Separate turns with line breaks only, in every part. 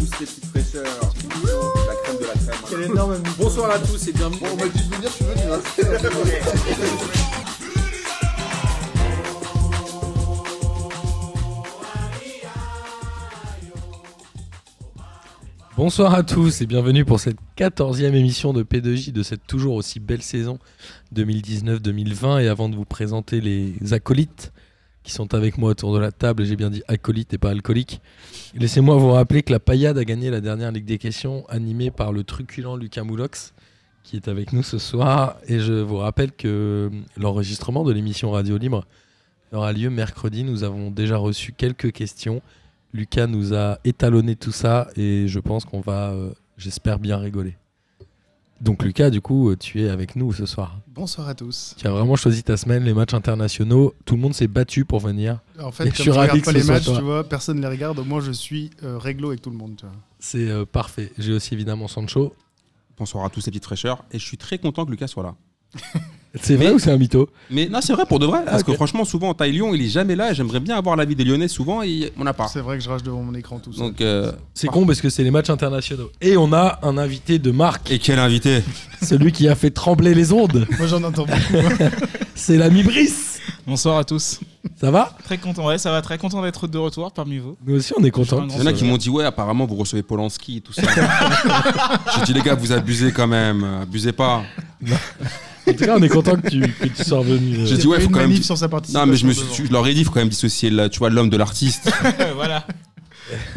des petites fraîcheurs. La crème de la crème. hein.
Quel énorme
Bonsoir à tous et bienvenue.
Bon, on m'a dit de venir, je suis venu. hein.
Bonsoir à tous et bienvenue pour cette 14e émission de P2J de cette toujours aussi belle saison 2019-2020. Et avant de vous présenter les acolytes qui sont avec moi autour de la table, et j'ai bien dit acolytes et pas alcooliques, laissez-moi vous rappeler que la paillade a gagné la dernière Ligue des questions animée par le truculent Lucas Moulox qui est avec nous ce soir. Et je vous rappelle que l'enregistrement de l'émission Radio Libre aura lieu mercredi. Nous avons déjà reçu quelques questions. Lucas nous a étalonné tout ça et je pense qu'on va, euh, j'espère, bien rigoler. Donc Lucas, du coup, euh, tu es avec nous ce soir.
Bonsoir à tous.
Tu as vraiment choisi ta semaine, les matchs internationaux. Tout le monde s'est battu pour venir.
En
Et
fait,
je
comme
suis
je
ravi
regarde
que
pas
ce
les
soit
matchs,
toi.
tu vois, personne les regarde. Moi, je suis euh, réglo avec tout le monde. Tu vois.
C'est euh, parfait. J'ai aussi évidemment Sancho.
Bonsoir à tous ces petites fraîcheurs. Et je suis très content que Lucas soit là.
C'est vrai ou c'est un mytho
Mais non, c'est vrai pour de vrai. Parce
ok.
que franchement, souvent en Thaï-Lyon, il est jamais là. et J'aimerais bien avoir l'avis des Lyonnais souvent et on n'a pas.
C'est vrai que je rage devant mon écran tout seul.
Donc, euh,
C'est con parce que c'est les matchs internationaux. Et on a un invité de marque,
Et quel invité
celui qui a fait trembler les ondes.
Moi, j'en entends beaucoup.
C'est l'ami Brice.
Bonsoir à tous.
Ça va
Très content, ouais, ça va, très content d'être de retour parmi vous.
Nous aussi, on est contents.
Il y en a qui m'ont dit ouais apparemment vous recevez Polanski et tout ça. J'ai dit les gars vous abusez quand même, abusez pas.
En tout cas, on est content que tu, que tu sois revenu. euh,
J'ai
J'ai
dit, ouais,
fait
faut
une
quand même
manif
di-
sur sa participation.
Non mais je me suis,
devant.
je leur ai dit faut quand même dissocier la- tu vois l'homme de l'artiste.
voilà,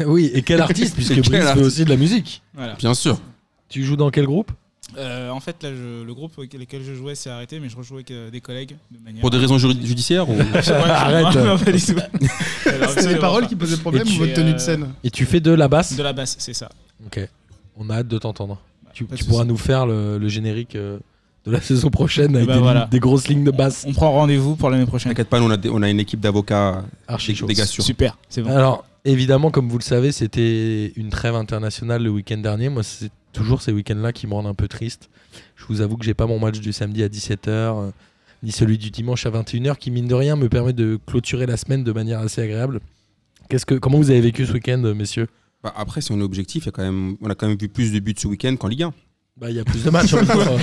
Oui, et quel artiste, puisque
Et quel
Brice fait
artiste
aussi de la musique.
voilà.
Bien sûr.
Tu joues dans quel groupe
Euh, en fait, là, je- le groupe avec lequel je jouais s'est arrêté, mais je rejoue avec euh, des collègues de manière.
Pour des raisons juri- judiciaires ou
Arrête.
Non, pas du tout. Alors,
C'était les
absolument
paroles
pas.
qui posaient problème
Et
ou
tu
votre
es,
tenue
euh,
de scène
Et tu fais de la basse
De la basse, c'est ça.
Ok. On a hâte de t'entendre. Tu,
pas de
tu pourras
souci.
nous faire le, le générique euh, de la saison prochaine avec
bah
des,
voilà.
des grosses lignes de basse.
On prend rendez-vous pour l'année prochaine.
T'inquiète pas, nous, on a, des- on a une équipe d'avocats,
Archi
des,
chaud.
des gars sûrs.
Super, c'est bon.
Alors, évidemment, comme vous le savez, c'était une trêve internationale le week-end dernier. Moi, c'est toujours ces week-ends-là qui me rendent un peu triste. Je vous avoue que j'ai pas mon match du samedi à 17h, euh, ni celui du dimanche à 21h, qui, mine de rien, me permet de clôturer la semaine de manière assez agréable. Qu'est-ce que, comment vous avez vécu ce week-end, euh, messieurs
Bah, après, si on est objectif, il y a quand même, on a quand même vu plus de buts ce week-end qu'en Ligue 1.
Bah, il y a plus de matchs. en même temps.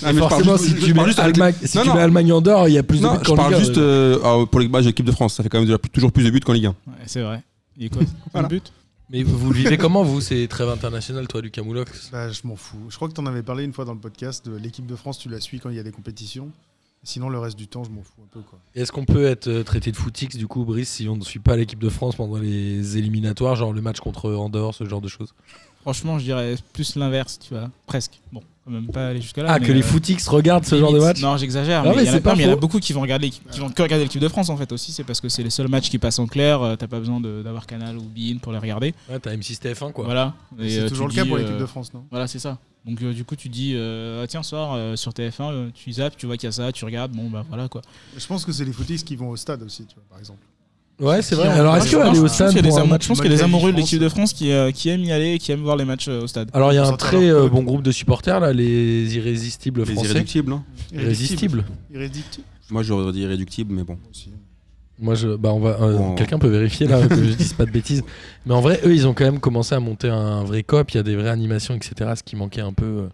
Ah, mais je parle
Forcément,
juste-
si
je
tu
parle
mets
juste-
Allemagne, si
Non,
tu
non.
mets Allemagne en dehors, il y a plus de
Non,
buts
je
qu'en
parle
Ligue un,
juste
euh.
euh, ah, pour les matchs de l'équipe de France. Ça fait quand même déjà plus- toujours plus de buts qu'en Ligue 1.
Ouais, c'est vrai. Il est quoi
Voilà.
le but
Mais vous vous le vivez comment, vous, ces trêves internationales, toi, Lucas Moulox
Bah, je m'en fous. Je crois que tu en avais parlé une fois dans le podcast. de L'équipe de France, tu la suis quand il y a des compétitions. Sinon, le reste du temps, je m'en fous un peu. Quoi.
Est-ce qu'on peut être euh, traité de footix, du coup, Brice, si on ne suit pas l'équipe de France pendant les éliminatoires, genre le match contre Andorre, ce genre de choses
Franchement, je dirais plus l'inverse, tu vois. Presque. Bon, quand même pas aller jusqu'à là.
Ah,
mais,
que les
euh,
footix regardent ce genre de
Limite.
match
Non,
Ah
j'exagère. mais
ouais,
il y en a-
c'est pas
non, mais il y en a
faux.
beaucoup qui vont regarder l'équipe- qui vont que regarder l'équipe de France en fait aussi. C'est parce que c'est les seuls matchs qui passent en clair. euh, T'as pas besoin de- d'avoir Canal ou Bein pour les regarder.
Ouais, T'as M6 TF1, quoi.
Voilà. Et, euh,
C'est
tu
toujours le cas
dis,
pour
euh,
l'équipe de France, non
Voilà, c'est ça. Donc euh, du coup, tu dis euh, ah, tiens, ce soir euh, sur TF1, euh, tu zappes, tu vois qu'il y a ça, tu regardes. Bon bah voilà quoi.
Je pense que c'est les footistes qui vont au stade aussi, tu vois, par exemple.
Ouais, c'est vrai.
Moi,
Alors,
Moi,
est-ce
je
que
pense-
aller au
je pense
stade
qu'il y a
pour
des
un
amoureux-
match
Je pense qu'il y a des
Malgré
amoureux de
France,
l'équipe de France qui euh, qui aiment y aller et qui aiment voir les matchs euh, au stade.
Alors, il y a
Ils
un
sont
très
alors
euh,
que-
bon groupe de supporters, là, les irrésistibles
Les
français.
irréductibles. hein.
Irrésistibles.
Irréductible.
Moi, j'aurais dit irréductibles, mais bon.
Moi aussi.
Moi, je, bah, on va. euh,
Bon.
Quelqu'un peut vérifier là que je dise pas de bêtises. Mais en vrai, eux, ils ont quand même commencé à monter un vrai cop. Il y a des vraies animations, etc. Ce qui manquait un peu euh,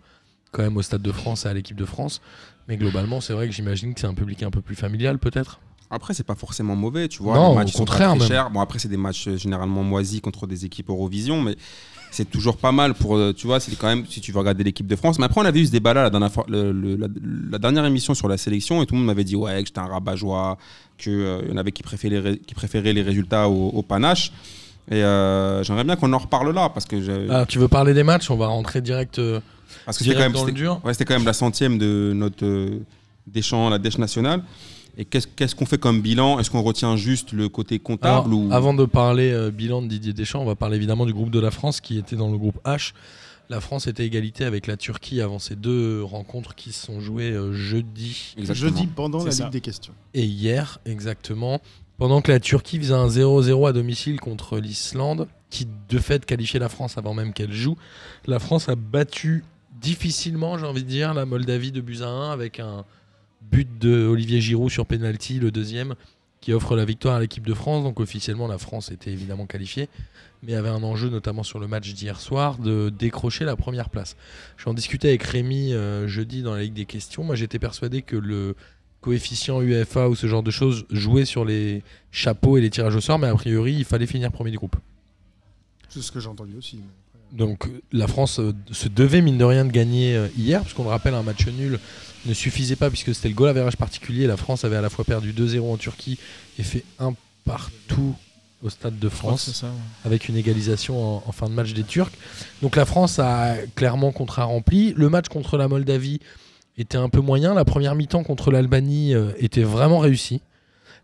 quand même au Stade de France et à l'équipe de France. Mais globalement, c'est vrai que j'imagine que c'est un public un peu plus familial, peut-être.
Après, c'est pas forcément mauvais, tu vois.
Non,
les matchs,
au
ils sont pas
contraire,
très
même.
chers. Bon, après, c'est des matchs euh, généralement moisis contre des équipes Eurovision, mais c'est toujours pas mal pour, euh, tu vois, c'est quand même si tu veux regarder l'équipe de France. Mais après, on avait eu ce débat-là la dernière, fois- le- le- la, la dernière émission sur la sélection et tout le monde m'avait dit ouais, que j'étais un rabat-joie, qu'il y en avait qui préféraient, les ré- qui préféraient les résultats au, au panache. Et euh, j'aimerais bien qu'on en reparle là parce que j'ai-
Alors, Ah, tu veux parler des matchs On va rentrer direct, euh,
Euh. parce que c'était
direct
quand même
dans le
c'était-
dur.
Ouais, c'était quand même la centième de notre euh, Deschamps, la Dèche nationale. Et qu'est-ce qu'est-ce qu'on fait comme bilan Est-ce qu'on retient juste le côté comptable
Alors,
ou...
Avant de parler euh, bilan de Didier Deschamps, on va parler évidemment du groupe de la France qui était dans le groupe H. La France était égalité avec la Turquie avant ces deux rencontres qui se sont jouées euh, jeudi
Exactement.
Jeudi pendant
C'est
la
ça.
Ligue des questions.
et hier exactement, pendant que la Turquie faisait un 0-0 à domicile contre l'Islande, qui de fait qualifiait la France avant même qu'elle joue, la France a battu difficilement, j'ai envie de dire, la Moldavie de buts à 1 avec un but de Olivier Giroud sur penalty, le deuxième, qui offre la victoire à l'équipe de France. Donc officiellement, la France était évidemment qualifiée, mais avait un enjeu, notamment sur le match d'hier soir, de décrocher la première place. J'en discutais avec Rémi euh, jeudi dans la Ligue des questions. Moi, j'étais persuadé que le coefficient UEFA ou ce genre de choses jouait sur les chapeaux et les tirages au sort, mais a priori, il fallait finir premier du groupe.
C'est ce que j'ai entendu aussi.
Donc euh, la France euh, se devait mine de rien de gagner euh, hier, puisqu'on le rappelle, un match nul ne suffisait pas puisque c'était le goal average particulier. La France avait à la fois perdu 2-0 en Turquie et fait un partout au Stade de
Je crois que c'est
France
ça. ouais.
avec une égalisation en, en fin de match des Turcs. Donc la France a clairement contrat rempli. Le match contre la Moldavie était un peu moyen. La première mi-temps contre l'Albanie euh, était vraiment réussie.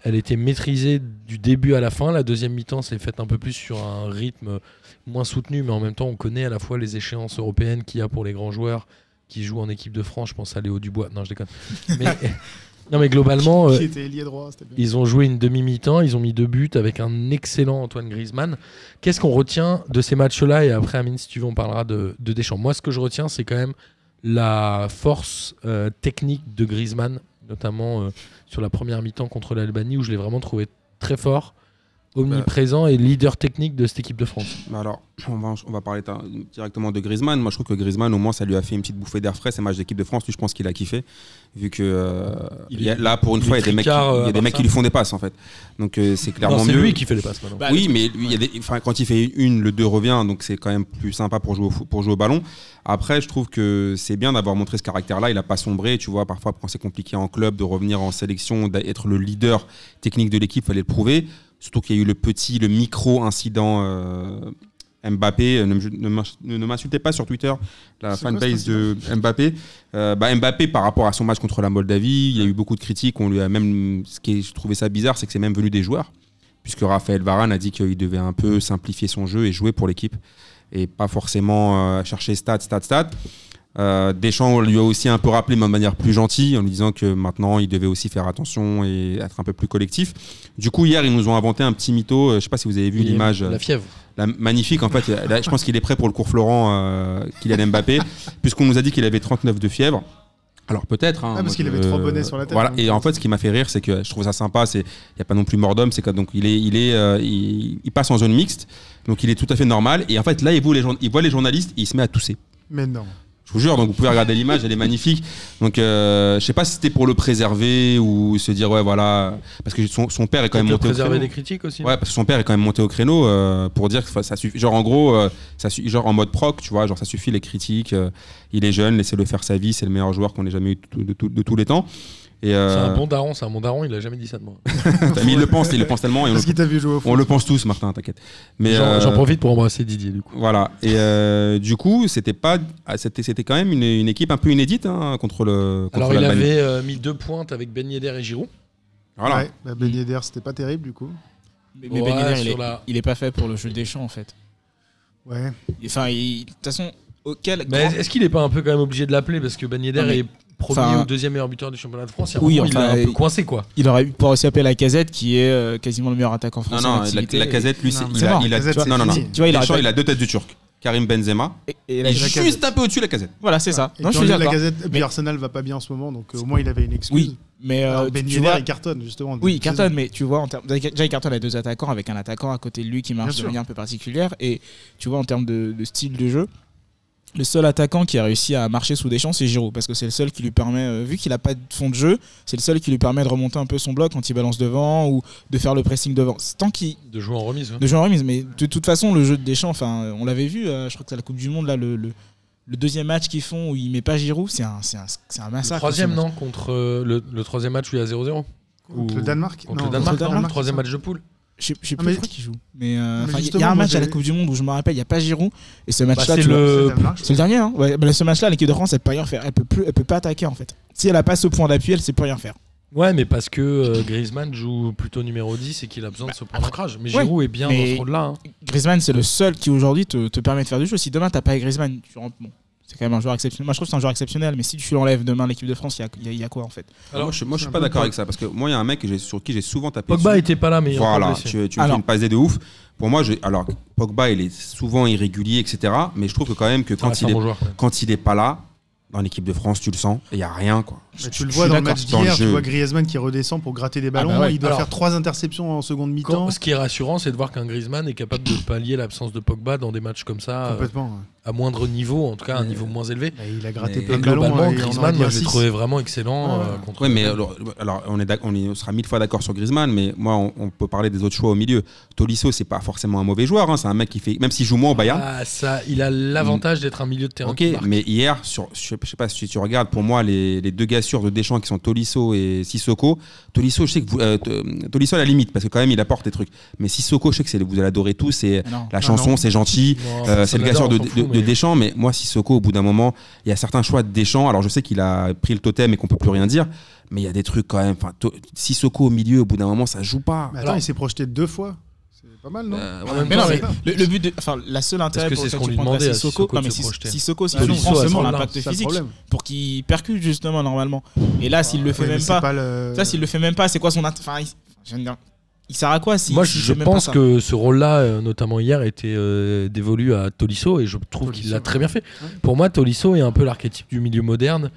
Elle était maîtrisée du début à la fin. La deuxième mi-temps s'est faite un peu plus sur un rythme moins soutenu, mais en même temps, on connaît à la fois les échéances européennes qu'il y a pour les grands joueurs qui jouent en équipe de France. Je pense à Léo Dubois. Non, je déconne. Mais, non, mais globalement, euh,
Qui était ailier droit, c'était bien.
ils ont joué une demi-mi-temps, ils ont mis deux buts avec un excellent Antoine Griezmann. Qu'est-ce qu'on retient de ces matchs-là Et après, Amine, si tu veux, on parlera de, de Deschamps. Moi, ce que je retiens, c'est quand même la force euh, technique de Griezmann, notamment euh, sur la première mi-temps contre l'Albanie, où je l'ai vraiment trouvé très fort, omniprésent et leader technique de cette équipe de France.
Bah alors, on va, on va parler ta- directement de Griezmann. Moi, je trouve que Griezmann, au moins, ça lui a fait une petite bouffée d'air frais. C'est match d'équipe de France. Lui, je pense qu'il a kiffé. Vu que euh,
Il
il y a-
est-
là, pour une
il
fois,
est
il y a des mecs, qui-
tricard, euh,
il y a des
à
mecs qui
Barça.
lui font des passes, en fait. Donc, euh, c'est clairement
Non, c'est
mieux.
lui qui fait les passes maintenant.
Bah,
oui, mais lui, il y a des- enfin, quand il fait une, le deux revient, donc c'est quand même plus sympa pour jouer, au, fo- pour jouer au ballon. Après, je trouve que c'est bien d'avoir montré ce caractère-là. Il n'a pas sombré, tu vois. Parfois, quand c'est compliqué en club, de revenir en sélection, d'être le leader technique de l'équipe, fallait le prouver. Surtout qu'il y a eu le petit, le micro incident euh, Mbappé. Ne, me- ne m'ins- ne m'insultez pas sur Twitter, la
C'est quoi cet
fanbase de Mbappé. Euh, bah, Mbappé, par rapport à son match contre la Moldavie, il y a eu beaucoup de critiques. On lui a même, ce qui est- je trouvais ça bizarre, c'est que c'est même venu des joueurs puisque Raphaël Varane a dit qu'il devait un peu simplifier son jeu et jouer pour l'équipe et pas forcément euh, chercher stats, stats, stats. Euh, Deschamps lui a aussi un peu rappelé mais de manière plus gentille en lui disant que maintenant il devait aussi faire attention et être un peu plus collectif. Du coup hier ils nous ont inventé un petit mytho, euh, je sais pas si vous avez vu
Il est-
l'image
La fièvre.
la magnifique en fait, là, je pense qu'il est prêt pour le cours Florent euh, Kylian Mbappé puisqu'on nous a dit qu'il avait 39 de fièvre. Alors peut-être. hein,
Ah, parce
moi,
qu'il
je-
avait trois bonnets sur la tête, hein.
Voilà.
donc.
Et en fait, ce qui m'a fait rire, c'est que je trouve ça sympa. C'est il y a pas non plus mort d'homme. C'est que donc il est, il est, euh, il, il passe en zone mixte, donc il est tout à fait normal. Et en fait, là, il voit les, journa- il voit les journalistes, et il se met à tousser.
Mais non.
Je vous jure, donc vous pouvez regarder l'image, elle est magnifique. Donc euh, je sais pas si c'était pour le préserver ou se dire ouais voilà, parce que son, son père est quand même
Peut-être
monté au
préserver
créneau.
des critiques aussi.
Ouais, parce que son père est quand même monté au créneau euh, pour dire que ça suffit. Genre, en gros, euh, ça suffit, genre en mode proc, tu vois, genre ça suffit les critiques. euh, il est jeune, laissez-le faire sa vie, c'est le meilleur joueur qu'on ait jamais eu de, tout- de tout- de tous les temps. Et, euh,
C'est un bon daron, c'est un bon daron, il a jamais dit ça de moi.
mais il le pense, il le pense tellement, et on, le,
Parce qu'il t'a vu jouer au
on
foot.
le pense tous, Martin, t'inquiète. Mais
J'en j'en
euh,
profite pour embrasser Didier du coup.
Voilà. Et euh, du coup, c'était pas, ah, c'était, c'était quand même une, une équipe un peu inédite hein, contre le. Contre
Alors il
l'Albanie.
avait euh, mis deux pointes avec Ben Yedder et Giroud.
Voilà.
Ouais, bah, Ben Yedder, c'était pas terrible du coup.
Mais, mais
Ouais,
Ben Yedder, il
sur
est-
la-
il est pas fait pour le jeu des champs en fait.
Ouais.
Enfin, il- de toute façon, auquel.
Mais est-ce qu'il est pas un peu quand même obligé de l'appeler parce que Ben Yedder
Non, mais-
est premier
enfin-
ou deuxième meilleur buteur du championnat de France et
Oui,
oui, il est
enfin,
un peu
il-
coincé quoi.
Il aurait pu pouvoir aussi appeler la casette qui est euh, quasiment le meilleur attaquant
Non,
français. en
non, la,
activité.
la casette, lui,
Non,
c'est,
mais
il a,
c'est mort.
il a-
Lacazette,
non, non, non.
c'est fini.
Tu vois, il
Deschamps,
aurait
il a deux têtes du Turc. Karim Benzema.
Et- et la-
Et
la Lacazette.
juste un peu au-dessus de la casette.
Voilà, c'est ça.
Et
Non,
puis
je
on
suis
dit la
d'accord.
Gazette, et puis
Mais-
Arsenal va pas bien en ce moment, donc euh, au moins il avait une excuse.
Oui, mais euh,
Alors,
tu-
ben
tu
Yedder
vois-
et Carton, justement.
Oui,
Donc, euh, c'est-
Carton, mais tu vois, en termes- déjà, Carton a deux attaquants avec un attaquant à côté de lui qui marche
Bien
de
sûr.
manière un peu particulière. Et tu vois, en termes de, de style de jeu, le seul attaquant qui a réussi à marcher sous des champs, c'est Giroud. Parce que c'est le seul qui lui permet, euh, vu qu'il n'a pas de fond de jeu, c'est le seul qui lui permet de remonter un peu son bloc quand il balance devant ou de faire le pressing devant. C'est Tant qu'il.
De jouer en remise. ouais.
De jouer en remise, mais de toute façon, le jeu de Deschamps, enfin, on l'avait vu, euh, je crois que c'est à la Coupe du Monde, là, le, le, le deuxième match qu'ils font où il met pas Giroud, c'est un, c'est un, c'est un
Le
massacre.
troisième
ce
non contre euh, le, le troisième match où il y a 0-0
Contre
Ou-
le Danemark
contre
Non,
le Danemark,
contre le
non,
Danemark,
le troisième
c'est
match de poule.
Je sais- je sais
Ah,
plus
mais-
je crois qu'il joue. Mais euh,
mais
enfin, il y
justement,
a un
moi,
match à la
j'ai-
Coupe du Monde où je me rappelle, il n'y a pas Giroud. Et ce match-là,
Bah, c'est
tu vois,
le
le Danemark, je
Euh, c'est le dernier. Hein ouais, bah, ce match-là, l'équipe de France, elle peut rien faire. Elle peut plus, elle peut pas attaquer en fait. Si elle a pas ce point d'appui, elle sait plus rien faire.
Ouais, mais parce que euh, Griezmann joue plutôt numéro 10 et qu'il a besoin de se prendre un crash. Mais
ouais,
Giroud est bien
mais-
dans ce rôle-là. hein.
Griezmann, c'est le seul qui aujourd'hui te, te permet de faire du jeu. Si demain t'as pas Griezmann, tu rentres. Bon, c'est quand même un joueur exceptionnel. Moi, je trouve que c'est un joueur exceptionnel. Mais si tu l'enlèves demain l'équipe de France, il y a, il y a- il y a quoi en fait
Alors, Ah, moi, je, moi, je
c'est
suis
un
pas
peu
d'accord
le
avec ça parce que moi, il y a un mec que j'ai- sur qui j'ai souvent tapé.
Pogba
dessus.
était pas là, mais il est encore
Voilà,
blessé.
tu, tu me fais
Alors-
une passe D de ouf. Pour moi, je, alors Pogba, il est souvent irrégulier, etc. Mais je trouve que quand même que
Ah,
quand
c'est
il
un
est
bon joueur.
quand il est pas là, dans l'équipe de France, tu le sens, il n'y a rien. Quoi.
Mais tu le
Je
vois
suis
dans le
d'accord.
match
le
d'hier, tu
jeu.
vois Griezmann qui redescend pour gratter des ballons.
bah ouais.
Il doit
Alors-
faire trois interceptions en seconde mi-temps.
Quand- ce qui est rassurant, c'est de voir qu'un Griezmann est capable de pallier l'absence de Pogba dans des matchs comme ça, euh,
Complètement. ouais.
à moindre niveau, en tout cas à un
Mais-
niveau moins élevé.
Bah, il a gratté
Mais
plein
Et
de ballons. euh,
globalement,
et on en a
Griezmann,
dit
moi,
un
je l'ai
six.
trouvé vraiment excellent
Ouais, ouais.
euh, contre.
Ouais, mais alors, alors, on, est d'ac- on est- on sera mille fois d'accord sur Griezmann, mais moi, on, on peut parler des autres choix au milieu. Tolisso, c'est pas forcément un mauvais joueur. hein, c'est un mec qui fait, même s'il joue moins au Bayern,
Ah, ça, il a l'avantage d'être un milieu de terrain.
ok. Euh,
qui marque.
Mais hier, sur, je sais pas si tu regardes, pour moi, les, les deux gars sûrs de Deschamps qui sont Tolisso et Sissoko. Tolisso, je sais que vous, euh, t- Tolisso à la limite parce que quand même, il apporte des trucs. Mais Sissoko, je sais que c'est- vous allez adorer tous. C'est
Non.
la
Ah
chanson,
non.
c'est gentil.
Bon,
Euh,
Ah, ça,
c'est le
on
gars sûr
l'adore,
de,
on s'en
de-
fout,
de
mais-
Deschamps, mais moi, Sissoko, au bout d'un moment, il y a certains choix de Deschamps. Alors, je sais qu'il a pris le totem et qu'on peut plus rien dire, mais il y a des trucs quand même. Enfin, to- Sissoko au milieu, au bout d'un moment, ça joue pas.
Mais Bah, attends,
Alors-
il s'est projeté deux fois. C'est pas mal, non
Euh,
en
ouais,
même
Mais
temps,
non,
c'est-
mais le, le but de. Enfin, la seule intérêt
Parce que
pour
c'est ce
lequel
qu'on
tu
lui
prends de la
demandait à
Sissoko,
Sissoko
non,
de
mais
se
Sis-
projeter.
Sissoko, si
Bah
tu le
non,
prends,
à
c'est
ce
pour
moment-là,
l'impact
C'est ça le
physique,
problème.
pour qu'il percute justement normalement. Et là, s'il le fait
Ouais, mais
même
c'est
pas,
pas le-
ça, s'il le fait même pas, c'est quoi son int- Enfin, il- je viens de dire, il sert à quoi si
Moi,
s'il
je, je
fait même pas
pense
ça
que ce rôle-là, euh, notamment hier, était euh, dévolu à Tolisso et je trouve qu'il
Tolisso,
l'a très bien fait.
ouais.
Pour moi, Tolisso est un peu l'archétype du milieu moderne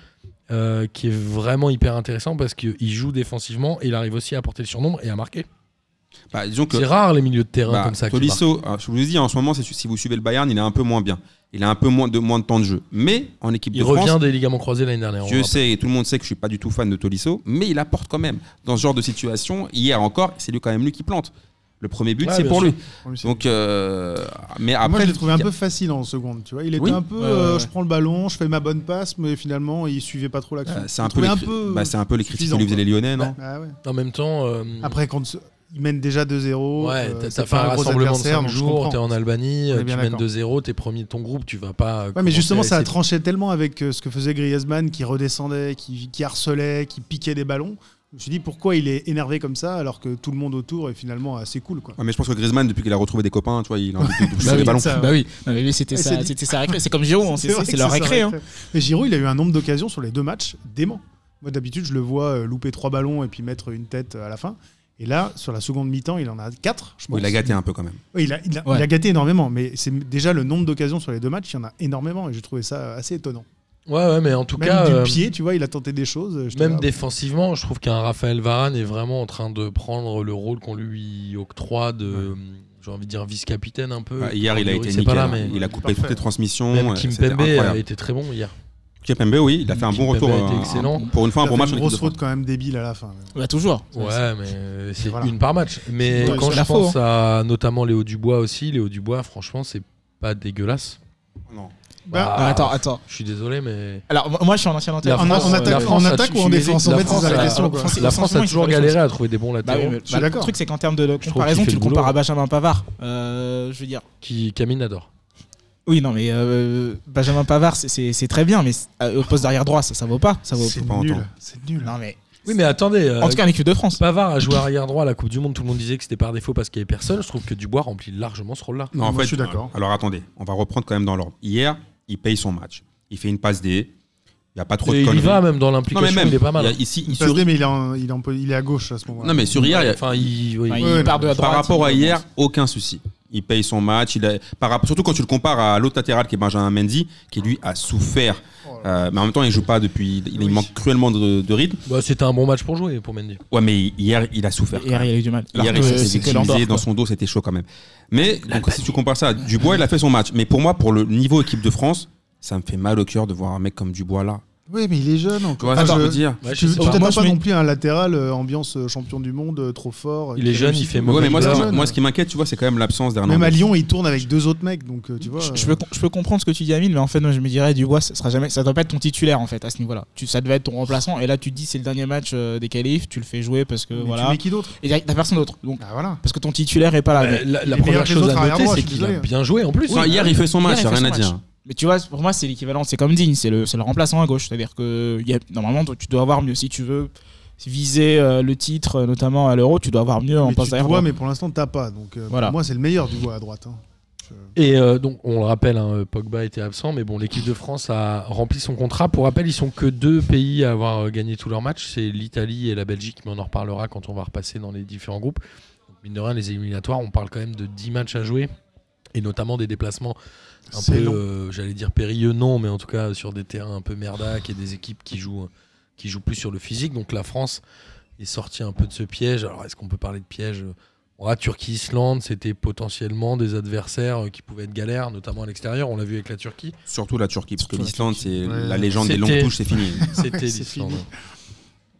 euh, qui est vraiment hyper intéressant parce qu'il joue défensivement et il arrive aussi à porter le surnombre et à marquer.
bah, disons que
C'est rare les milieux de terrain
bah,
comme ça. qui marquent.
Tolisso, alors, je vous le dis, en ce moment, c'est- si vous suivez le Bayern, il est un peu moins bien. Il a un peu moins de, moins de temps de jeu. Mais en équipe
Il
de
revient
France,
des ligaments croisés l'année dernière. on
Dieu
rappelle.
sait et tout le monde sait que je suis pas du tout fan de Tolisso, mais il apporte quand même. Dans ce genre de situation, hier encore, c'est lui quand même lui qui plante. Le premier but,
Ouais,
c'est
bien
pour
sûr.
lui. Donc, euh, mais
Moi,
après,
je l'ai trouvé un
il y a-
peu facile en seconde. Tu vois, il était
Oui.
un peu.
Ouais,
euh,
ouais.
Je prends le ballon, je fais ma bonne passe, mais finalement, il suivait pas trop l'action.
Euh, c'est
Je
un peu,
trouvais
les,
un
cri-
peu,
bah, c'est un peu les critiques que
suffisant,
lui faisaient les Lyonnais, non
Ah ouais.
En même temps, euh,
Après, quand se- il mène déjà 2-0,
ouais,
euh,
t'as-
c'est
t'as fait
pas
un
gros
rassemblement de
adversaire,
5
donc je
jours,
comprends.
t'es en
On
Albanie,
est
euh, tu
bien
mènes
d'accord.
2-0, t'es premier de ton groupe, tu vas pas.
Ouais, mais justement, ça a
a
tranché tellement avec euh, ce que faisait Griezmann, qui redescendait, qui, qui harcelait, qui piquait des ballons. Je me suis dit pourquoi il est énervé comme ça alors que tout le monde autour est finalement assez cool. Quoi.
Ouais, mais je pense que Griezmann, depuis qu'il a retrouvé des copains, tu vois, il a envie de toucher
Bah
les
oui,
ballons.
Ah,
ça,
bah oui. Non, mais lui, c'était
Et
sa,
c'est dit.
c'était sa récré. C'est comme Géo, c'est,
vrai
c'est
que
leur
ça
récré. hein.
s'arrête. Mais Giroud, il a eu un nombre d'occasions sur les deux matchs dément. Moi, d'habitude, je le vois euh, louper trois ballons et puis mettre une tête euh, à la fin. Et là, sur la seconde mi-temps, il en a quatre, je pense.
Bon, il a gâté un peu quand même.
Oui, il, a, il a-
Ouais.
il a gâté énormément, mais c'est déjà le nombre d'occasions sur les deux matchs, il y en a énormément et j'ai trouvé ça euh, assez étonnant.
Ouais, ouais, mais en tout
Même
cas.
du
euh,
pied, tu vois, il a tenté des choses. j'étais
Même
là,
défensivement, je trouve qu'un Raphaël Varane est vraiment en train de prendre le rôle qu'on lui octroie de, euh, j'ai envie de dire, vice-capitaine un peu.
Bah, hier, il a
Priori,
été
Euh, c'est
nickel.
pas là,
hein.
mais
Il a coupé
Parfait.
toutes les transmissions.
même
euh,
Kim
c'était
Pembe a
incroyable.
été très bon hier.
Kim Pembe, oui, il a fait un
Kim
bon
Pembe
retour.
a été
euh,
excellent.
un- Pour une fois,
il
un
a
bon
fait
match.
une
en
grosse
équipe de
faute quand même débile à la fin.
Bah, toujours.
Ouais, mais c'est
voilà.
une par match. Mais
Ouais,
quand
c'est
je
la
pense
faute,
hein.
à notamment Léo Dubois aussi, Léo Dubois, franchement, c'est pas dégueulasse.
France. Non.
Bah,
Ah,
Ah,
attends, attends.
Je suis désolé, mais
Alors, moi- moi, je suis un ancien entraîneur.
La
en,
France,
en
euh,
attaque,
la France
en
a-
attaque
je
ou
suis
en
désolé,
défense En
la
fait, c'est
France
ça
a-
la question. quoi.
France-
la France a
forcément, ils
toujours
font les
galéré à trouver des bons
Bah oui,
latéraux
mais-
suis
bah, le
d'accord.
truc, c'est qu'en termes de
trouve
comparaison,
qu'il fait
tu le
le
compares
boulot.
à Benjamin Pavard. Euh, je veux dire.
qui Camille adore.
Oui, non, mais euh, Benjamin Pavard, c'est- c'est c'est très bien, mais c'est- euh, au poste d'arrière droit, ça, ça vaut pas. Ça vaut
C'est
pas
nul.
entendre.
C'est nul.
Non, mais.
Oui, mais attendez. euh,
En tout cas, en équipe de France.
Pavard a joué arrière droit à la Coupe du Monde, tout le monde disait que c'était par défaut parce qu'il y avait personne. Je trouve que Dubois remplit largement ce rôle-là.
Non, en
Moi,
fait, euh,
je suis d'accord.
Alors attendez, on va reprendre quand même dans l'ordre. Hier, il paye son match. Il fait une passe D. Il n'y a pas trop
Et
de
il y
conneries.
va même dans
non, mais
l'implication,
même,
il est pas mal. hein.
il y a ici, il
Passe
sur-
D, mais il est, en- il est en po- il est à gauche à ce moment-là.
Non, mais sur hier, il y a-
Enfin, il, oui.
Enfin,
Ouais,
il part de la droite.
par rapport à
il-
hier, aucun souci. Il paye son match. Il a- par, rapport- surtout quand tu le compares à l'autre latéral qui est Benjamin Mendy, qui lui a souffert.
Oh
Euh, mais en même temps, il joue pas depuis. Il, il
Oui.
manque cruellement de- de rythme.
Bah, c'était un bon match pour jouer pour Mendy.
Ouais, mais hier, il a souffert.
Hier, il y a eu du mal.
Hier,
Alors
il
que
s'est
c'était l'Andorre,
victimisé
quoi.
dans son dos, c'était chaud quand même. Mais donc, si tu compares ça, à Dubois, il a fait son match. Mais pour moi, pour le niveau équipe de France, ça me fait mal au cœur de voir un mec comme Dubois là.
Oui, mais il est jeune
Tu
encore.
vois ce
Enfin,
que je veux
je-
dire
Ouais, je
Tu
sais
tu
pas.
t'attends
Moi, je
pas
mets-
non plus à un latéral euh, ambiance euh, champion du monde euh, trop fort. euh,
Il est
qui
jeune,
réussit
il fait
tout.
Ouais, mais moi,
Mauvais
ce qui-
leader.
moi, ce qui m'inquiète, tu vois, c'est quand même l'absence d'Hernandez.
Même à Lyon, il tourne avec deux autres mecs, donc euh, tu vois.
Je, je
euh,
peux, com- je peux comprendre ce que tu dis, Amine, mais en fait, moi, je me dirais, Dubois, ça sera jamais, ça doit pas être ton titulaire en fait à ce niveau-là. Tu, ça devait être ton remplaçant. Et là, tu te dis, c'est le dernier match euh, des qualifs, tu le fais jouer parce que
mais Tu
voilà.
mets qui d'autre
Et t'as t'as personne d'autre. Donc,
Bah,
Ah voilà.
parce que ton titulaire est pas là.
Euh,
mais,
la la
Il est meilleur
première
que les
chose
autres
à
arrière
noter,
droit,
c'est
je suis
qu'il a
désolé.
bien joué en plus.
Non, hier, il fait son
Hier,
match,
il
y a
fait
rien à
son
dire.
match. mais tu vois, pour moi, c'est l'équivalent. C'est comme Digne, c'est le, c'est le remplaçant à gauche. C'est-à-dire que il y a- normalement, toi, tu dois avoir mieux si tu veux viser euh, le titre, euh, notamment à l'Euro. Tu dois avoir mieux en
Mais
poste
tu
d'arrière.
vois, mais pour l'instant, t'as pas. Donc euh,
Voilà.
pour moi, c'est le meilleur du bois à droite. hein.
Et euh, donc, on le rappelle, hein, Pogba était absent, mais bon, l'équipe de France a rempli son contrat. Pour rappel, ils sont que deux pays à avoir euh, gagné tous leurs matchs, c'est l'Italie et la Belgique, mais on en reparlera quand on va repasser dans les différents groupes. Donc, mine de rien, les éliminatoires, on parle quand même de 10 matchs à jouer et notamment des déplacements un
C'est
peu,
long.
euh, j'allais dire périlleux, non, mais en tout cas sur des terrains un peu merdac et des équipes qui jouent, euh, qui jouent plus sur le physique. Donc la France est sortie un peu de ce piège. Alors est-ce qu'on peut parler de piège euh, Bon, là, Turquie-Islande, c'était potentiellement des adversaires euh, qui pouvaient être galères, notamment à l'extérieur. On l'a vu avec la Turquie.
Surtout la Turquie, parce que
Surtout la
l'Islande, c'est
Ouais.
la légende des
C'était-
longues touches, c'est fini.
C'était
C'est
l'Islande.
fini.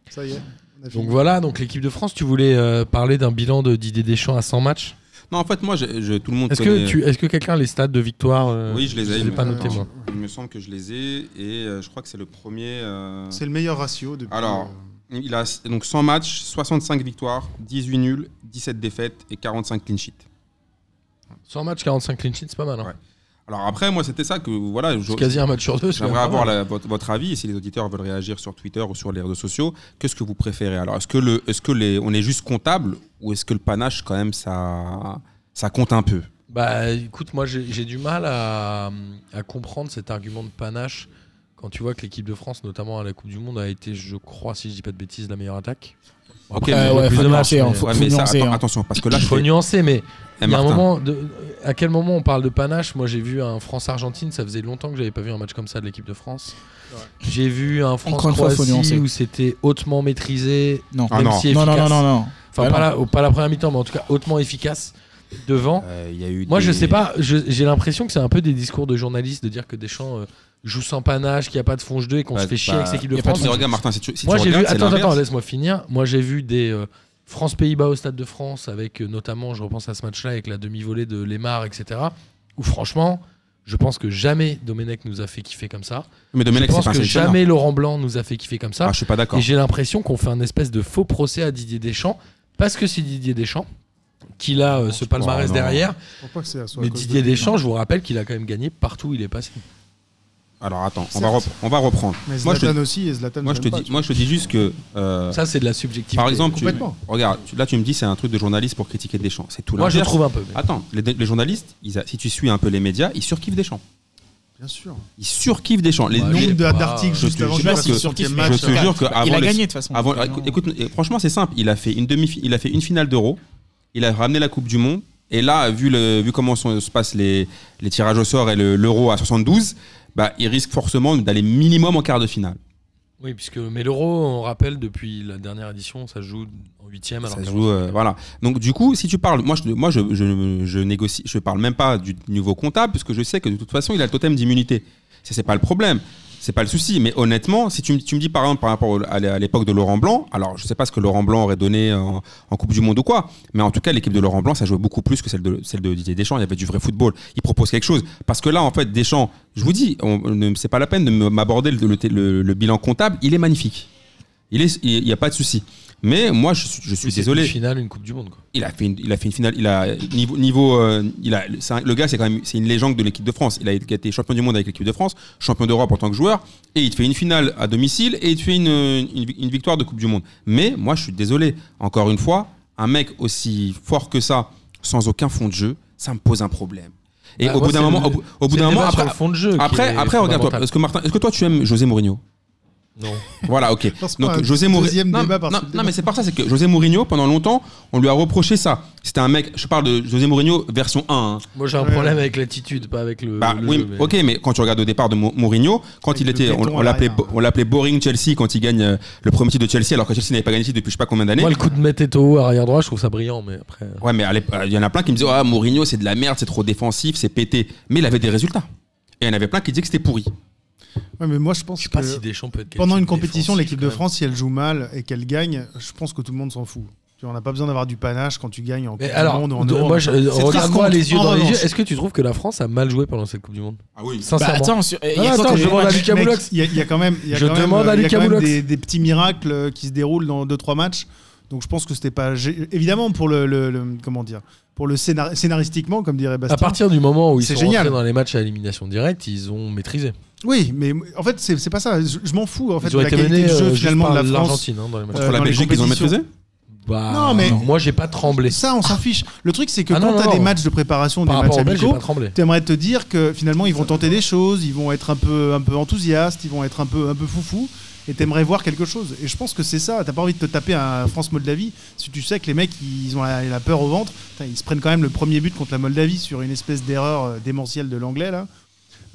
Ça y est. on a fini.
Donc voilà, donc l'équipe de France, tu voulais euh, parler d'un bilan de Didier Deschamps à 100 matchs.
Non, en fait, moi, je, je- tout le monde
Est-ce
connaît-
que, tu, est-ce que quelqu'un a les stats de victoire euh,
Oui, je les ai.
Je ne
mais-
pas noté, moi.
Il me semble que je les ai, et euh, je crois que c'est le premier... euh,
C'est le meilleur ratio depuis. euh,
Alors, Il a donc 100 matchs, 65 victoires, 18 nuls, 17 défaites et 45 clean sheets.
100 matchs, 45 clean sheets, c'est pas mal. Hein.
Ouais. Alors après, moi, c'était ça que voilà. je-
C'est quasi un match sur deux. c'est quand même
J'aimerais
pas
avoir
mal.
la- votre, votre avis et si les auditeurs veulent réagir sur Twitter ou sur les réseaux sociaux, qu'est-ce que vous préférez Alors, est-ce que le, est-ce que les, on est juste comptable ou est-ce que le panache quand même ça, ça compte un peu
Bah écoute, moi j'ai j'ai du mal à, à comprendre cet argument de panache quand tu vois que l'équipe de France, notamment à la Coupe du Monde, a été, je crois, si je dis pas de bêtises, la meilleure attaque. Bon,
Ok, mais-
il y a
ouais,
plus
faut
de
nuancer,
matchs,
hein,
mais-
faut-
Ouais, mais ça-
nuancer,
atten-
hein.
attention, parce que là, je
faut
fais-
nuancer, mais
Eh,
Il y a un
Martin,
moment, de- à quel moment on parle de panache Moi, j'ai vu un France-Argentine. Ça faisait longtemps que j'avais pas vu un match comme ça de l'équipe de France.
Ouais.
J'ai vu un
Encore une fois, faut
France-Croatie
nuancer.
où c'était hautement maîtrisé,
Non.
Ah
même
non.
si
non, non,
efficace.
non, non, non. Bah,
Enfin,
Ouais,
pas,
non.
la, pas la première mi-temps, mais en tout cas hautement efficace devant.
euh, il y a eu.
hein. Moi, je
des-
sais pas. je- J'ai l'impression que c'est un peu des discours de journalistes de dire que Deschamps euh, joue sans panache, qu'il n'y a pas de fonge 2 et qu'on
Bah,
se fait chier
bah,
avec cette équipe
y
de
a pas de
France.
Mais regarde, Martin, si tu, si
Moi
tu
j'ai vu,
regardes, c'est
attends, attends,
l'inverse.
laisse-moi finir. Moi j'ai vu des euh, France-Pays-Bas au Stade de France avec euh, notamment, je repense à ce match-là avec la demi-volée de Lemar, etc. Où franchement, je pense que jamais Domenech nous a fait kiffer comme ça.
Mais
Je
Domenech, c'est
pense
pas un
que
sélectionneur.
jamais Laurent Blanc nous a fait kiffer comme ça.
Ah, je suis pas d'accord.
Et j'ai l'impression qu'on fait un espèce de faux procès à Didier Deschamps parce que c'est Didier Deschamps qu'il a euh, ce palmarès
Oh, non.
derrière.
Je crois pas que c'est à soi à
Mais
cause
Didier
de-
Deschamps, je vous rappelle qu'il a quand même gagné partout où il est passé.
Alors attends, on
Certes.
va, rep- on va reprendre.
Mais
Moi, je te-
Zlatan aussi, et Zlatan.
Moi je, te
j'aime pas,
dis,
tu
moi, je te dis juste que. euh,
Ça c'est de la subjectivité.
par exemple, tu,
Complètement.
regarde, tu- là, tu me dis, c'est un truc de journaliste pour critiquer Deschamps. C'est tout
moi je
l'inverse.
trouve un peu. mais-
Attends, les, les journalistes, ils a- si tu suis un peu les médias, ils surkiffent Deschamps.
vois. Bien sûr.
Ils surkiffent Deschamps. Les, les-
Ouais, je-
Nombre
sais
de-
pas,
d'articles
je
juste
te
avant
jure
qu'il fasse
que-
le
je
cinquième
te
match.
je te jure que
Il
avant
a
les-
gagné de toute façon.
Avant,
Donc,
écoute,
non.
écoute, et franchement, c'est simple. Il a fait une demi, il a fait une finale d'Euro. Il a ramené la Coupe du Monde. Et là, vu le, vu comment sont- se passent les, les tirages au sort et le- l'Euro à 72, bah, il risque forcément d'aller minimum en quart de finale.
Oui, puisque mais l'euro, on rappelle, depuis la dernière édition, ça se joue en huitième. alors
Ça se
qu'avant,
joue, euh, voilà. Donc du coup, si tu parles, moi, je, moi, je, je, je négocie, je parle même pas du niveau comptable, puisque je sais que de toute façon, il a le totem d'immunité. Ça, c'est pas le problème. C'est pas le souci, mais honnêtement, si tu, me- tu me dis par exemple par rapport au- à l'é- à l'époque de Laurent Blanc, alors je sais pas ce que Laurent Blanc aurait donné en, en Coupe du Monde ou quoi, mais en tout cas l'équipe de Laurent Blanc, ça jouait beaucoup plus que celle de celle de Didier Deschamps. Il y avait du vrai football. Il propose quelque chose parce que là, en fait, Deschamps, je vous dis, on- ne- c'est pas la peine de me- m'aborder le- le- le- le bilan comptable. Il est magnifique. Il est, il y a pas de souci. Mais moi, je, suis- je suis
c'est
désolé
Une finale, une Coupe du Monde. Quoi.
il a fait une, il a fait une finale il a niveau niveau euh, il a c'est un- le gars c'est quand même c'est une légende de l'équipe de France il a été champion du monde avec l'équipe de France champion d'Europe en tant que joueur et il te fait une finale à domicile et il te fait une, une, une victoire de Coupe du Monde mais moi je suis désolé encore une fois un mec aussi fort que ça sans aucun fond de jeu ça me pose un problème et
Bah,
au
moi,
bout d'un
c'est
moment
le-
au, bout- au bout
C'est
d'un
le
moment
débat sur
après
le fond de jeu. qui
après,
est
après regarde toi
fondamental.
est-ce que Martin est-ce que toi tu aimes José Mourinho
Non.
voilà, ok.
Lance pas
Donc
un
José Mourinho.
deuxième
Non,
débat par
non,
ce
non,
débat.
mais c'est par ça, c'est que José Mourinho, pendant longtemps, on lui a reproché ça. C'était un mec, je parle de José Mourinho version 1. hein.
Moi, j'ai un
Ouais.
problème avec l'attitude, pas avec le.
Bah,
le
oui,
jeu, mais-
ok, mais quand tu regardes au départ de Mou- Mourinho, quand
Avec
il
le
était, on,
béton
on
à
l'appelait,
l'arrière.
on l'appelait Boring Chelsea quand il gagne euh, le premier titre de Chelsea, alors que Chelsea n'avait pas gagné de titre depuis je sais pas combien d'années.
Moi, le coup de Meteto arrière droit, je trouve ça brillant, mais après.
Ouais, mais à l'époque, il y en a plein qui me disaient Ah, Mourinho, c'est de la merde, c'est trop défensif, c'est pété. Mais il avait des résultats. Et il y en avait plein qui disaient que c'était pourri.
Ouais, mais moi, je pense
Je sais
que
pas si Deschamps peut être.
pendant
qualifié
une
de
compétition,
défensif,
l'équipe de
quand même.
France, si elle joue mal et qu'elle gagne, je pense que tout le monde s'en fout. Tu vois, on n'a pas besoin d'avoir du panache quand tu gagnes en
Mais
Coupe du
alors,
Monde ou en
de-
Euro.
moi, je- euh,
C'est
regarde-moi
par contre,
les yeux
en
dans les
revanche-
yeux. Est-ce que tu trouves que la France a mal joué pendant cette Coupe du Monde
Ah oui.
Bah,
Sincèrement.
attends, sur- il y a
attends,
quoi comme
je
élément
demande à
de-
Lucas
Mec,
Moulox.
Il y, a- il y a quand même, il y a
Je
quand même, euh, il
demande à
y a
Lucas
quand même
Moulox.
des, des petits miracles euh, qui se déroulent dans deux trois matchs. Donc je pense que c'était pas gé- évidemment pour le, le- le- comment dire pour le scénar- scénaristiquement comme dirait Bastien.
À partir du moment où ils
C'est
sont
génial.
rentrés dans les matchs à élimination directe, ils ont maîtrisé.
Oui, mais en fait c'est c'est pas ça. Je, je m'en fous en fait
Ils
de
ont
la
été
qualité
menés
de
euh,
jeu
juste
finalement
par
de la France.
l'Argentine hein, dans les matchs.
Contre
Euh,
la
dans les
Belgique, ils ont
compétitions.
maîtrisé
Bah,
Non, mais-
moi j'ai pas tremblé.
Ça, on s'en fiche. Le truc, c'est que
Ah, non,
quand
non,
t'as des
non.
matchs de préparation, des
Par rapport
matchs
au Belges, j'ai
amicaux,
pas tremblé.
T'aimerais te dire que finalement ils vont tenter des choses, ils vont être un peu, un peu enthousiastes, ils vont être un peu, un peu foufou, et t'aimerais voir quelque chose. Et je pense que c'est ça. T'as pas envie de te taper un France Moldavie si tu sais que les mecs ils ont la, la peur au ventre. Putain, ils se prennent quand même le premier but contre la Moldavie sur une espèce d'erreur euh, démentielle de l'anglais là.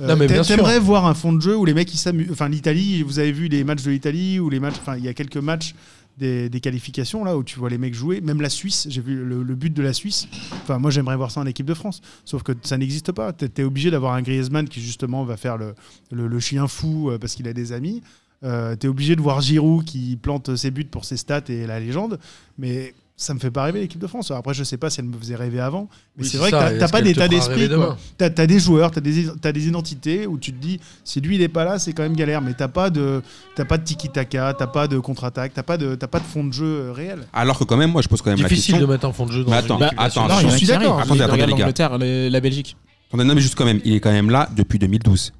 Euh,
Non, mais
t'a-
bien sûr.
T'aimerais voir un fond de jeu où les mecs ils s'amusent. Enfin l'Italie, vous avez vu les matchs de l'Italie ou les matchs. Enfin il y a quelques matchs. Des, des qualifications là où tu vois les mecs jouer, même la Suisse, j'ai vu le- le but de la Suisse. Enfin, moi j'aimerais voir ça en équipe de France. Sauf que ça n'existe pas. Tu es obligé d'avoir un Griezmann qui justement va faire le, le, le chien fou euh, parce qu'il a des amis. tu es Euh, obligé de voir Giroud qui plante ses buts pour ses stats et la légende. Mais ça me fait pas rêver l'équipe de France. Après, je sais pas si elle me faisait rêver avant. Mais
Oui,
c'est
c'est
vrai
ça,
que
et
tu n'as
est-ce
pas
qu'elle te
d'état
fera
d'esprit.
rêver
quoi.
demain
T'as as des joueurs, t'as des, t'as des identités où tu te dis, si lui il est pas là, c'est quand même galère. Mais t'as pas de, t'as pas de tiki-taka, t'as pas de contre-attaque, t'as pas de, t'as pas de fond de jeu euh, réel.
Alors que quand même, moi je pose quand même
Difficile
la
de
question.
mettre un fond de jeu dans
Mais
une
attends,
équipe
bah, attends,
nationale.
il y en a
je suis
qui arrivent.
d'accord.
Attendez,
Regarde
attendez, les gars.
l'Angleterre, le- la Belgique.
Attendez, non mais juste quand même, il est quand même là depuis 2012.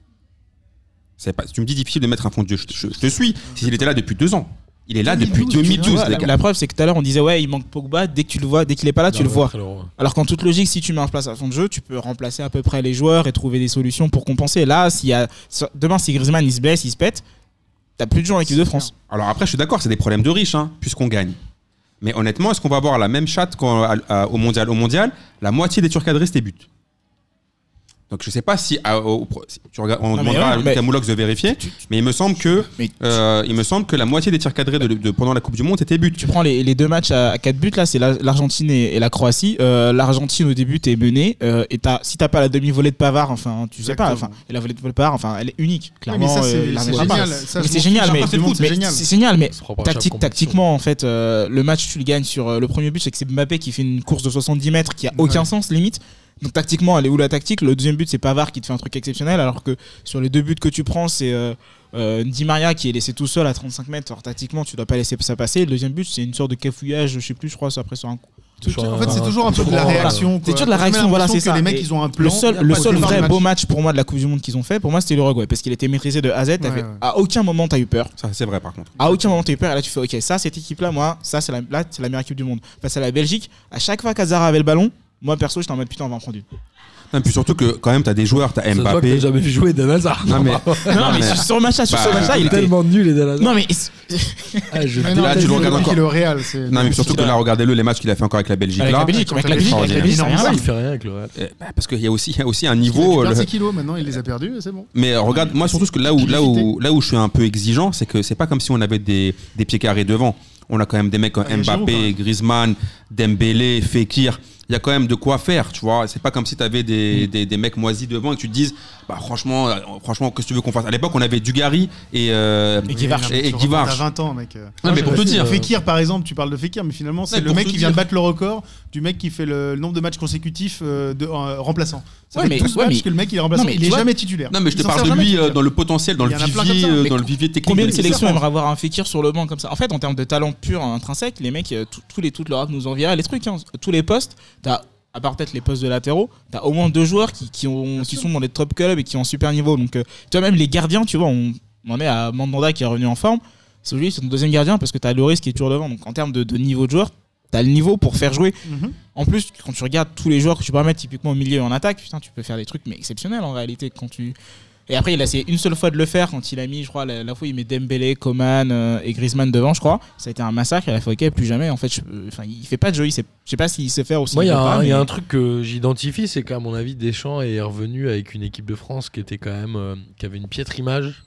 C'est pas, tu me dis difficile de mettre un fond de jeu, je, je- je te suis. S'il était là depuis deux ans, il est là depuis
Tu
2012,
vois,
les
la,
gars.
la preuve, c'est que tout à l'heure, on disait ouais, il manque Pogba. Dès que tu le vois, dès qu'il est pas là, tu
Non,
le
mais
vois.
après l'Euro, ouais.
Alors qu'en toute logique, si tu mets en place à fond de jeu, tu peux remplacer à peu près les joueurs et trouver des solutions pour compenser. Là, s'il y a demain, si Griezmann il se blesse, il se pète, t'as plus de gens en équipe de France.
Alors après, je suis d'accord, c'est des problèmes de riches, hein, puisqu'on gagne. Mais honnêtement, est-ce qu'on va avoir la même chatte qu'au au mondial Au mondial, la moitié des turcadrés, c'était but. Donc je sais pas si, à- au- au- si tu regardes- on
Ah, mais
demandera
ouais,
à
mais-
Lucas Moulox de vérifier, mais il me semble que
Mais
euh, il me semble que la moitié des tirs cadrés de, de- pendant la Coupe du Monde étaient buts.
tu prends les, les deux matchs à, 4 buts là, c'est la- l'Argentine et, et la Croatie. Euh, L'Argentine au début t'es menée euh, et t'as- si t'as pas la demi volée de Pavard, enfin tu sais pas, enfin
Exactement.
et la volée de Pavard, enfin elle est unique.
Oui,
Clairement,
mais ça,
euh,
c'est- c'est
l'Argentine-
génial.
Mais
Ça, je
c'est
m'en
génial,
fiche.
mais
Après, c'est
mais
foot, c'est
c'est
génial.
c'est génial, mais
On se prend pas à chaque
Tactique,
compétition.
tactiquement, en fait, euh, le match, tu le gagnes sur euh, le premier but, c'est que c'est Mbappé qui fait une course de 70 mètres qui a aucun
Ouais.
sens, limite. Donc tactiquement, elle est où la tactique Le deuxième but, c'est Pavard qui te fait un truc exceptionnel, alors que sur les deux buts que tu prends, c'est euh, euh, Di Maria qui est laissé tout seul à 35 mètres. Alors tactiquement, tu dois pas laisser ça passer. Le deuxième but, c'est une sorte de cafouillage, je sais plus, je crois, c'est après sur un coup.
Toujours
en fait,
un-
c'est toujours un peu de
toujours
la
un-
réaction.
C'est
quoi.
toujours de la
J'ai même
réaction, voilà,
l'impression
c'est ça.
que les mecs,
Et
ils ont un plan.
Le
y
seul,
a
le
pas de
seul
plan de
vrai
match.
beau match pour moi de la Coupe du Monde qu'ils ont fait, pour moi, c'était l'Uruguay, parce qu'il était maîtrisé de A à Z. t'as
Ouais,
fait-
ouais.
À aucun moment, t'as eu peur.
Ça, c'est vrai par contre.
À aucun moment t'as eu peur et là tu fais ok ça cette équipe là moi ça c'est la, là, c'est la meilleure équipe du monde. Face à la Belgique, à chaque fois qu'Azara avait le ballon, moi perso j'étais en mode putain on va en prendre une.
Non, puis surtout que quand même, t'as des joueurs, t'as
Ça se voit que
Mbappé.
t'as jamais vu jouer Eden Hazard.
Non, mais-
Non, mais,
mais-
sur le match là, sur
Bah,
ce match là il
Il est
était.
tellement nul Eden Hazard.
Non mais c'est-
Ah, je-
Mais non,
Là,
t'as
tu le
dit
regardes
depuis
encore.
le Real, c'est-
Non, mais surtout que là, regardez-le, les matchs qu'il a fait encore avec la Belgique.
avec
là,
la Belgique, avec la Belgique, avec la Belgique, c'est rien.
Ah, il fait rien avec le Real.
Eh, bah, parce qu'il y, a aussi- il y a aussi un
Il a
niveau.
perdu
le-
ses kilos maintenant, il les a perdus, c'est bon.
Mais regarde, moi surtout ce que là où, là, où, là où je suis un peu exigeant, c'est que c'est pas comme si on avait des, des pieds carrés devant. On a quand même des mecs comme
Ah, il y a Giroud, quand
Mbappé,
même.
Griezmann, Dembélé, Fekir. Il y a quand même de quoi faire, tu vois. C'est pas comme si tu avais des, des, des mecs moisis devant et que tu te dises, bah franchement, euh, franchement, qu'est-ce que tu veux qu'on fasse À l'époque, on avait Dugarry et, euh,
Et Guivarch.
Et, et
Tu
Guivarch.
remontes à 20 ans, mec.
Non, mais pour te dire,
Fekir, par exemple, tu parles de Fekir, mais finalement, c'est
Ouais,
le
pour
mec
te
qui vient
dire.
de battre le record du mec qui fait le nombre de matchs consécutifs euh, de, en- remplaçant. Ça
Ouais,
fait
mais-
12
ouais,
matchs
mais-
que le mec il est remplaçant.
Non, mais
il
tu
est
vois-
jamais titulaire.
non mais je
Il
te
s'en
parle
sert
de
jamais
lui euh,
titulaire.
dans le potentiel, dans
Il
le
y en a plein comme
vivier,
ça.
euh,
Mais
dans le vivier technique.
Combien de
de l'équipe
sélections
de
aimeraient
France.
avoir un Fekir sur le banc comme ça En fait en termes de talent pur intrinsèque, les mecs, euh, tout- tous les toutes leur nous enverraient les trucs, hein. tous les postes, t'as à part peut-être les postes de latéraux, t'as au moins deux joueurs qui, qui, ont, qui sont dans les top clubs et qui ont un super niveau. Donc euh, tu vois même les gardiens, tu vois, on, on en est à Mandanda qui est revenu en forme. C'est lui, c'est ton deuxième gardien parce que t'as Loris qui est toujours devant. Donc en termes de, de niveau de joueur, t'as le niveau pour faire jouer.
Mhm.
En plus, quand tu regardes tous les joueurs que tu peux mettre typiquement au milieu et en attaque, putain, tu peux faire des trucs mais exceptionnels en réalité quand tu. Et après, il a essayé une seule fois de le faire quand il a mis, je crois, la, la fois où il met Dembélé, Coman euh, et Griezmann devant, je crois. Ça a été un massacre. Il a fait OK, plus jamais. En fait, je- euh, enfin, il fait pas de jeu. Il sait, je sais pas s'il sait faire aussi.
Moi, il y, a un- il y a
un
un truc que j'identifie, c'est qu'à mon avis, Deschamps est revenu avec une équipe de France qui était quand même, euh, qui avait une piètre image.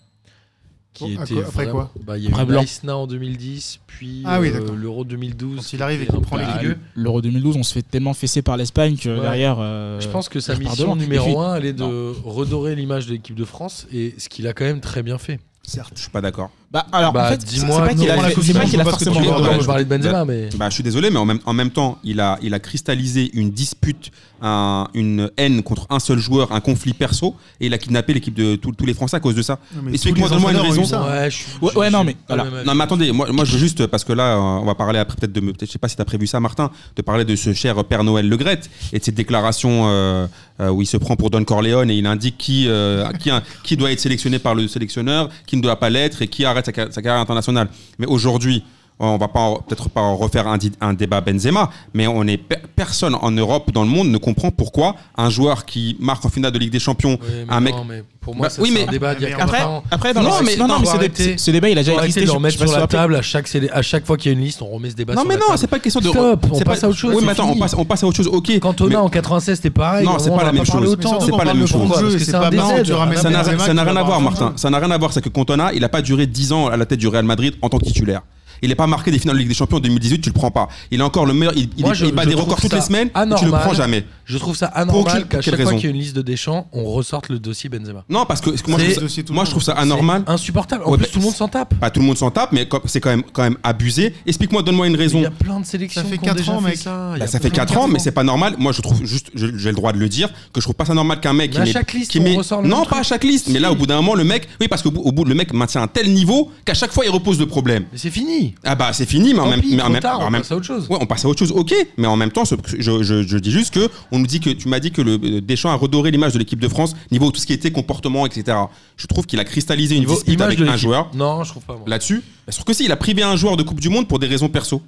Qui
Bon, à
était
quoi- après
vraiment-
quoi
bah, Il y a
Après
eu
Blanc.
l'Isna en 2010, puis
Ah oui,
euh,
d'accord.
l'Euro 2012.
Quand il arrive et
qui était
qu'il
un
prend
peu
les
dégueu.
L'Euro 2012, on se fait tellement fesser par l'Espagne que
Ouais.
derrière. euh,
Je pense que sa
il repart
mission
devant. Et
numéro
puis-
1, elle est de redorer l'image de l'équipe de France, et ce qu'il a quand même très bien fait.
Certes, je suis pas d'accord.
Bah, alors,
Bah,
en fait, c'est
dis-moi,
pas qu'il
non,
a,
on la
fait-
coupe
c'est
du
pas
monde,
qu'il a
je vois ce que
forcément.
tu veux
Pardon,
dire.
je
je
parle-
parlais de Benzema, mais
Bah, je suis désolé, mais en même, en même temps, il a, il a cristallisé une dispute, un- une haine contre un seul joueur, un conflit perso, et il a kidnappé l'équipe de tous- tous les Français à cause de ça.
Non, mais
Explique-moi,
tous les
donne-moi une
entraîneurs ont eu
raison.
ça.
ouais, je suis-
Ouais,
je-
ouais,
je
non,
suis
mais-
pas
voilà.
même avis.
Non mais attendez, moi, moi je veux juste, parce que là, euh, on va parler après peut-être de, me- peut-être, je sais pas si t'as prévu ça Martin, de parler de ce cher Père Noël Le Graët et de cette déclaration euh, euh, où il se prend pour Don Corleone et il indique qui, euh, qui, a- qui doit être sélectionné par le sélectionneur, qui ne doit pas l'être et qui arrête sa, ca- sa carrière internationale. Mais aujourd'hui, on va pas en- peut-être pas en refaire un, di- un débat Benzema, mais on est pe- personne en Europe, dans le monde, ne comprend pourquoi un joueur qui marque en finale de Ligue des Champions, un mec.
mais pour
moi, Bah, ça, oui, c'est mais- un
débat
d'il y a
Après, après
Non,
non,
mais-
mais, non,
non,
mais
faut
ce, dé-
arrêter.
ce débat il a
J'ai
déjà existé.
de
je-
remettre
je sais pas
sur
si
la
vous vous
table à chaque, célé- à chaque fois qu'il y a une liste, on remet ce débat
Non
sur
mais
la
non,
table.
c'est pas question de.
Stop, on
c'est
passe à autre chose,
Oui,
c'est
mais attends, on
fini.
passe, on passe à autre chose. Ok. mais-
Cantona en 96, c'était pareil.
Non,
au
c'est
moins,
pas
on
la
va
même
parler
chose.
autant.
Mais surtout, C'est pas la même chose.
Pourquoi Parce
Jeu,
que
c'est
c'est un
pas marrant,
DZ.
tu ramènes
Ça n'a,
Benzema
ça
qui
n'a
va
rien à
avoir
voir,
un
Martin.
jeu.
Ça n'a rien à voir. C'est que Cantona, il n'a pas duré 10 ans à la tête du Real Madrid en tant que titulaire. Il n'est pas marqué des finales de Ligue des Champions en 2018, tu le prends pas. Il est encore le meilleur. Il, il,
Moi,
est-
je-
il bat
je
des
trouve
records toutes
ça
les semaines, et tu le
anormal.
prends jamais.
Je trouve ça anormal
quelle-
qu'à chaque
quelle
fois
raison
qu'il y a une liste de Deschamps, on ressorte le dossier Benzema.
Non, parce que, parce que moi,
C'est-
je trouve
dossier
ça,
tout le
moi,
monde.
je trouve ça anormal.
C'est Insupportable. En
Ouais,
plus,
bah,
tout le monde s'en tape.
Pas tout le monde s'en tape, mais comme- c'est quand même, quand même abusé. Explique-moi, donne-moi une
Il
raison.
y a plein de sélections
Ça fait
qui ont
quatre
déjà
ans,
fait
mec.
ça. Il y
Bah,
a
ça fait
plein de-
4 ans, mais c'est pas normal. Moi, je trouve juste, je- j'ai le droit de le dire, que je trouve pas ça normal qu'un mec
Mais
qui
à
met-
chaque liste,
qui
on
met-
ressort le
non
même
pas à
truc.
chaque liste, mais là, au bout d'un moment, le mec, oui, parce qu'au bout, au bout, le mec maintient un tel niveau qu'à chaque fois, il repose le problème.
Mais c'est fini.
Ah bah, c'est fini, mais en
Tant
même,
pis,
mais en
trop
même-
tard,
en
on
même-
passe à autre chose.
Ouais, on passe à autre chose, ok, mais en même temps, ce- je, je- je dis juste que on nous dit que tu m'as dit que le euh, Deschamps a redoré l'image de l'équipe de France niveau tout ce qui était comportement, etc. Je trouve qu'il a cristallisé une
Niveau
dispute
image
avec
de
un
l'équipe.
joueur
Non, je trouve pas. moi.
là-dessus. Bien sûr que si, il a privé un joueur de Coupe du Monde pour des raisons perso.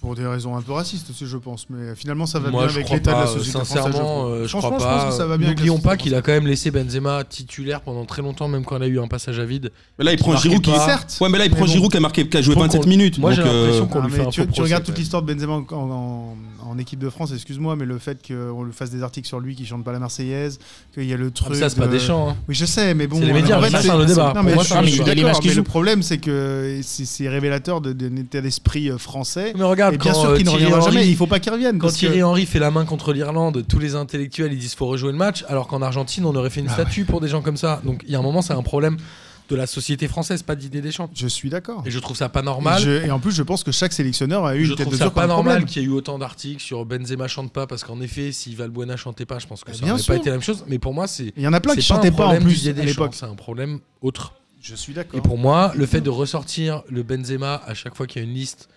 Pour des raisons un peu racistes aussi, je pense. Mais finalement, ça va
Moi,
bien
je
avec
crois
l'état de
pas.
la
euh,
société française. je
Sincèrement,
crois.
euh, je
Franchement,
crois
je pense
pas.
que ça va bien avec la
N'oublions pas
société
qu'il a quand même laissé Benzema titulaire pendant très longtemps, même quand il a eu un passage à vide.
Mais là, il
Qui
prend
marquait
Giroud qui.
pas.
Certes.
Ouais, mais là, il
Mais
prend
bon.
Giroud qui a marqué, qui a joué
Faut qu'on-
27 minutes.
Moi, j'ai
donc, euh,
l'impression qu'on
Ah,
lui
mais
fait un
tu,
faux
tu
procès,
regardes
quand
toute
même.
l'histoire de Benzema en, en- en équipe de France, excuse-moi, mais le fait qu'on lui fasse des articles sur lui qui chante pas la Marseillaise, qu'il y a le
Comme
truc.
ça, c'est pas
de-
Deschamps. hein.
Oui, je sais, mais bon.
C'est les
en
médias,
fait,
ça,
c'est-
c'est un autre débat.
Non, mais
Pour moi,
je
c'est un
suis- je suis
débat.
d'accord,
L'image
mais
qui
le
joue.
problème, c'est que euh, c'est c'est révélateur de- d'un état d'esprit euh, français.
Mais regarde,
Et bien
quand,
sûr
euh,
qu'il ne
Thierry
reviendra
Henry-
jamais, il faut pas qu'il revienne.
Quand
parce que-
Thierry Henry fait la main contre l'Irlande, tous les intellectuels ils disent faut rejouer le match, alors qu'en Argentine on aurait fait une statue pour des gens comme ça. Donc il y a un moment c'est un problème de la société française, pas d'idée des champs.
Je suis d'accord.
Et je trouve ça pas
Et,
normal.
je- et en plus, je pense que chaque sélectionneur a eu
Je
une tête
trouve
de
ça
dur
pas
contre le
normal
problème.
qu'il y ait eu autant d'articles sur Benzema chante pas parce qu'en effet si Valbuena chantait pas je pense que
Bah,
ça
bien
n'aurait
sûr.
pas été la même chose. Mais pour moi c'est
Il y en a plein
c'est
qui chantaient
un
pas en
problème
plus
d'idée
à
des champs,
l'époque.
c'est un problème autre.
Je suis
Et
d'accord.
pour moi le fait de ressortir le Benzema à chaque fois qu'il y a une liste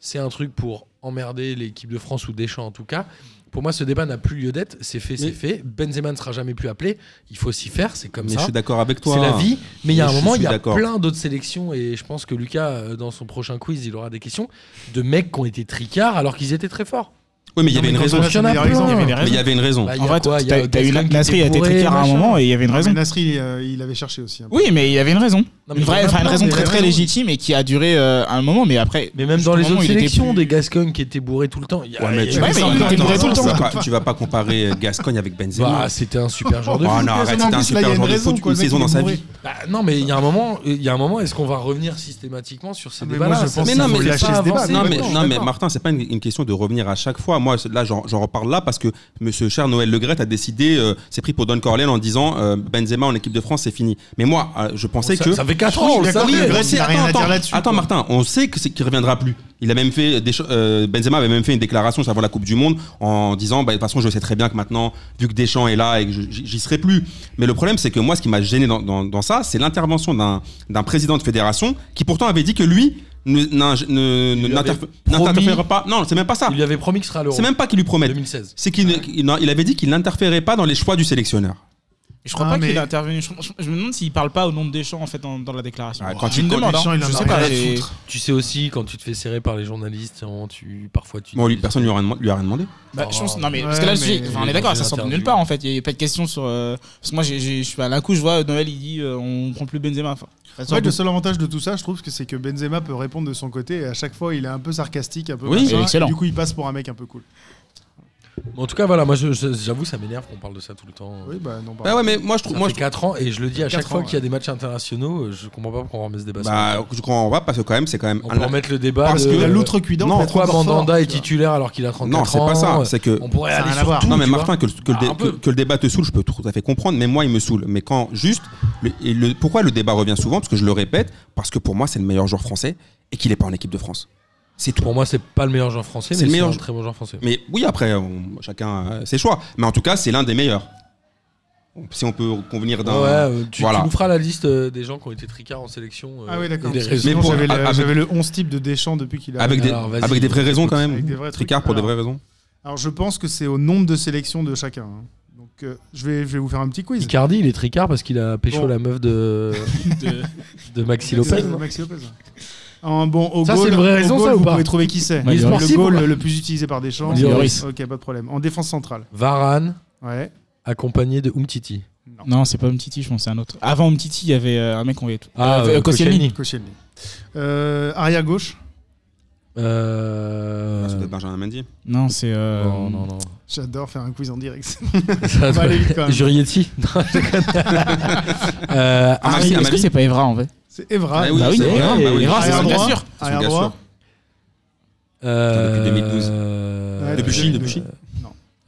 c'est un truc pour emmerder l'équipe de France ou Deschamps en tout cas. Pour moi, ce débat n'a plus lieu d'être. C'est fait, c'est
Mais-
fait. Benzema ne sera jamais plus appelé. Il faut s'y faire. C'est comme
mais je
ça.
suis d'accord avec toi.
C'est la vie. Mais il y a
Mais
un
je
moment, il
suis
y a
d'accord.
plein d'autres sélections. Et je pense que Lucas, euh, dans son prochain quiz, il aura des questions de mecs qui ont été tricards alors qu'ils étaient très forts.
Oui, mais il y
Non,
avait
mais
une
quand
raison.
on
Mais
reste-
Il y en a
il y avait
plein.
raison, il y avait
il y avait une raison.
Bah, il y
hein. En
a
vrai,
quoi Il y a
t'as t'as eu
Tesla qui
Nasri a été
bourré,
très à un
machin.
moment et il y avait une raison.
Mais Nasri, euh, il avait cherché aussi. un peu.
Oui, mais il y avait une raison.
Non, mais
Une, vraie,
il y en a
enfin, une
plein,
raison
mais
très très
vraiment.
légitime et qui a duré euh, un moment, mais après.
Mais même
jusqu'au
dans les
moment
autres
où il était
sélections,
plus-
des Gascognes qui étaient bourrés tout le temps. Il y a-
Ouais,
il y a
mais
eu-
tu
Ouais, mais
Attends,
il était
attends,
bourré tout le
attends,
temps.
tu vas pas- Tu vas pas comparer euh, Gascogne avec Benzema.
Bah, c'était un super joueur de
Oh
foot.
non, arrête,
en
c'était un
plus, là, il y a
super
une
joueur de
raison,
foot,
quoi,
une
le mec,
saison
il est
dans sa
bourré.
vie.
Bah, non, mais il y a un moment, il y a un moment, est-ce qu'on va revenir systématiquement sur ces
Ah, mais
débats-là
moi, je
Ça-
pense
Mais
qu'il
non,
faut
mais
lâcher
ça
ce débat.
avance,
Non, mais,
complètement,
non,
je suis
mais
d'accord.
Martin, c'est pas une, une question de revenir à chaque fois. Moi, là, j'en j'en reparle là parce que monsieur cher Noël Legrette a décidé, euh, s'est pris pour Don Corleone en disant euh, Benzema en équipe de France, c'est fini. Mais moi, euh, je pensais
ça,
que.
ça fait 4 ans,
Oui,
on le
d'accord,
savait.
mais le
On
Grèce,
sait-
il a rien
attends,
à dire
attends,
là-dessus,
attends,
quoi.
Martin, on sait que c'est- qu'il reviendra plus. Il a même fait des cho- euh, Benzema avait même fait une déclaration juste avant la Coupe du Monde en disant bah, de toute façon je sais très bien que maintenant vu que Deschamps est là et que je- j'y j'y serai plus. Mais le problème c'est que moi ce qui m'a gêné dans, dans- dans ça c'est l'intervention d'un d'un président de fédération qui pourtant avait dit que lui ne- n'in- ne- ne-
lui
n'interf-
avait
n'interférera
promis-
pas. Non c'est même pas ça.
Il lui avait promis qu'il sera à l'Euro
C'est même pas qu'il lui promette.
2016.
C'est qu'il il- non, il avait dit qu'il n'interférait pas dans les choix du sélectionneur.
Je crois
Ah,
pas
mais-
qu'il a intervenu. Je, je- je me demande s'il parle pas au nom de Deschamps en fait dans, dans la déclaration.
Ah, quand
je
il-
me
quand
demande,
Deschamps,
hein.
il en
je
a
sais
rien
pas.
à
j'ai-
foutre.
Tu sais aussi, quand tu te fais serrer par les journalistes, hein, tu, parfois tu.
Bon lui personne lui a rien demandé- lui a rien demandé.
Bah, je pense-
Oh.
non mais parce
Ouais,
que là, le
mais-
sujet- enfin, on
mais
est d'accord,
dans
ça
des
sort de
interviews.
nulle part en fait. Il n'y a pas de question sur. euh, Parce que moi, j'ai- j'ai- je suis à d'un coup, je vois Noël, il dit euh, on prend plus Benzema. Enfin, ça
En
sort
fait,
de-
le seul avantage de tout ça, je trouve, que c'est que Benzema peut répondre de son côté. Et à chaque fois, il est un peu sarcastique, un peu.
Oui,
machin,
c'est
et
excellent.
Du coup, il passe pour un mec un peu cool.
En tout cas, voilà, moi je- je- j'avoue, ça m'énerve qu'on parle de ça tout le temps.
Oui, bah non.
Bah ouais mais moi je trouve
Ça
moi
fait
je
4 ans et je le dis à
Quatre
chaque fois
ans,
qu'il y a des matchs internationaux, euh, je comprends pas pourquoi on remet ce débat. sur la
bah
table.
je comprends pas parce que quand même c'est quand même
on
un-
peut remettre le débat.
parce
de-
que la
la loutre cuidante.
non,
Pourquoi Mandanda est titulaire alors qu'il a 34 ans euh,
Non, c'est pas ça. C'est que.
On pourrait
Ça a
aller
rien à
sur
voir.
tout,
non, mais
tu
Martin,
vois.
que, le- que le dé-
Ah, un peu.
que- que le débat te saoule, je peux tout à fait comprendre. Même moi, il me saoule. Mais quand juste. le- et le- pourquoi le débat revient souvent Parce que je le répète, parce que pour moi, c'est le meilleur joueur français et qu'il n'est pas en équipe de France. C'est tout.
Pour moi, c'est pas le meilleur joueur français,
C'est
mais
le
c'est
meilleur
un
jou-
très bon joueur français.
Mais oui, après, on- chacun a ses choix. Mais en tout cas, c'est l'un des meilleurs. Si on peut convenir
Ouais,
d'un.
euh, tu,
voilà.
tu nous feras la liste euh, des gens qui ont été tricards en sélection. euh,
Ah oui, d'accord.
et des
Parce que
raisons.
sinon,
Mais pour-
j'avais le-
avec-
j'avais le 11 type de Deschamps depuis qu'il a.
avec, des,
Alors, vas-y.
avec des vraies raisons, quand même.
Avec des vrais trucs.
Tricard pour des
Alors,
vraies raisons.
Alors, je pense que c'est au nombre de sélections de chacun. hein. Donc, euh, je vais, je vais vous faire un petit quiz.
Icardi, il est tricard parce qu'il a pécho
Bon.
la meuf de,
de-
de Maxi
Maxi-
Lopez.
Maxi Lopez. En bon, au
Ça,
goal-
c'est une vraie
au
raison,
goal,
ça, ou
Vous
pas
pouvez trouver qui c'est.
Ouais,
Les
Hein, Le
sportifs,
goal
on-
le plus utilisé par Deschamps.
Vas-y, Lloris.
Ok, pas de problème. En défense centrale.
Varane,
Ouais.
accompagné de Umtiti.
Non, c'est pas Umtiti, je pense, c'est un autre. Avant Umtiti, il y avait euh, un mec qu'on voyait tout.
Ah,
euh,
euh,
Koscielny.
Koscielny. Euh, arrière gauche.
Euh,
Ça doit être Ah, Benjamin Mendy.
Non, c'est. euh,
Non, non, non.
J'adore faire un quiz en direct.
Ça
Ah,
On va
doit-
aller vite
euh,
quand même.
Jurietti Non, je déconne. Euh,
Ah,
Harry,
Marcy,
Est-ce
Amali.
que c'est pas Evra en vrai
C'est Evra.
Ah oui,
Bah oui,
c'est
Evra,
vrai, bah oui.
Evra, c'est
Arrière
Ah son gars
droit.
sûr.
C'est son
Arrière
gars
droit.
euh,
Depuis 2012.
euh,
Ouais,
Debuchy, Debuchy.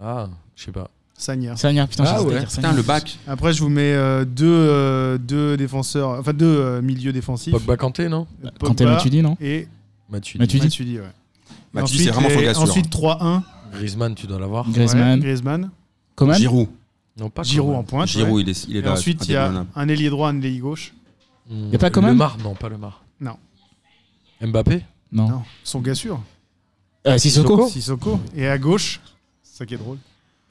Ah, je sais pas.
Sagna.
Sagna, putain,
Ah
j'hésitais à
ouais.
dire Sagna.
Putain, le bac.
Après, je vous mets euh, deux, euh, deux défenseurs, enfin deux euh, milieux défensifs.
Pogba Kanté, non
Pogba
Quand Matuidi, non
et
Mathieu.
Matuidi.
Matuidi. ouais.
Bah, tu dis,
Ensuite,
c'est vraiment son
les-
gars sûr.
Ensuite 3-1.
Griezmann, tu dois l'avoir.
Griezmann,
ouais, Griezmann.
Coman
Giroud.
Non, pas
Giroud en
Coman.
pointe. ouais.
Giroud, il est, il est
Et
là.
ensuite, il y
hein.
a un ailier droit, un ailier gauche.
Hmm,
Y a pas Coman
Le Mar, non, pas le Mar.
Non.
Mbappé
Non.
Non, son gars sûr.
Euh, Sissoko
Sissoko. Et à gauche, c'est ça qui est drôle.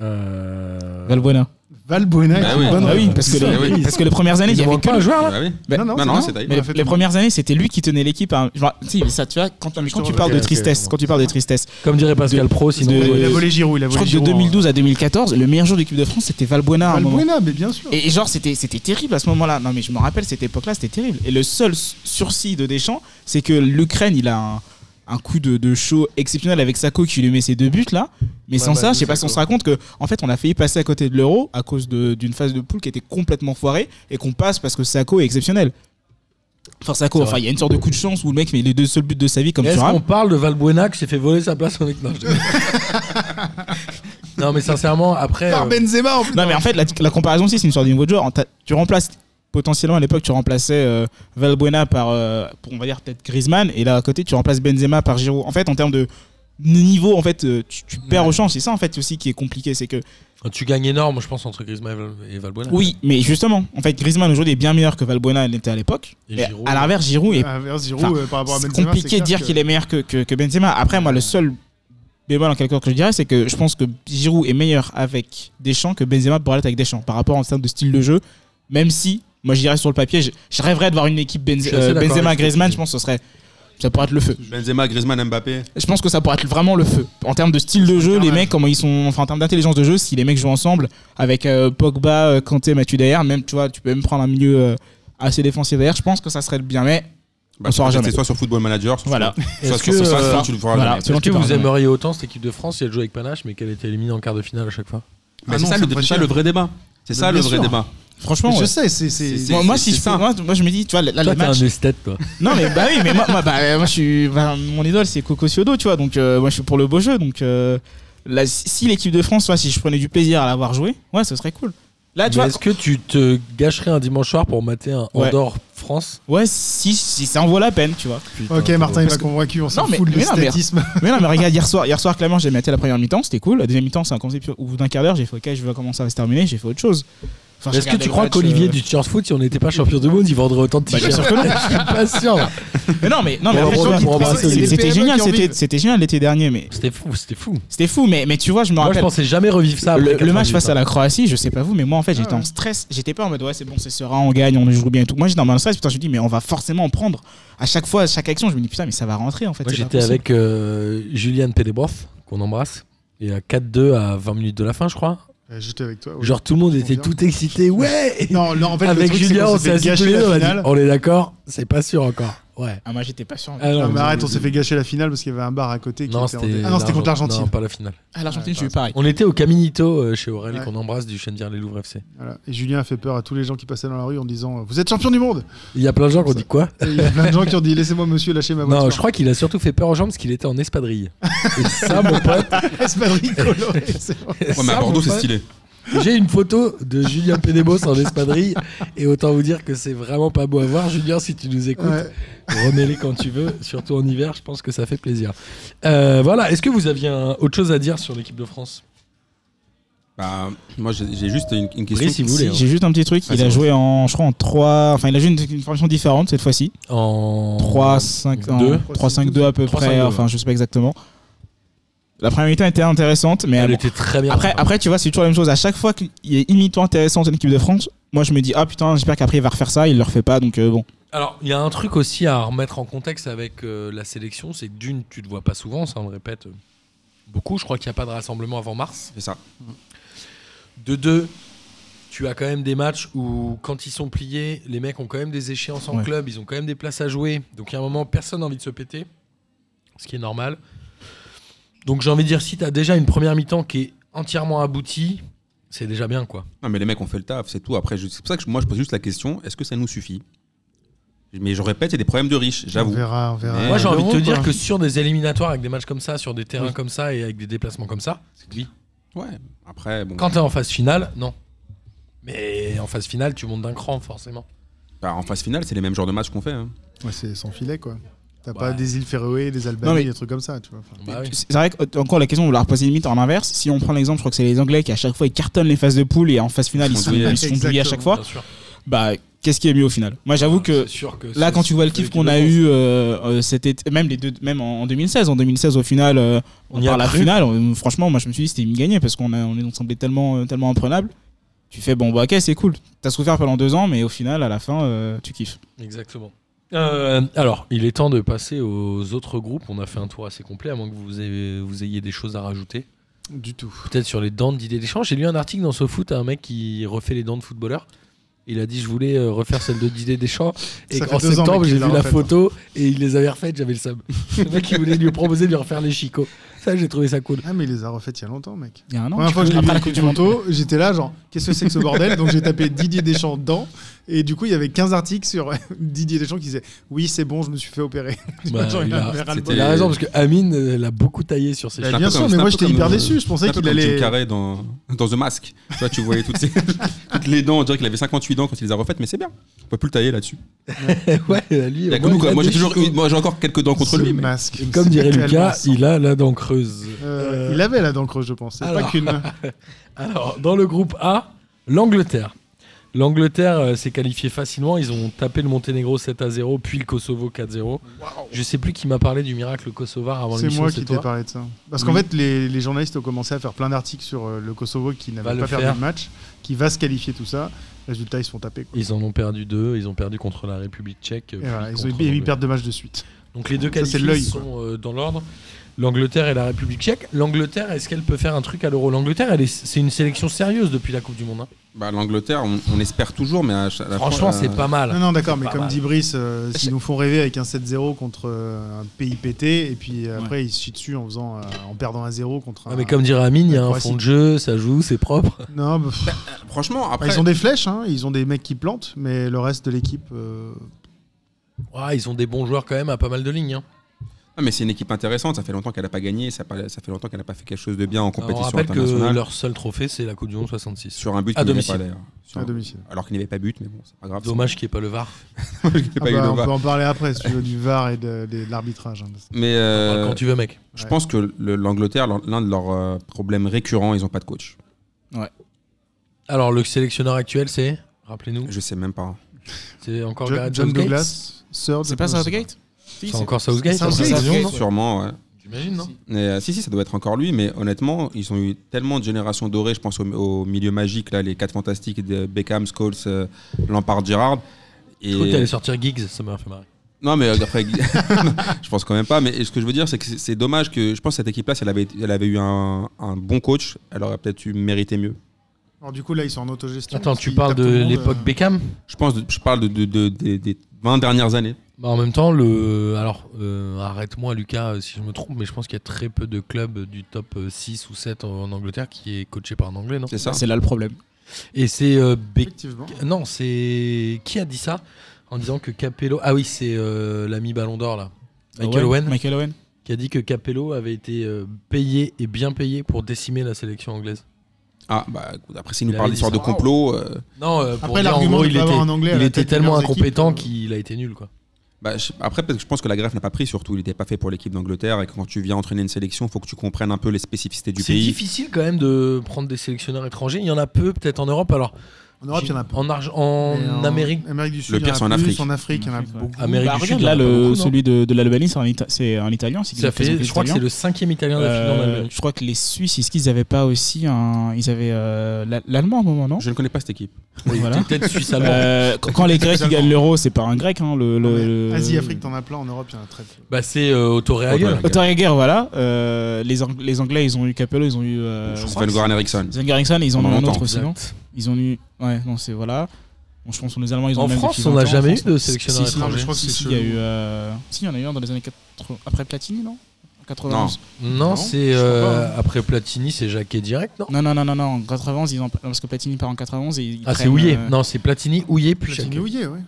euh...
Valbuena.
Valbuena.
Bah
qui est
oui.
bonne
Bah oui,
réponse.
parce que,
Ah oui.
les, parce que les premières années, il y avait que
pas un
lui.
joueur là
Bah oui.
Bah,
Non, non,
Non,
c'est
non,
bon.
c'est Taïb.
Mais
On a
les,
fait
les
tout.
premières années, c'était lui qui tenait l'équipe. à un- genre, si, mais ça, tu vois, quand, mais quand tu parles
Ok,
de
ok,
tristesse,
bon.
quand tu parles de tristesse,
Comme dirait Pascal Pro, sinon.
de-
euh,
Il a volé Giroud. Il a
je
volé
crois que de
Giroud.
2012 à 2014, le meilleur joueur de l'équipe de France, c'était Valbuena à un moment.
euh, Valbuena, mais bien sûr.
Et, et genre, c'était c'était terrible à ce moment-là. Non, mais je me rappelle, cette époque-là, c'était terrible. Et le seul s- sursis de Deschamps, c'est que l'Ukraine, il a un, un coup de, de show exceptionnel avec Sako qui lui met ses deux buts là. Mais
Ouais,
sans
bah,
ça,
de
je sais pas si on
Sako.
se rend compte que, en fait, on a failli passer à côté de l'euro à cause de- d'une phase de poule qui était complètement foirée et qu'on passe parce que Sako est exceptionnel. Enfin, Sako,
C'est
enfin,
vrai.
il y a une sorte de coup de chance où le mec met les deux seuls buts de sa vie comme
Est-ce
Thuram.
qu'on parle de Valbuena qui s'est fait voler sa place en équipe Non, je déconne. Non, mais sincèrement, après.
Par
euh,
Benzema, en plus.
Non, mais en fait, la, la comparaison aussi, c'est une sorte de niveau de joueur. T'as- Tu remplaces potentiellement à l'époque, tu remplaçais euh, Valbuena par, euh, pour, on va dire peut-être Griezmann, et là à côté, tu remplaces Benzema par Giroud. En fait, en termes de niveau, en fait, euh, tu, tu perds au champ. C'est ça, en fait, aussi qui est compliqué, c'est que
Tu gagnes énorme, je pense, entre Griezmann et Val- et Valbuena.
oui, mais justement, en fait, Griezmann aujourd'hui est bien meilleur que Valbuena l'était à l'époque.
Et
Et
Giroud.
à l'inverse, Giroud est
À l'inverse, Giroud,
Enfin,
euh, par rapport à
c'est
Benzema.
compliqué de dire qu'il est meilleur que, que, que Benzema. Après, moi, le seul bémol en quelque sorte que je dirais, c'est que je pense que Giroud est meilleur avec Deschamps que Benzema pourrait l'être avec Deschamps par rapport en termes de style de jeu. Même si, moi, je dirais sur le papier, je, je rêverais de voir une équipe Benz-
Je suis assez
euh,
d'accord
Benzema
avec ce que tu
Griezmann.
dis.
Je pense que ce serait, ça pourrait être le feu.
Benzema, Griezmann, Mbappé.
Je pense que ça pourrait être vraiment le feu en termes de style de jeu. Les
Carrément.
mecs, comment ils sont, enfin, en termes d'intelligence de jeu, si les mecs jouent ensemble avec euh, Pogba, euh, Kanté, Mathieu derrière, même tu vois, tu peux même prendre un milieu euh, assez défensif derrière. Je pense que ça serait le bien, mais
Bah,
On saura jamais.
C'est soit sur Football Manager, soit
Voilà.
sur- soit
Est-ce
sur
que,
sur ça,
euh,
soit tu le feras
voilà.
jamais.
Selon
Est-ce que
qui,
vous
pardon.
aimeriez autant cette équipe de France si elle jouait avec Panache mais qu'elle était éliminée en quart de finale à chaque fois
Mais
Ah
c'est
non,
ça,
ça
le,
me
c'est ça
retient.
le vrai débat. C'est ça le
bien
vrai
sûr.
débat.
franchement,
Je
ouais.
sais, c'est- c'est.
C'est-
moi, moi,
c'est
si je
ça.
peux- moi, moi, je me dis, tu vois, là,
Toi
Ah, le
t'es
match.
un esthète toi.
Non mais bah oui mais moi, moi, bah, euh, moi je suis bah, mon idole c'est Coco Ciodo tu vois donc euh, moi je suis pour le beau jeu donc euh, là, si l'équipe de France soit si je prenais du plaisir à l'avoir joué ouais ce serait cool là Ah, tu
Mais
vois
Est-ce que tu te gâcherais un dimanche soir pour mater un
Ouais.
Andorre France
ouais si, si ça en vaut la peine tu vois
Putain,
Ok,
c'est
Martin,
bon.
il
Parce
m'a
que-
convaincu. On s'en
Non, mais-
fout de
mais non, mais-
l'esthétisme.
mais non mais regarde hier soir hier soir clairement j'ai maté la première mi-temps c'était cool la deuxième mi-temps c'est un concept au bout d'un quart d'heure j'ai fait ok je vois comment ça va se terminer j'ai fait autre chose Enfin, j'ai
Est-ce que
regardé
tu
le
crois
match,
qu'Olivier
euh,
du Chance Foot, si on n'était pas champion du monde, il vendrait autant de
Bah, bien
t-shirts
sûr que non.
Je suis pas sûr.
mais non mais non mais
Pour
après, tu
embrasser-
vois,
pour embrasser
c'était-
les
c'était
PME
génial
qui en
c'était
vivent.
c'était génial l'été dernier mais
C'était fou, c'était fou.
c'était fou mais mais tu vois je me
Moi, je
rappelle
pensais jamais revivre ça.
le,
après
le match
98,
face à
hein.
la Croatie, je sais pas vous, mais moi en fait j'étais
Ah ouais.
en stress. J'étais pas en mode ouais, c'est bon, c'est serein, on gagne, on joue bien et tout. Moi j'étais dans mon stress, putain, je me dis, mais on va forcément en prendre. À chaque fois, à chaque action, je me dis, putain, mais ça va rentrer en fait.
Moi,
c'est
j'étais
pas possible.
avec euh, Julian Pelebroff, qu'on embrasse. Et à 4-2 à 20 minutes de la fin, je crois.
Euh, J'étais avec toi. ouais.
Genre, tout le monde était
Confiant.
tout excité. Ouais Et
Non, non, en fait, le
Avec
truc, c'est
Julien,
qu'on
on
s'est
s'est
fait
assis tous
gâcher
les deux,
la
on a dit,
finale.
On est d'accord C'est pas sûr encore. Ouais.
Ah, moi j'étais pas sûr.
Ah,
Non, mais
mais-
arrête, on s'est fait gâcher la finale parce qu'il y avait un bar à côté qui
Non,
était en-
c'était.
Ah non, c'était contre l'Argentine.
Non, pas la finale.
À l'Argentine,
Ouais,
j'ai eu pareil.
On était au Caminito euh, chez Aurel,
Ouais.
qu'on embrasse du Chenvière les Louvres FC.
Voilà. Et Julien a fait peur à tous les gens qui passaient dans la rue en disant euh, Vous êtes champion du monde
Il y a plein de gens qui ont dit quoi
Et Il y a plein de gens qui ont dit Laissez-moi, monsieur, lâcher ma voiture.
Non, je crois qu'il a surtout fait peur aux gens parce qu'il était en espadrille. Et ça, mon pote.
Espadrille colorée, c'est vrai.
Ouais, mais
ça,
à Bordeaux,
mon
c'est
pote,
stylé.
J'ai une photo de Julien Pédébos en espadrille et autant vous dire que c'est vraiment pas beau à voir. Julien, si tu nous écoutes,
Ouais.
remets-les quand tu veux, surtout en hiver, je pense que ça fait plaisir. Euh, voilà, est-ce que vous aviez un- autre chose à dire sur l'équipe de France
Bah, moi, j'ai j'ai juste une, une question.
Brice, si vous voulez. hein.
Si, hein. J'ai juste un petit truc. Il
Vas-y.
a joué en, je crois, en 3. Enfin, il a joué une, une formation différente cette fois-ci.
hein. En
3, 5,
Deux.
3, 5, 2 à peu
3, 5,
près.
deux,
Enfin, je sais pas exactement. La première mi-temps était intéressante, mais
Elle
bon,
était très bien.
Après, après, tu vois, c'est toujours la même chose. À chaque fois qu'il est immitant intéressant une équipe de France, moi je me dis, ah putain, j'espère qu'après il va refaire ça, il le refait pas, donc euh, bon.
Alors, il y a un truc aussi à remettre en contexte avec euh, la sélection, c'est que d'une, tu ne te vois pas souvent, ça on le répète euh, beaucoup. Je crois qu'il n'y a pas de rassemblement avant mars.
C'est ça.
De deux, tu as quand même des matchs où, quand ils sont pliés, les mecs ont quand même des échéances en
Ouais.
club, ils ont quand même des places à jouer. Donc, il y a un moment, personne n'a envie de se péter, ce qui est normal. Donc, j'ai envie de dire, si tu as déjà une première mi-temps qui est entièrement aboutie, c'est déjà bien, quoi.
Non, mais les mecs ont fait le taf, c'est tout. Après, je- c'est pour ça que je- moi, je pose juste la question est-ce que ça nous suffit Mais je répète, il y a des problèmes de riches,
On
j'avoue.
verra, on verra.
Mais-
Moi, j'ai envie de te
L'Europe,
dire
hein.
que sur des éliminatoires avec des matchs comme ça, sur des terrains comme ça et avec des déplacements comme ça, oui.
Ouais, après, bon.
Quand t'es en phase finale, non. Mais en phase finale, tu montes d'un cran, forcément.
bah, en phase finale, c'est les mêmes genres de matchs qu'on fait. hein.
Ouais, c'est sans filet, quoi. T'as
Ouais.
pas des îles Féroé, des Albanies,
Non, mais-
des trucs comme ça, tu vois. Enfin,
Bah oui.
C'est vrai que, euh, encore la question, on va la reposer limite en inverse. Si on prend l'exemple, je crois que c'est les Anglais qui à chaque fois ils cartonnent les phases de poule et en phase finale ils se font, ils se font douiller à chaque fois.
Bien sûr.
Bah, qu'est-ce qui est mieux au final Moi j'avoue que
C'est sûr que
Là,
c'est-
quand tu vois le
c'est
kiff
qui
qu'on a
le
eu euh, euh, cet été, même, les deux, même en en 2016, en 2016, au final, euh,
On y a
par la
cru.
finale, on- franchement, moi je me suis dit c'était une gagnée parce qu'on a- on, est- on semblait tellement, euh, tellement imprenable. Tu fais bon, bah ok, c'est cool. T'as souffert pendant deux ans, mais au final, à la fin, euh, tu kiffes.
bon. Exactement. Euh, alors, il est temps de passer aux autres groupes. On a fait un tour assez complet, à moins que vous ayez, vous ayez des choses à rajouter.
Du tout.
Peut-être sur les dents d'idées d'échange. J'ai lu un article dans SoFoot à un mec qui refait les dents de footballeur. Il a dit je voulais euh, refaire celle de Didier Deschamps et
Ça
en
fait deux ans,
septembre
mec,
j'ai
qu'il l'a
vu la
refaite.
photo et il les avait refaites j'avais le seum. le mec il voulait lui proposer de lui refaire les chicots. Ça j'ai trouvé ça cool.
Ah, mais il les a refaites il y a longtemps, mec.
Il y a
La
un an.
première
tu
fois que je
peux-
l'ai vu
après
à
la
la
Coupe du Monde.
j'étais là, genre, qu'est-ce que c'est que ce bordel Donc j'ai tapé Didier Deschamps dedans. Et du coup, il y avait 15 articles sur Didier Deschamps qui disaient Oui, c'est bon, je me suis fait opérer.
Bah,
Genre,
il
en
a-
avait ras-le-bol.
c'était-
Il a raison parce que Amine euh, l'a beaucoup taillé sur ses
Bah,
un
bien
peu
sûr,
comme-
mais
c'est un
moi
peu
j'étais
comme,
hyper
euh,
déçu. Je pensais
C'est un peu
qu'il
comme Jim
allait.
Carrey dans, dans The Mask. Tu vois, tu voyais toutes, ces- toutes les dents, on dirait qu'il avait 58 dents quand il les a refaites, mais c'est bien. On peut plus le tailler là-dessus.
ouais,
Il
lui,
y a que
au moins,
nous,
il
quoi.
a
Moi, j'ai
des
toujours,
chicots.
moi, j'ai encore quelques dents contre
Ce
lui. mais-
masque.
Comme dirait
Tellement
Lucas,
sang.
il a la dent creuse.
Euh,
Euh,
Il avait la dent creuse, je pense. C'est
alors.
pas qu'une.
Alors, dans le groupe A, l'Angleterre. L'Angleterre euh, s'est qualifiée facilement. Ils ont tapé le Monténégro 7 à 0, puis le Kosovo 4-0. Je sais plus qui m'a parlé du miracle kosovar avant
C'est
l'émission.
moi qui t'ai
toi
parlé de ça. Parce
Oui.
qu'en fait, les, les journalistes ont commencé à faire plein d'articles sur euh, le Kosovo qui
Va
n'avait
le
pas perdu
faire.
le match, qui va se qualifier tout ça. Résultat, ils se font taper. Quoi.
Ils en ont perdu deux. Ils ont perdu contre la République tchèque.
Et
puis
voilà, ils, ont-
contre
ils
l'Angleterre.
perdent deux matchs de suite.
Donc les deux
Ça, c'est
qualifiés
l'œil,
sont euh, dans l'ordre. L'Angleterre et la République tchèque. L'Angleterre, est-ce qu'elle peut faire un truc à l'Euro L'Angleterre, elle est- c'est une sélection sérieuse depuis la Coupe du Monde. hein.
Bah, L'Angleterre, on, on espère toujours, mais à cha- à la
Franchement,
fois, euh,
c'est pas mal.
Non, non, d'accord,
C'est
mais
pas
comme
mal.
dit Brice, euh, s'ils nous font rêver avec un 7-0 contre euh, un pays pété, et puis euh, après, ils se chient dessus en, faisant, euh, en perdant un 0 contre un.
Ah, mais comme dirait Amine, il y a un
Croatie.
fond de jeu, ça joue, c'est propre.
Non, bah, pff,
Franchement, après.
ils ont des flèches, hein, ils ont des mecs qui plantent, mais le reste de l'équipe. euh,
Ouais, ils ont des bons joueurs quand même à pas mal de lignes. hein.
Ah, mais c'est une équipe intéressante. Ça fait longtemps qu'elle n'a pas gagné. Ça, pa- ça fait longtemps qu'elle n'a pas fait quelque chose de bien en
Alors, on
compétition
rappelle que
internationale.
leur seul trophée, c'est la Coupe du Monde 66.
Sur un but
À
qu'il n'y avait
domicile.
pas d'ailleurs. Sur
à
un-
domicile.
Alors qu'il n'y avait pas but, mais bon, c'est pas grave.
Dommage qu'il n'y ait pas le VAR.
Il n'y avait
Ah
pas eu
bah,
de
on
VAR.
peut en parler après, si tu veux, du VAR et de, de- de l'arbitrage. hein.
Mais euh,
Quand tu veux, mec.
je
Ouais.
pense que le- l'Angleterre, leur- l'un de leurs euh, problèmes récurrents, ils n'ont pas de coach.
Alors, le sélectionneur actuel, c'est Rappelez-nous,
Je sais même pas.
c'est encore
Jo-
Gareth
John
Southgate
Douglas, Sir
C'est pas
Douglas.
Southgate
C'est encore Southgate
Southgate.
c'est
Southgate.
Southgate.
Ouais.
Sûrement, ouais.
J'imagine, non
Mais, euh, si, si, ça doit être encore lui, mais honnêtement, ils ont eu tellement de générations dorées, je pense au, au milieu magique, là, les quatre fantastiques de Beckham, Scholes, euh, Lampard, Girard. Et...
Je crois que t'allais sortir Giggs, ça m'a fait marrer.
Non, mais euh, après, je pense quand même pas. Mais ce que je veux dire, c'est que c'est- c'est dommage que je pense que cette équipe-là, si elle avait, elle avait eu un, un bon coach, elle aurait peut-être eu mérité mieux.
Alors du coup là ils sont en autogestion.
Attends,
parce
tu
qu'ils
parles
tapent tout le
de
monde,
l'époque
euh,
Beckham
Je pense, de- je parle de, de- de- des- des 20 dernières années.
Bah, en même temps, le... alors euh, arrête-moi Lucas euh, si je me trompe, mais je pense qu'il y a très peu de clubs du top euh, 6 ou 7 en en Angleterre qui est coaché par un Anglais, non
C'est ça.
C'est là le problème.
Et c'est euh, Beckham.
Effectivement.
Non, c'est. Qui a dit ça En disant que Capello. Ah oui, c'est euh, l'ami Ballon d'Or, là. Michael
Owen.
Owen,
Ah Michael Owen.
qui a dit que Capello avait été euh, payé et bien payé pour décimer la sélection anglaise.
Ah, bah écoute, après, s'il
Il
nous parle
avait
d'histoire
dit
de
ça.
complot, euh,
Non, euh, pour
Après
dire, en
l'argument
gros,
de
il
pas avoir un
était,
anglais à
il
la
était
tête des
tellement
meilleures équipes,
incompétent
euh,
qu'il a été nul, quoi.
bah, je- après, parce que je pense que la greffe n'a pas pris surtout. Il n'était pas fait pour l'équipe d'Angleterre et quand tu viens entraîner une sélection, il faut que tu comprennes un peu les spécificités du
C'est
pays.
difficile quand même de prendre des sélectionneurs étrangers. Il y en a peu, peut-être en Europe. Alors,
En Europe, il y en a peu.
En, Arge- en
Mais en-
Amérique,
Amérique du Sud.
pire,
il y en a
c'est en
plus,
Afrique.
En Afrique, il y en a
Afrique, ouais.
beaucoup.
Amérique
Bah,
du
regarde,
Sud,
là,
il y en a
le-
pas beaucoup, non
celui de, de l'Albanie, c'est un, Ita- c'est un Italien. c'est qu'il
ça
est
fait,
présenté
je crois que
italien.
c'est le cinquième Italien d'affilée
Euh,
en Amérique.
je crois que les Suisses, est-ce qu'ils n'avaient pas aussi un. Ils avaient euh, la- l'allemand à un moment, non
Je ne connais pas cette équipe.
Voilà.
Peut-être Suisse allemand.
Euh, quand, quand les Grecs ils gagnent l'euro, c'est pas un grec. Hein, le,
Non,
le-
mais
le-
Asie, Afrique, t'en as plein. En Europe, il y en a très peu.
Bah c'est euh, Autoréagel.
Autoréagel.
Oettinger, voilà. euh, les, Ang- les Anglais, ils ont eu Capello, ils ont eu. euh,
Je
Franks.
Sven Goran Eriksson.
Sven Göransson, ils en
Pendant
ont eu un
longtemps,
autre aussi,
Exact.
non Ils ont eu. Ouais, non, c'est voilà. Bon, je pense que les Allemands, ils ont
En
le même
France,
depuis
on n'a
20 ans.
jamais
En France,
eu de
non.
sélectionneur
Si, si, non,
étranger.
je crois que
Si,
c'est
si,
il y a eu. euh, Si, il y en a eu un dans les années 80. Après Platini, non En 91.
Non,
Non,
c'est
je crois
euh,
pas, hein.
après Platini, c'est Jacquet direct, non
Non, non, non, non, non. En 91, ils ont. non, Parce que Platini part en 91 et ils.
Ah, c'est
prennent,
Houillet.
euh,
Non, c'est Platini, Houillet puis
Platini,
Jacquet.
oui, ouais.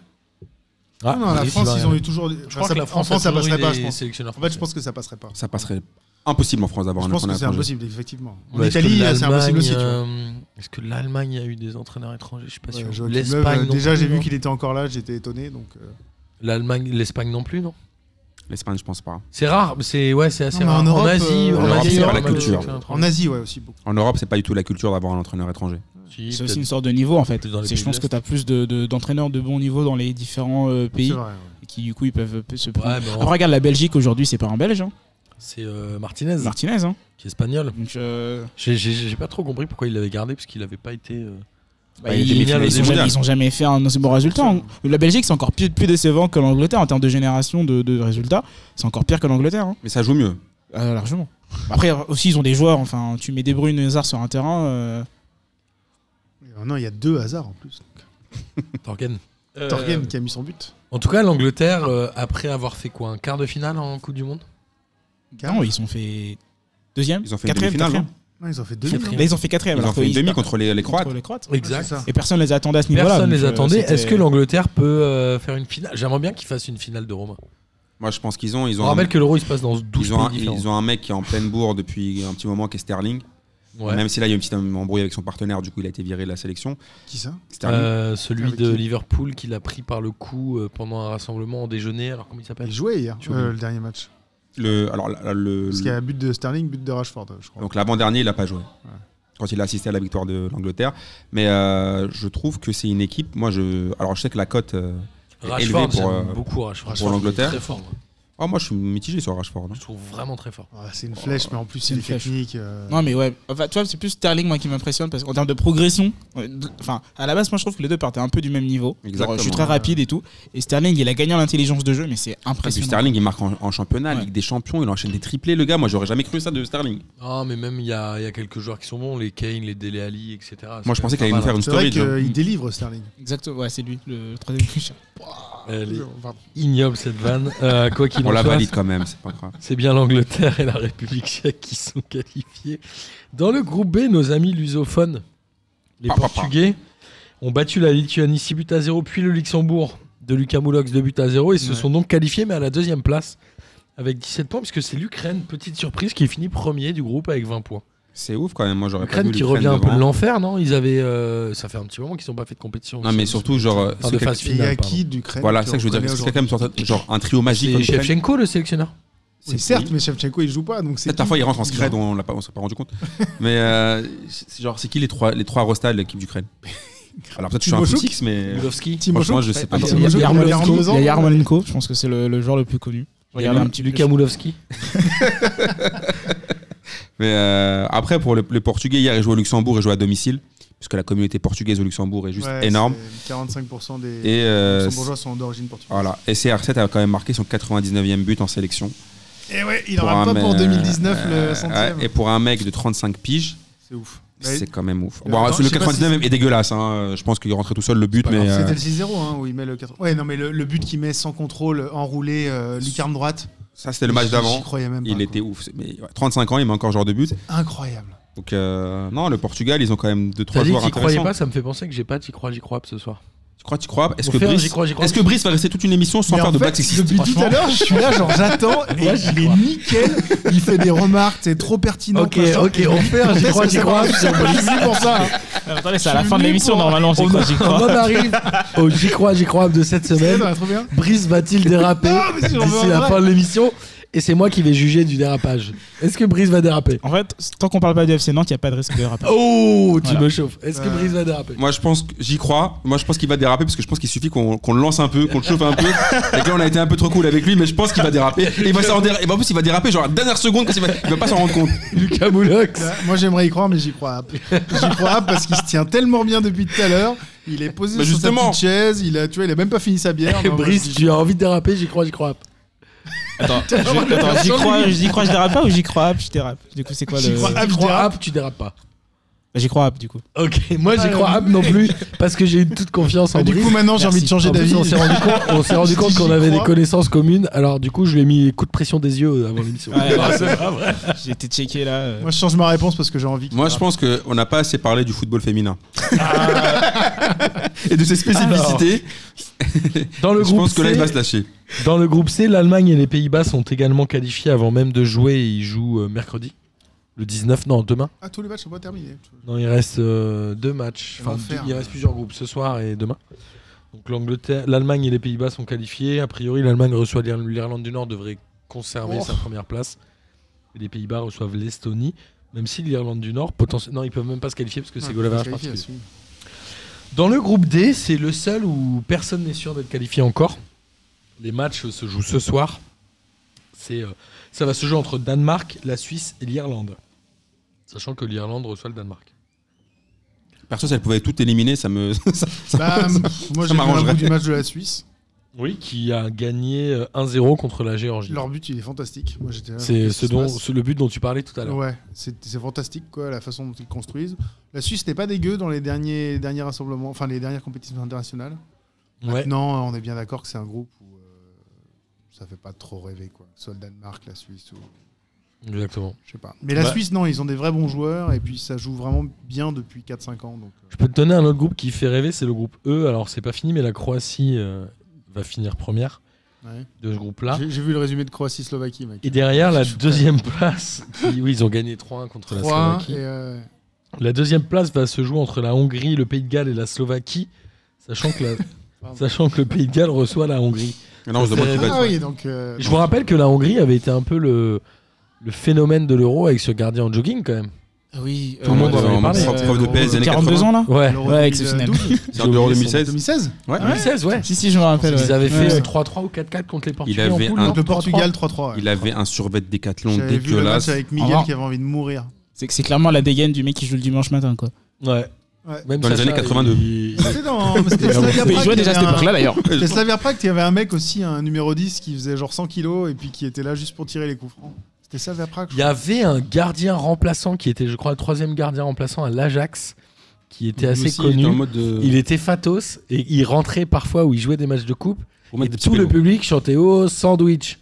Ah,
non, la
Houillet,
France,
c'est
ils
vrai.
ont eu toujours. des-
Je
enfin,
crois
ça-
que la
en
France
France,
a
ça passerait pas, je
des
pense.
sélectionneurs.
En fait, je pense que ça passerait pas.
Ça passerait impossible en France d'avoir
Je
un
pense que
entraîneur
c'est
étranger.
impossible, effectivement. En
Bah, est-ce que
Italie, c'est impossible aussi. Tu
l'Allemagne,
vois.
euh, Est-ce que l'Allemagne a eu des entraîneurs étrangers Je suis pas
Ouais,
sûr.
Joachim Löw,
L'Espagne.
euh,
non
déjà,
plus,
j'ai vu
non
qu'il était encore là, j'étais étonné. Donc, euh,
L'Allemagne, l'Espagne non plus, non
L'Espagne, je pense pas.
C'est rare, c'est ouais, c'est assez
Non, mais
rare.
en Europe,
Asie,
euh,
en Europe,
Asie,
c'est pas la
on a des
culture.
sélectionneurs
en
étrangers.
Asie, ouais, aussi beaucoup.
En Europe, c'est pas du tout la culture d'avoir un entraîneur étranger.
Si,
C'est aussi une
peut-être.
sorte de niveau en fait.
Plus dans les
C'est- Je
pays
pense
de
que tu as plus de- de- d'entraîneurs de, bon niveau dans les différents euh,
C'est
pays
vrai, ouais.
et qui du coup ils peuvent euh, se prendre.
Ouais, mais en-
Après, regarde la Belgique aujourd'hui, c'est pas un Belge, hein.
c'est euh, Martinez
Martinez. Hein.
qui est espagnol.
Donc, euh,
J'ai- J'ai j'ai pas trop compris pourquoi il l'avait gardé parce qu'il avait pas été. euh,
bah,
Bah, il était
ils,
finaliste
ils
du
ont jamais,
mondial.
ils ont jamais fait un aussi bon résultat. hein. La Belgique, c'est encore plus, plus décevant que l'Angleterre en termes de génération de, de résultats. C'est encore pire que l'Angleterre, hein.
Mais ça joue mieux.
Euh, largement. Après, aussi, ils ont des joueurs. Enfin, tu mets des brunes Hazard sur un terrain. euh,
Et Euh, Non, il y a deux hasards en plus.
Torgen.
Euh,
Torgen qui a mis son but.
En tout cas, l'Angleterre, euh, après avoir fait quoi Un quart de finale en Coupe du Monde
Non, ils ont fait deuxième.
Ils ont fait
quatrième,
demi-finale,
quatrième.
Non, ils ont fait deux.
Quatrième.
non
Là, ils ont fait quatrième.
Ils ont
alors
fait
que
une demi
partent
contre les, les Croates.
contre les Croates.
Ouais, c'est ça.
Et personne ne les attendait à ce niveau-là.
Personne
donc,
les
euh,
attendait.
c'était-
Est-ce que l'Angleterre peut euh, faire une finale J'aimerais bien qu'ils fassent une finale de Romain.
Moi, je pense qu'ils ont. Ils
On
ont, un,
rappelle que l'Euro il se passe dans
ils
12
ont un-
pays différents.
ils ont un mec qui est en pleine bourre depuis un petit moment, qui est Sterling.
Ouais.
Même si là, il y a eu une petite embrouille avec son partenaire, du coup, il a été viré de la sélection.
Qui ça
Sterling.
Euh, celui
Avec
de
qui
Liverpool qui l'a pris par le cou euh, pendant un rassemblement en déjeuner. Alors comment il s'appelle
Il jouait hier,
Tu oublies.
euh, le dernier match.
Le, alors, la- la- le,
Parce qu'il y a but de Sterling, but de Rashford, je crois.
Donc l'avant-dernier, il n'a pas joué. Quand il a assisté à la victoire de l'Angleterre. Mais euh, je trouve que c'est une équipe. Moi, je. Alors, je sais que la cote. euh, élevé
Rashford,
pour,
j'aime
euh,
beaucoup Rashford.
pour l'Angleterre.
Très fort. hein. moi.
Oh, moi, je suis mitigé sur Rashford. hein.
Je trouve vraiment très fort.
Ah, c'est une flèche, mais en plus,
C'est
il
une
est
flèche.
technique. euh,
Non mais ouais, enfin, tu vois, c'est plus Sterling moi qui m'impressionne parce qu'en termes de progression, euh, de- enfin à la base moi je trouve que les deux partaient un peu du même niveau. Genre,
Exactement.
je suis très rapide et tout. Et Sterling il a gagné en intelligence de jeu mais c'est
Parce que
impressionnant.
Sterling, il marque en, en championnat,
Ouais.
Ligue des Champions, il enchaîne des triplés, le gars. Moi, j'aurais jamais cru ça de Sterling.
Ah, mais même il y a, il y a quelques joueurs qui sont bons, les Kane, les Dele Alli, etc.
Moi, je pensais qu'il allait
hein.
nous faire une
C'est
story.
vrai
tu vois.
qu'il délivre Sterling.
Exactement, ouais c'est lui le troisième tricheur.
Elle est
Pardon.
ignoble cette vanne. Euh, quoi qu'il
On
en
la
soit,
valide quand même, c'est pas grave.
c'est bien l'Angleterre et la République tchèque qui sont qualifiés. Dans le groupe B, nos amis lusophones, les
Pa, pa, pa.
Portugais, ont battu la Lituanie 6 buts à 0, puis le Luxembourg de Lucas Moulox 2 buts à 0, et se
Ouais.
sont donc qualifiés, mais à la deuxième place, avec 17 points, puisque c'est l'Ukraine, petite surprise, qui finit premier du groupe avec 20 points.
C'est ouf quand même. Moi, j'aurais pas
L'Ukraine
vu
qui
l'Ukraine
revient un peu
devant.
de l'enfer, non Ils avaient, euh, Ça fait un petit moment qu'ils n'ont pas fait de compétition.
Non, mais surtout, genre. euh,
Enfin,
ceux
de
qui-
phase
Et il y
finale.
a
pardon.
qui d'Ukraine
Voilà,
que
c'est ça que je veux dire.
reconnaît
Est-ce qu'il y a quand
aujourd'hui
même sur- genre un trio magique
C'est
en Ukraine
Shevchenko le sélectionneur
Oui, certes, mais Shevchenko, il joue pas, donc c'est.
Peut-être parfois
qui
il rentre en scred, on l'a pas- on s'est pas rendu compte. Mais euh, c'est genre c'est qui les trois les trois rostals de l'équipe d'Ukraine Alors peut-être que je suis un peu
Timoshuk
six, mais euh,
Golovski
franchement
Timoshuk
je sais pas.
Attends,
si-
Il y a
Yarmolenko, il y a
Yarmolenko, il y a
Yarmolenko,
Yarmolenko, je pense que c'est le, le joueur le plus connu. Regardez un petit peu.
Lucas Moulovski.
Mais euh, après pour le- les Portugais hier ils jouent au Luxembourg et jouent à domicile puisque la communauté portugaise au Luxembourg est juste
Ouais,
énorme.
c'est 45% des
Et euh,
Luxembourgeois sont d'origine portugaise.
voilà et CR7 a quand même marqué son 99e but en sélection.
Et Eh ouais, il
Pour
aura
un
pas pour
me-
2019
euh,
le centième.
ouais, et pour un mec de 35 piges.
C'est ouf. Bah,
C'est quand même ouf.
Euh,
Bon,
attends,
le
je sais pas si
99 est dégueulasse. hein. Je pense qu'il est rentré tout seul le but,
pas
mais
grave,
euh,
Bah, C'était le 6-0 hein, où il met le 4. Ouais, non, mais le, le but qu'il met sans contrôle, enroulé, euh, lucarne droite.
ça c'était le match
J'y-
d'avant.
J'y croyais même pas.
Il
quoi.
était ouf. C'est- Mais ouais, 35 ans, il met encore ce genre de but.
incroyable.
Donc euh, non, le Portugal, ils ont quand même deux
T'as
trois
dit
joueurs
que t'y croyais
intéressants.
pas, ça me fait penser que j'ai pas t'y crois, j'y crois ce soir.
Tu crois, tu crois Est-ce
Pour
que
faire un
Brice,
j'y crois, j'y crois.
est-ce que Brice va rester toute une émission sans
Mais
faire
en
de
fait,
blague sexiste
Depuis tout à l'heure, je suis là, genre j'attends et
Ouais, j'y
il est
crois.
nickel. Il fait des remarques, c'est trop pertinent.
Ok,
machin.
ok,
Et
on fait un j'y crois, j'y crois.
Je suis pour ça. hein.
Attendez, c'est à la
Je
fin de
suis
l'émission
pour-
normalement, j'y
On,
crois, j'y
en- on en
crois.
arrive au j'y crois, j'y crois de cette
C'est
semaine.
bien, trop bien.
Brice va-t-il déraper
Non, mais si j'en veux
d'ici
un
la
vrai.
fin de l'émission et c'est moi qui vais juger du dérapage. Est-ce que Brice va déraper
En fait, tant qu'on parle pas du FC Nantes, il n'y a pas de risque de rappel.
Oh, tu
Voilà.
me chauffes. Est-ce que
Euh,
Brice va déraper
Moi, je pense que j'y crois. Moi, je pense qu'il va déraper parce que je pense qu'il suffit qu'on qu'on le lance un peu, qu'on le chauffe un peu. Et que là, on a été un peu trop cool avec lui, mais je pense qu'il va déraper. Et il va s'en déra- Et en plus, il va déraper genre à la dernière seconde quand il va, il va pas s'en rendre compte.
Lucas Moulox.
Là, Moi j'aimerais y croire, mais j'y crois pas. J'y crois pas parce qu'il se tient tellement bien depuis tout à l'heure. Il est posé
Bah,
sur
justement.
sa petite chaise. Il a, tu vois, il a même pas fini sa bière. Non,
Et
moi, je
Brice,
dis-
tu as envie de déraper, j'y crois, j'y crois.
Attends, je- attends, j'y crois, j'y crois, je dérape pas ou j'y crois, hop, je dérape. Du coup, c'est quoi
J'y
le.
crois,
Bah,
hop,
Tu
je
Euh, crois
dérape.
hop, tu dérapes pas.
J'y crois, hop, du coup.
Ok, moi j'y
Ah,
crois
euh,
hop non plus parce que j'ai eu toute confiance en
Bah, du
Brice.
coup maintenant j'ai
Merci.
envie de changer
En plus,
d'avis.
on s'est rendu compte, on s'est rendu
Je
compte
dis,
qu'on
j'y
avait des
crois.
connaissances communes. Alors du coup, je lui ai mis coup de pression des yeux avant
Ah,
l'émission.
Ouais,
Non,
ouais.
c'est pas vrai.
J'ai été checké là. euh.
Moi je change ma réponse parce que j'ai envie. qu'il
Moi, je pense
dérape.
qu'on n'a pas assez parlé du football féminin. Et de ses spécificités.
Dans Ah. le
je
groupe
pense que là, il va
C,
se lâcher.
dans le groupe C, l'Allemagne et les Pays-Bas sont également qualifiés avant même de jouer. Ils jouent euh, mercredi, le 19, non demain.
Ah tous les matchs sont pas terminés.
Non, il reste euh, deux matchs. Enfin,
L'enfer.
deux- il reste plusieurs groupes ce soir et demain. Donc l'Angleterre, l'Allemagne et les Pays-Bas sont qualifiés. A priori, l'Allemagne reçoit l'Ir- l'Irlande du Nord, devrait conserver
Oh.
sa première place. Et les Pays-Bas reçoivent l'Estonie, même si l'Irlande du Nord, potentiellement, non, ils peuvent même pas se qualifier
Ah,
parce que c'est goal average particulier. Dans le groupe D, c'est le seul où personne n'est sûr d'être qualifié encore. Les matchs se jouent ce soir. C'est, euh, ça va se jouer entre Danemark, la Suisse et l'Irlande. Sachant que l'Irlande reçoit le Danemark.
Perso, si elle pouvait tout éliminer, ça me. ça- ça-
Bah,
ça-
moi j'ai vu un
m'arrangerait.
bout du match de la Suisse.
Oui, qui a gagné euh, 1-0 contre la Géorgie.
Leur but il est fantastique. Moi j'étais. là,
C'est
qu'est-ce
ce
qui se
dont,
passe
ce- le but dont tu parlais tout à l'heure.
Ouais, c'est c'est fantastique quoi, la façon dont ils construisent. La Suisse n'est pas dégueu dans les derniers, derniers rassemblements, enfin les dernières compétitions internationales.
Ouais.
Non, on est bien d'accord que c'est un groupe où euh, ça fait pas trop rêver quoi. Soit le Danemark, la Suisse ou
exactement.
je sais pas. Mais la
Bah.
Suisse non, ils ont des vrais bons joueurs et puis ça joue vraiment bien depuis 4-5 ans donc.
Je peux te donner un autre groupe qui fait rêver, c'est le groupe E. Alors, c'est pas fini, mais la Croatie euh, va finir première
euh, ouais.
de ce groupe-là.
J'ai- J'ai vu le résumé de Croatie-Slovaquie mec.
Et derrière, la
Je suis
deuxième place, qui- oui, ils ont gagné 3-1 contre la
3
Slovaquie.
et euh,
La deuxième place va se jouer entre la Hongrie, le Pays de Galles et la Slovaquie, sachant que, la-
Pardon.
sachant que le Pays de Galles reçoit la Hongrie.
Mais non, je demande qui va
Ah
être-
oui, donc euh,
Et je vous rappelle que la Hongrie avait été un peu le, le phénomène de l'euro avec ce gardien en jogging quand même.
Oui,
Tout le monde
en avait
euh,
parlé.
euh,
Prof de PS des années
42 ans là
Ouais.
l'Euro
Ouais, exceptionnel.
2012,
C'est en Euro 2016.
2016
Ouais.
2016, ouais.
Si, si, je me rappelle.
Ils
ouais.
avaient
Ouais,
fait euh,
ouais.
3-3 ou 4-4 contre les Portugais.
avait
en poule,
un-
non
Le Portugal 3-3. ouais.
Il avait un survêt de décathlon
J'avais vu le match
dégueulasse.
avec
Au
Miguel
revoir.
qui avait envie de mourir.
C'est que c'est clairement la dégaine du mec qui joue le dimanche matin quoi.
Ouais.
Ouais.
Même
Dans les
Sacha,
années 82.
il-
C'était dans hein, c'était Slavia
Il
Prague,
jouait
il y
déjà
avait
à cette
un-
époque-là d'ailleurs.
C'était Slavia Prague, il y avait un mec aussi, un numéro 10 qui faisait genre 100 kilos et puis qui était là juste pour tirer les coups francs. C'était Slavia Prague. je
Il y avait un gardien remplaçant qui était, je crois, le troisième gardien remplaçant à l'Ajax, qui était euh, assez
Aussi, il était
connu.
en mode euh, de-
Il était fatos et il rentrait parfois où il jouait des matchs de coupe.
pour mettre
et
des petits
tout le
pélos.
public chantait Oh, sandwich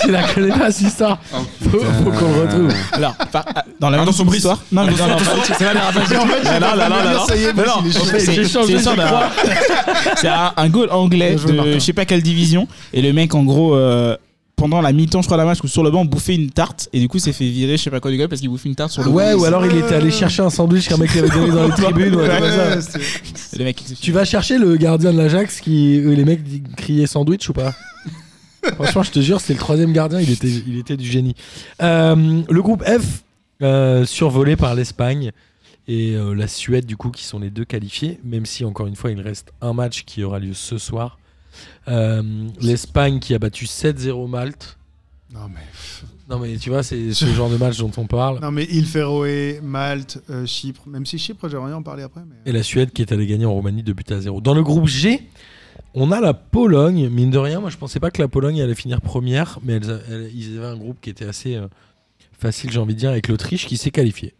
Tu la connais pas, cette histoire Faut, faut qu'on le retrouve.
Alors, enfin, ah, dans la
Attention,
même
Brice.
histoire. Non, mais non, non, pas- c'est pas des rapaces.
crois. En fait, j'étais
Ah, Là,
en train
là,
de
là,
me
là,
dire,
là.
ça y est,
Mais
Brice,
non,
il est
en
chaud.
fait,
J'ai
c'est-
changé
c'est
de
ça, là.
croix.
C'est un, un goal anglais
Bien joué,
de
Martin.
je sais pas quelle division. Et le mec, en gros, euh, pendant la mi-temps, je crois, la match, ou sur le banc, bouffait une tarte. Et du coup, s'est fait virer, je sais pas quoi, du gars, parce qu'il bouffait une tarte sur le
Ouais,
banc.
ou alors il était allé chercher un sandwich qu'un mec lui avait donné dans les tribunes. ou un truc comme ça.
Ouais, c'était-
Et Le mec, il s'est-
Tu vas chercher le gardien de l'Ajax qui où les mecs di- criaient sandwich ou pas Franchement, je te jure, c'est le troisième gardien, il était, il était du génie. Euh, le groupe F, euh, survolé par l'Espagne et euh, la Suède, du coup, qui sont les deux qualifiés, même si, encore une fois, il reste un match qui aura lieu ce soir. Euh, L'Espagne qui a battu 7-0 Malte.
Non, mais...
Non, mais tu vois, c'est ce genre de match dont on parle.
non mais Il Féroé, Malte, euh, Chypre, même si Chypre, j'aimerais en parler après. Mais...
Et la Suède qui est allée gagner en Roumanie de but à zéro. Dans le groupe G, on a la Pologne. Mine de rien, moi je pensais pas que la Pologne allait finir première, mais elles a- elles- ils avaient un groupe qui était assez euh, facile, j'ai envie de dire, avec l'Autriche qui s'est qualifiée.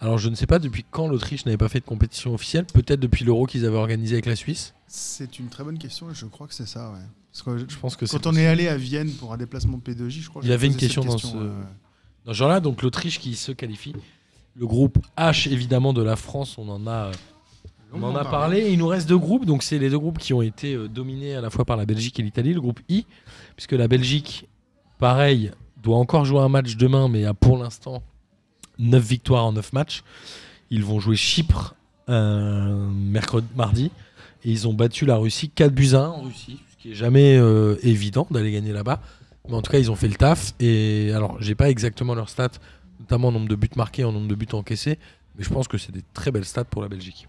Alors je ne sais pas depuis quand l'Autriche n'avait pas fait de compétition officielle, peut-être depuis l'Euro qu'ils avaient organisé avec la Suisse.
C'est une très bonne question et je crois que c'est ça, ouais. Parce que je-
Je pense que c'est.
Quand on est allé à Vienne pour un déplacement P2J, je crois que
Il y
j'ai
avait une
posé cette
question dans ce-
ouais, ouais.
Dans ce genre-là, donc l'Autriche qui se qualifie. Le groupe H, évidemment, de la France, on en a, euh, on en a parlé. Il nous reste deux groupes, donc c'est les deux groupes qui ont été euh, dominés à la fois par la Belgique et l'Italie. Le groupe I, puisque la Belgique, pareil, doit encore jouer un match demain, mais a pour l'instant 9 victoires en 9 matchs. Ils vont jouer Chypre euh, mercredi, mardi. Et ils ont battu la Russie 4 buts à 1 en Russie, ce qui est jamais euh, évident d'aller gagner là-bas. Mais en tout cas, ils ont fait le taf. Et alors, j'ai pas exactement leurs stats, notamment en nombre de buts marqués, en nombre de buts encaissés. Mais je pense que c'est des très belles stats pour la Belgique.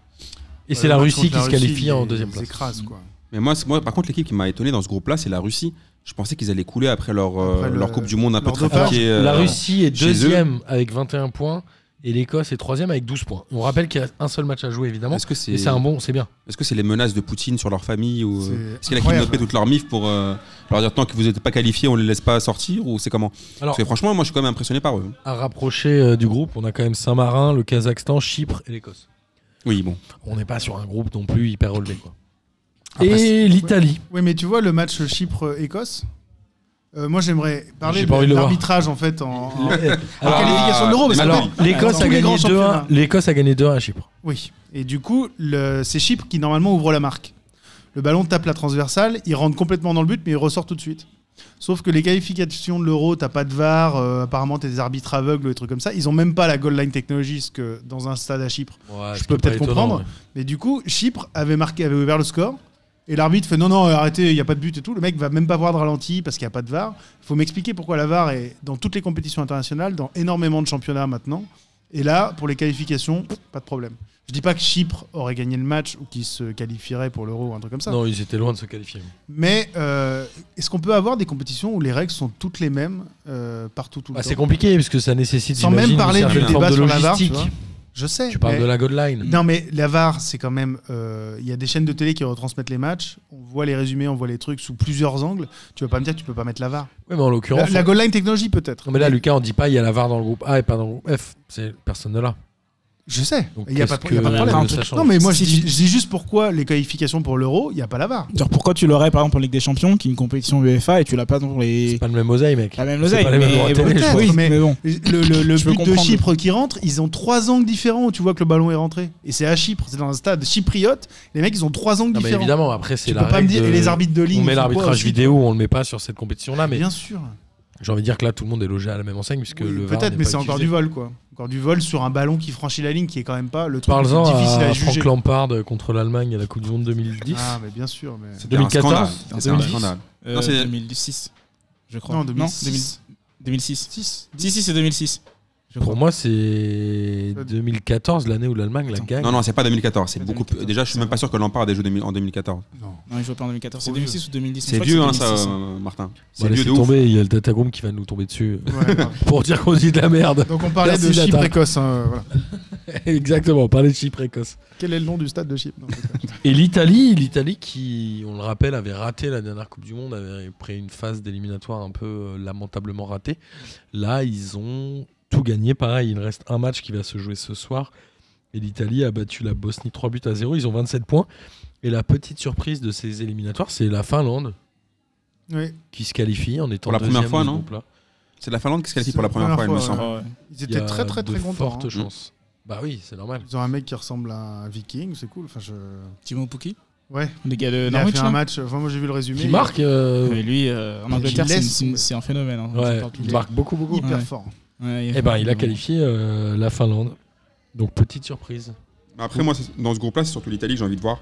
Et c'est
Ouais,
la
Euh, le match contre
Russie qui
la
se
Russie,
qualifie en
ils-
deuxième
ils
place.
écrasent, quoi.
Mais moi, c'est- moi, par contre, l'équipe qui m'a étonné dans ce groupe-là, c'est la Russie. Je pensais qu'ils allaient couler après leur, euh,
Après le-
leur Coupe du Monde un peu
leur dopage.
trafiquée. euh,
La Russie est
chez
deuxième avec 21 points et l'Écosse est troisième avec 12 points. On rappelle qu'il reste un seul match à jouer évidemment.
Est-ce que c'est
Et c'est un bon, c'est bien.
est-ce que c'est les menaces de Poutine sur leur famille ou euh,
C'est
est-ce qu'il a
incroyable.
kidnappé toute leur mif pour euh, leur dire tant que vous n'êtes pas qualifiés, on les laisse pas sortir ou c'est comment
Alors-
Parce que franchement, moi, je suis quand même impressionné par eux.
À rapprocher euh, du groupe, on a quand même Saint-Marin, le Kazakhstan, Chypre et l'Écosse.
Oui, bon.
On n'est pas sur un groupe non plus hyper relevé quoi.
Après, c'est-
et l'Italie.
Oui, mais tu vois le match Chypre-Écosse. euh, moi, j'aimerais parler
J'ai pas envie de le voir.
l'arbitrage en fait. En, en-
Alors,
Ah, qualification de l'Euro, mais ça
alors,
compte.
l'Écosse
Ah, Tous
a
les
gagné
grands
2-1.
championnats.
L'Écosse a gagné 2-1 à Chypre.
Oui. Et du coup, le- c'est Chypre qui normalement ouvre la marque. Le ballon tape la transversale, il rentre complètement dans le but, mais il ressort tout de suite. Sauf que les qualifications de l'Euro, t'as pas de VAR, euh, apparemment t'es des arbitres aveugles ou des trucs comme ça. Ils ont même pas la goal line technology, ce que dans un stade à Chypre.
Ouais,
Je
ce
peux
qui est
peut-être
pas étonnant,
comprendre.
ouais.
Mais du coup, Chypre avait marqué, avait ouvert le score. Et l'arbitre fait non, non, euh, arrêtez, il n'y a pas de but et tout. Le mec va même pas voir de ralenti parce qu'il n'y a pas de VAR. Il faut m'expliquer pourquoi la VAR est dans toutes les compétitions internationales, dans énormément de championnats maintenant. Et là, pour les qualifications, pas de problème. Je dis pas que Chypre aurait gagné le match ou qu'il se qualifierait pour l'Euro ou un truc comme ça.
Non, ils étaient loin de se qualifier.
Bah, Mais euh, est-ce qu'on peut avoir des compétitions où les règles sont toutes les mêmes euh, partout tout le
Bah,
temps
c'est compliqué parce que ça nécessite
Sans même
j'imagine, une
parler du
certaine
débat
forme de
sur la VAR, tu,
logistique.
vois. Je sais.
Tu parles
mais-
de la God Line.
non, mais la VAR, c'est quand même. euh, Il y a des chaînes de télé qui retransmettent les matchs. On voit les résumés, on voit les trucs sous plusieurs angles. Tu vas pas me dire que tu peux pas mettre la VAR.
Oui, mais en
La,
l'occurrence.
la
on-
goal line technologie, peut-être.
Non, mais là, Lucas, on dit pas il y a la VAR dans le groupe A et pas dans le groupe F. C'est personne ne l'a.
Je sais.
Donc,
Il n'y a,
qu'est-ce
pas de- il y a
que
pas de
ça
problème.
change
Non, mais moi, je
Si
dis,
tu-
je dis juste pourquoi les qualifications pour l'euro, il n'y a pas la VAR.
Genre, pourquoi tu l'aurais par exemple en Ligue des Champions, qui est une compétition UEFA, et tu l'as pas dans
C'est
les.
pas le même oseille, mec.
La même
C'est
oseille,
pas les mêmes droits
mais,
télé,
bon,
je
oui,
pense.
mais bon.
Le, le- le
Je peux
but de
comprendre.
Chypre qui rentre, ils ont trois angles différents où tu vois que le ballon est rentré. Et c'est à Chypre, c'est dans un stade chypriote. Les mecs, ils ont trois angles
Non, mais
différents.
évidemment, après, c'est
tu
la
peux pas me
règle
dire.
de-
Et les arbitres de ligne.
On
ils
met
font quoi
l'arbitrage
aussi
vidéo, on le met pas sur cette compétition-là, mais
Bien sûr.
j'ai envie de dire que là, tout le monde est logé à la même enseigne, puisque
Oui,
le VAR
Peut-être,
n'est
mais
pas
c'est encore
utilisé.
du vol, quoi. Encore du vol sur un ballon qui franchit la ligne, qui est quand même pas le truc le plus
Parle-en
difficile à,
à
juger.
Franck Lampard euh, contre l'Allemagne à la Coupe du Monde 2010.
Ah, mais bien sûr. Mais...
C'était un
2014,
scandale.
en
C'était un
2010.
scandale.
Euh,
Non, c'est-
2006, je crois.
Non, 2006.
2006. Si, si, c'est 2006. Je
Pour
crois.
moi, c'est 2014, l'année où l'l'Allemagne la
Attends.
gagne.
Non, non, c'est pas 2014. C'est
C'est
beaucoup. plus-
2014,
Déjà, je suis
ça
même
va.
pas sûr que l'Empire des jeux en 2014.
Non, il joue pas en 2014. C'est
Trop vieux.
2006 ou 2010 je
C'est
crois que
vieux, hein, ça,
2006, hein.
euh, Martin.
Bon,
C'est vieux
laissez
de ouf.
tomber, il y a le Datagroom qui va nous tomber dessus
Ouais, grave.
pour dire qu'on dit de la merde.
Donc on parlait de
Merci,
Chypre
Data.
précoce. hein, voilà.
Exactement, parler de Chypre précoce.
Quel est le nom du stade de Chypre Non, c'est pas-
Et l'Italie, l'Italie qui, on le rappelle, avait raté la dernière Coupe du Monde, avait pris une phase d'éliminatoire un peu euh, lamentablement ratée. Là, ils ont tout gagné. Pareil, il reste un match qui va se jouer ce soir. Et l'Italie a battu la Bosnie 3 buts à 0. Ils ont 27 points. Et la petite surprise de ces éliminatoires, c'est la Finlande
Ouais.
qui se qualifie en étant
Pour la première
deuxième
fois,
de ce
non
groupe-là.
C'est la Finlande qui se qualifie pour la première fois, il me
ouais.
semble.
Ouais.
Ils
Il y
étaient
a
très très
de
très contents.
fortes
hein.
chances. Bah oui, c'est normal.
Ils ont un mec qui ressemble à un viking, c'est cool. Enfin, je...
Timo Pukki
Ouais,
Les gars de
il a
Norwich,
fait un
là
match. Enfin, moi j'ai vu le résumé.
hein Qui marque euh,
Mais lui, euh, en
Il
Angleterre, c'est-
laisse,
c'est
ouais.
c'est un phénomène. hein.
ouais,
On parle tout
il
le
marque beaucoup, beaucoup.
Hyper
Ouais.
fort.
temps. Ouais,
Eh ben, il a
vraiment.
qualifié euh, la Finlande. Donc petite surprise.
Mais Après, moi, c'est- dans ce groupe-là, c'est surtout l'Italie que j'ai envie de voir.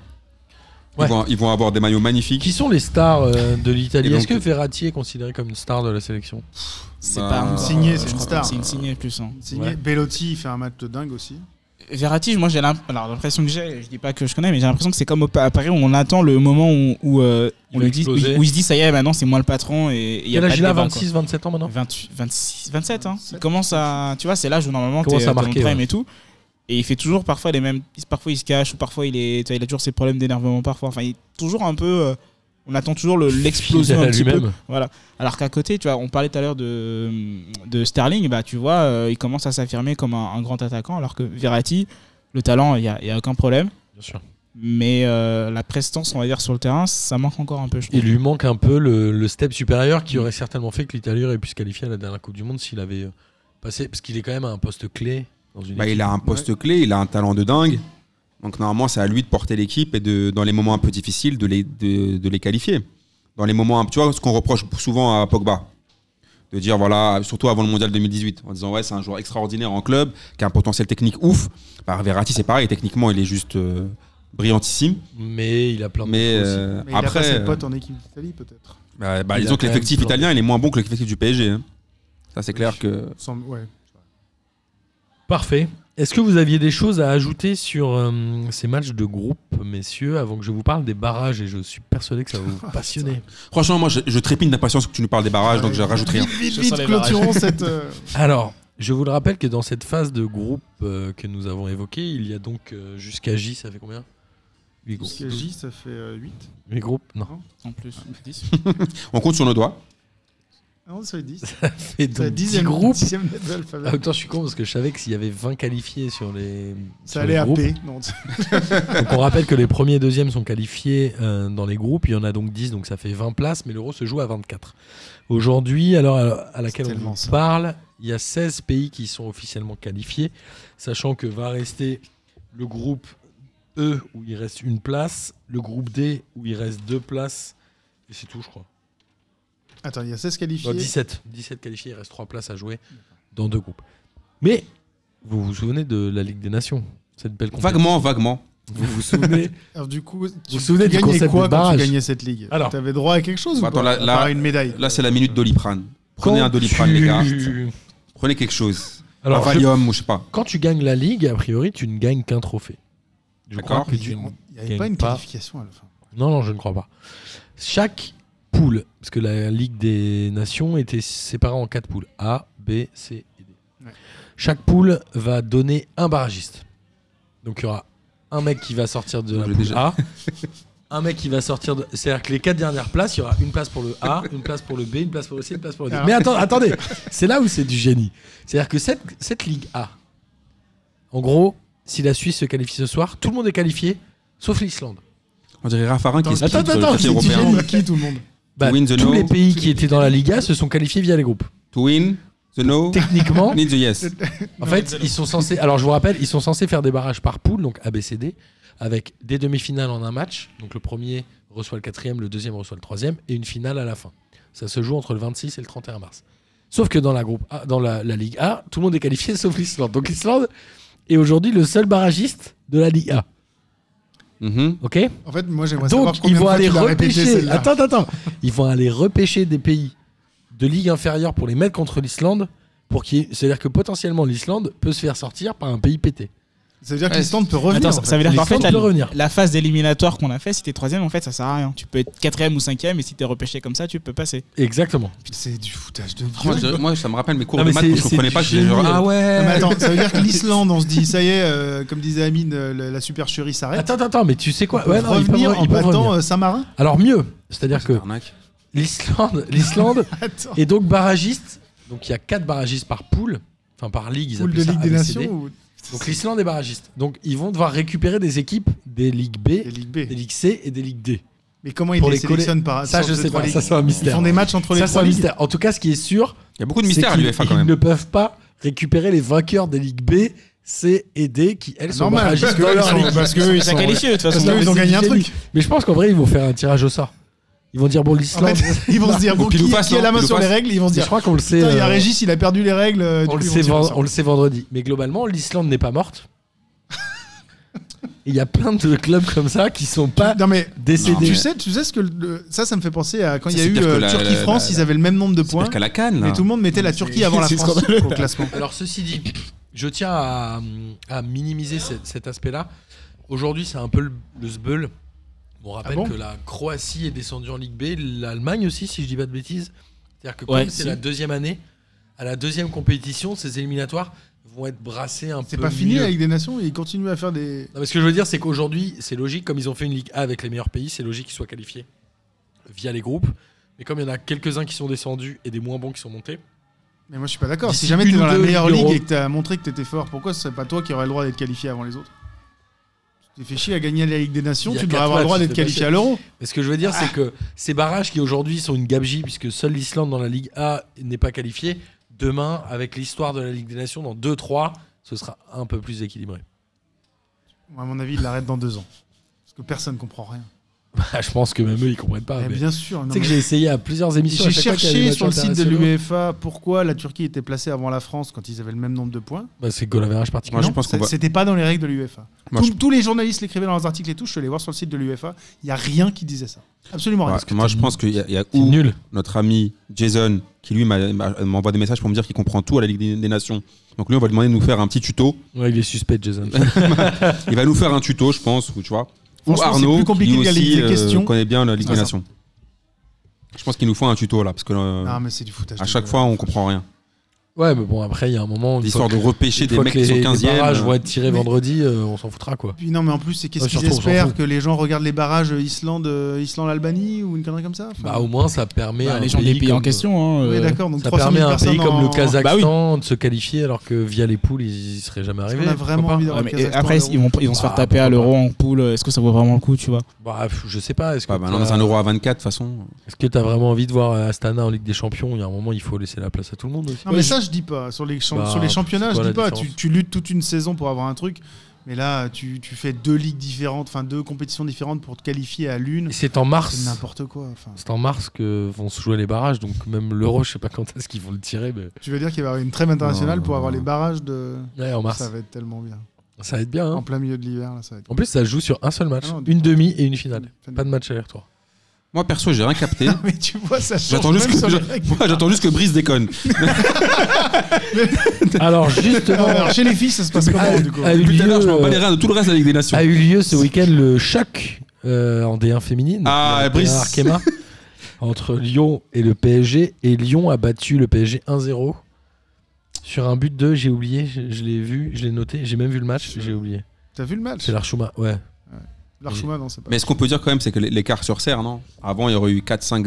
Ils
Ouais.
vont- Ils vont avoir des maillots magnifiques.
Qui sont les stars euh, de l'Italie
Et donc-
Est-ce que Verratti est considéré comme une star de la sélection
C'est
Bah,
pas
une
un-
signée,
euh,
c'est
je
une
crois
star.
que C'est une signée plus. hein.
Signé
Ouais.
Bellotti, il fait un match de dingue aussi.
Verratti, moi j'ai l'im- alors, l'impression que j'ai, je dis pas que je connais, mais j'ai l'impression que c'est comme au- à Paris où on attend le moment où, où, euh,
Il
on
va
lui dit, où,
exploser.
où il se dit ça y est, maintenant c'est moi le patron et il y
Quel
a pas
âge
de
il a
débat,
26, 27 ans
quoi.
maintenant
28, 26, 27. Hein.
27.
Il commence à, tu vois, c'est l'âge où normalement
Commence
t'es
à
t'es en
marquer,
prime
ouais.
et tout. Et il fait toujours parfois les mêmes, il- parfois il se cache ou parfois il est, tu vois, il a toujours ses problèmes d'énervement parfois. Enfin, il est toujours un peu, euh, on attend toujours le- l'explosion
Fidèle à
un petit peu.
lui-même.
Voilà. Alors qu'à côté, tu vois, on parlait tout à l'heure de, de Sterling, bah tu vois, euh, il commence à s'affirmer comme un, un grand attaquant, alors que Verratti, le talent, il n'y a, il y a aucun problème.
Bien sûr.
Mais euh, la prestance, on va dire, sur le terrain, ça manque encore un peu, je trouve.
Il lui manque un peu le, le step supérieur qui aurait certainement fait que l'Italie aurait pu se qualifier à la dernière Coupe du Monde s'il avait euh, passé. Parce qu'il est quand même à un poste clé dans une
Bah,
équipe.
il a un poste clé, il a un talent de dingue. Donc normalement, c'est à lui de porter l'équipe et de, dans les moments un peu difficiles, de les, de, de les qualifier. Dans les moments, un- tu vois, ce qu'on reproche souvent à Pogba, de dire voilà, surtout avant le Mondial 2018, en disant ouais, c'est un joueur extraordinaire en club, qui a un potentiel technique ouf. Bah, Verratti, c'est pareil, techniquement, il est juste euh, brillantissime.
Mais il a plein de
Mais,
défauts aussi.
euh,
Mais il a pas
après,
ses potes en équipe d'Italie, peut-être.
bah, bah,
Il a
disons que
quand même
l'effectif
toujours-
italien, il est moins bon que l'effectif du PSG. hein. Ça, c'est
Oui.
clair que.
Sans- ouais.
Parfait. Est-ce que vous aviez des choses à ajouter sur euh, ces matchs de groupe, messieurs, avant que je vous parle des barrages Et je suis persuadé que ça va vous passionner.
Franchement, moi, je, je trépigne d'impatience que tu nous parles des
Ah
barrages, Ah, donc
Ouais.
je rajoute rien.
Vite,
Je
vite,
sens les barrages.
clôturons cette. euh,
Alors, je vous le rappelle que dans cette phase de groupe euh, que nous avons évoquée, il y a donc euh, jusqu'à J, ça fait combien 8 groupes.
Parce que J, ça fait euh, 8.
8 groupes Non.
En plus, 10.
On compte sur nos doigts.
Ah Non, ça fait 10.
Et
C'est la
donc 10
dixième
groupes.
dixième lettre de l'alphabet.
Ah, autant je suis con parce que je savais que s'il y avait 20 qualifiés sur les. sur
Ça
les
allait à
groupes,
P. Non, tu-
Donc on rappelle que les premiers et deuxièmes sont qualifiés euh, dans les groupes. Il y en a donc 10, donc ça fait 20 places, mais l'euro se joue à 24. Aujourd'hui, alors à, à laquelle
C'est
on
tellement
vous
ça.
parle, il y a 16 pays qui sont officiellement qualifiés, sachant que va rester le groupe E où il reste une place, le groupe D où il reste deux places, et c'est tout, je crois.
Attends, il y a 16
Non,
qualifiés.
17. 17 qualifiés, il reste 3 places à jouer dans deux groupes. Mais vous vous souvenez de la Ligue des Nations cette belle compétition.
Vaguement, vaguement.
Vous vous souvenez
Alors, du coup, tu,
vous souvenez
tu
du
gagnais
concept
quoi
des
quand
barrages
tu gagnais cette ligue
Alors.
T'avais droit à quelque chose
Bon,
ou
Bah, attends,
pas
là-
À part
là-
une médaille.
Là, c'est la minute d'Oliprane. Prenez
Quand
un Doliprane,
tu-
les gars. Prenez quelque chose.
Alors,
un
je-
Valium, ou je sais pas.
quand tu gagnes la ligue, a priori, tu ne gagnes qu'un trophée. Je
D'accord.
crois que tu...
Il n'y avait
gagnes
pas une
pas.
qualification à la fin.
Non, non, je ne crois pas. Chaque poule, parce que la Ligue des Nations était séparée en quatre poules A, B, C et D.
Ouais.
Chaque poule va donner un barragiste. Donc il y aura un mec qui va sortir de la
Je l'ai
poule
déjà.
A. Un mec qui va sortir de. C'est-à-dire que les quatre dernières places, il y aura une place pour le A, une place pour le B, une place pour le C, une place pour le D.
Alors-
Mais attends, attendez, c'est là où c'est du génie. C'est-à-dire que cette, cette Ligue A, en gros, si la Suisse se qualifie ce soir, tout le monde est qualifié, sauf l'Islande.
On dirait Raffarin qui
Attends,
explique
attends,
sur le
attends,
papier
j'ai dit
européen.
génie.
Qui tout le monde
Bah,
To win the
tous
no.
les pays qui étaient dans la Liga se sont qualifiés via les groupes.
To win, the no,
Techniquement,
need the yes.
en fait, ils sont censés. Alors, je vous rappelle, ils sont censés faire des barrages par poule, donc ABCD, avec des demi-finales en un match. Donc, le premier reçoit le quatrième, le deuxième reçoit le troisième, et une finale à la fin. Ça se joue entre le 26 et le 31 mars. Sauf que dans la groupe A- dans la, la Ligue A, tout le monde est qualifié sauf l'Islande. Donc, l'Islande est aujourd'hui le seul barragiste de la Ligue A.
Mhm.
Ok
En fait, moi, j'aimerais savoir
Donc, ils
combien de
vont
fois
aller
tu l'as répété
repêcher.
celle-là.
Attends, attends, attends. Ils vont aller repêcher des pays de ligue inférieure pour les mettre contre l'Islande. Pour qui, c'est-à-dire que potentiellement l'Islande peut se faire sortir par un pays pété.
Ça veut dire que
Ouais.
l'Islande peut revenir.
Attends,
en
ça,
fait.
ça veut dire qu'en fait,
L'Islande
la,
peut revenir.
la phase d'éliminatoire qu'on a fait, si t'es troisième, en fait, ça sert à rien. Tu peux être quatrième ou cinquième, et si t'es repêché comme ça, tu peux passer.
Exactement.
C'est du foutage de
Moi,
gueule.
Oh, je- moi, ça me rappelle mes cours
Non,
de
mais
maths
c'est-
que je
c'est
comprenais
du
pas. j'étais
génie.
genre, ah
Non, mais
ouais.
attends, ça veut dire que l'Islande, on se dit, ça y est, euh, comme disait Amine, euh, la, la supercherie s'arrête.
Attends, attends, attends, mais tu sais quoi Ouais, non, ils peuvent
revenir
re-
en
ils peuvent
battant
revenir.
euh, Saint-Marin
Alors mieux, c'est-à-dire que
Arnaque.
l'Islande, l'Islande
Attends.
est donc barragiste. Donc il y a quatre barragistes par poule, enfin par ligue. Ils
Poule de
appellent ça
Ligue des
ABCD.
Nations ou
Donc l'Islande est barragiste. Donc ils vont devoir récupérer des équipes des ligues B,
des Ligue
des
B
ligues C et des ligues D.
Mais comment ils
Pour
les
les coller-
sélectionnent par
Ça,
Ah, sur
je
ces
sais
trois
pas.
ligues
Ça, c'est un
Ils
mystère.
font des matchs entre les
Ça, c'est
trois
un
ligues.
mystère. En tout cas, ce qui est sûr,
Il y a beaucoup de
c'est
mystères à
qu'ils-
l'UEFA quand
Ils ne
même.
peuvent pas récupérer les vainqueurs des ligues B, C et D qui, elles, sont
Normal, parce
barragistes
que
dans
eux,
leur
ils sont-
ligue.
parce que eux, ils
Ça
sont-
qualifie, de toute
parce
façon.
que eux, ils ont
c'est
gagné un
du génie.
truc.
Mais je pense qu'en vrai, ils vont faire un tirage au sort. Ils vont dire, bon,
En
l'Islande.
fait, ils vont se dire,
Ou
bon,
pile ou
qui,
face,
qui a
non
la main
Pile ou
sur les
face.
règles Ils vont se
je
dire,
crois qu'on le sait.
putain, il y a
euh,
Régis, il a perdu les règles. euh, du
on,
coup,
le
ils vont
sait,
tirer
ven-
ça.
on le sait vendredi. Mais globalement, l'Islande n'est pas morte. Et Il y a plein de clubs comme ça qui sont pas
Non, mais
décédés.
tu sais, tu sais ce que le- ça, ça me fait penser à quand
Ça,
il y a
c'est
eu
pire que la-
Turquie-France,
la- la-
ils avaient le même nombre de
C'est
points,
pire qu'à la canne.
mais tout le monde mettait la Turquie avant la
c'est
France au classement.
Alors, ceci dit, je tiens à, à minimiser ce- cet aspect-là. Aujourd'hui, c'est un peu le, le sbeul. On rappelle
Ah bon
que la Croatie est descendue en Ligue B, l'Allemagne aussi, si je dis pas de bêtises. C'est-à-dire que
Ouais,
comme c'est
si.
la deuxième année, à la deuxième compétition, ces éliminatoires vont être brassés un peu.
C'est pas fini
mieux.
avec des nations, ils continuent à faire des.
Non, mais ce que je veux dire, c'est qu'aujourd'hui, c'est logique, comme ils ont fait une Ligue A avec les meilleurs pays, c'est logique qu'ils soient qualifiés via les groupes. Mais comme il y en a quelques-uns qui sont descendus et des moins bons qui sont montés,
Mais moi, je suis pas d'accord. Si
D'ici
jamais t'es
une ou
dans la
deux
meilleure
Ligues
ligue
d'Europe.
et que t'as montré que t'étais fort, pourquoi ce serait pas toi qui aurais le droit d'être qualifié avant les autres Tu t'es fait chier à gagner la Ligue des Nations,
Il y a
tu
quatre
devrais avoir le
matchs,
droit
tu
d'être
t'es
qualifié
passé.
à l'Euro.
Mais ce que je veux dire,
Ah.
c'est que ces barrages qui aujourd'hui sont une gabegie, puisque seule l'Islande dans la Ligue A n'est pas qualifiée, demain, avec l'histoire de la Ligue des Nations, dans 2-3, ce sera un peu plus équilibré.
À mon avis, il l'arrête dans deux ans. Parce que personne comprend rien.
Bah, je pense que même eux, ils comprennent pas.
Mais
Ah, mais-
Bien sûr. non,
Tu sais que
mais-
j'ai essayé à plusieurs émissions. à
J'ai
chaque fois qu'il y avait
cherché
des
sur le
matchs
site de
internationaux.
l'UEFA pourquoi la Turquie était placée avant la France quand ils avaient le même nombre de points.
Bah, c'est goal average
Moi,
particulier.
je
Non,
pense qu'on
c'est-
va-
C'était pas dans les règles de l'UEFA.
Moi,
Tous-
je-
Tous les journalistes l'écrivaient dans leurs articles et tout. Je suis allé voir sur le site de l'UEFA. Il n'y a rien qui disait ça. Absolument rien.
Ouais, moi, je pense qu'il y a, il y a
C'est
ou
nul.
notre ami Jason, qui lui m'a- m'a- m'envoie des messages pour me dire qu'il comprend tout à la Ligue des- des Nations. Donc lui, on va lui demander de nous faire un petit tuto.
Ouais, il est suspect, Jason.
Il va nous faire un tuto, je pense, ou tu vois. Ou
Franchement, c'est
Arnaud,
plus compliqué
qui
de
lui
lire
aussi,
les
euh,
questions.
connaît bien la Ligue
Ah,
des
ça.
Nations. Je pense qu'il nous faut un tuto là, parce que euh,
Non, mais c'est du foutage.
à
de
chaque
gueule.
fois, on comprend rien.
Ouais, mais bon, après, il y a un moment. une
L'histoire
fois
de
que-
repêcher
une
des
fois
mecs
que
qui sont
les- Les
15e.
barrages
euh,
vont être tirés
Mais-
vendredi, euh, on s'en foutra, quoi.
Puis non, mais en plus, c'est qu'est-ce
Ouais,
qu'ils
surtout, on s'en
espèrent
fout.
que les gens regardent les barrages euh, Islande, euh, Islande-Albanie ou une connerie comme ça. Enfin,
Bah, au moins, ça permet. à
Bah,
un
les gens des pays en
comme-
question. hein,
oui,
euh,
d'accord. Donc
Ça
300 000
permet à un
personnes
pays comme le
en-
Bah
Kazakhstan de se qualifier alors que via les poules, ils y seraient jamais
Est-ce qu'on
arrivés.
a
pourquoi
vraiment
pas
envie d'avoir
ouais,
le
Ah, mais
Kazakhstan
après,
en euro
ils vont, ils vont se faire
Ah,
taper à
pourquoi
l'euro en poule. euh, Est-ce que ça vaut vraiment le coup, tu vois
Bah, pff, je sais pas. Est-ce que
bah, maintenant, c'est
t'as
un euro à 24, de toute façon.
est-ce que t'as vraiment envie de voir euh, Astana en Ligue des Champions Il y a un moment, il faut laisser la place à tout le monde aussi.
Non, mais ça, je dis pas. Sur les, champ-
Bah,
sur les championnats,
c'est
je
quoi
dis
la
pas. Tu,
différence
tu luttes toute une saison pour avoir un truc. Mais là, tu, tu fais deux ligues différentes, enfin deux compétitions différentes pour te qualifier à l'une.
Et c'est en
C'est
mars.
n'importe quoi. enfin.
C'est en mars que vont se jouer les barrages, donc même l'euro, je sais pas quand est-ce qu'ils vont le tirer, mais
Tu veux dire qu'il va y avoir une trêve internationale
Non,
pour
non,
avoir
non.
les barrages de.
ouais, en mars.
Ça
Ça va,
va être tellement bien.
être bien.
En
Hein.
plein milieu de l'hiver, là, ça va être.
En plus, ça joue sur un seul match,
Ah non,
une demi et une finale.
Fin de-
Pas de match aller-retour.
Moi, perso, j'ai rien capté.
Mais tu vois, ça change.
J'attends juste,
même sur
que-
les
j'a-
règles.
moi, j'attends juste que Brice déconne.
Alors justement,
Alors, chez les filles, ça se passe comment
a,
du coup
a eu
Depuis tout à l'heure, je m'en bats les
lieu, Ah,
reins de tout le reste de la Ligue des Nations.
a eu lieu ce week-end le choc euh, en D1 féminine.
Ah,
Le
Brice.
P1 Arkema, entre Lyon et le PSG, et Lyon a battu le PSG 1-0 sur un but de. J'ai oublié, je, je l'ai vu, je l'ai noté, j'ai même vu le match, j'ai oublié.
T'as vu le match
C'est l'Archouma, ouais.
L'Archuma, non, c'est pas.
Mais ce qu'on peut dire quand même, c'est que l'écart sur serre, non Avant, il y aurait eu 4-5-0.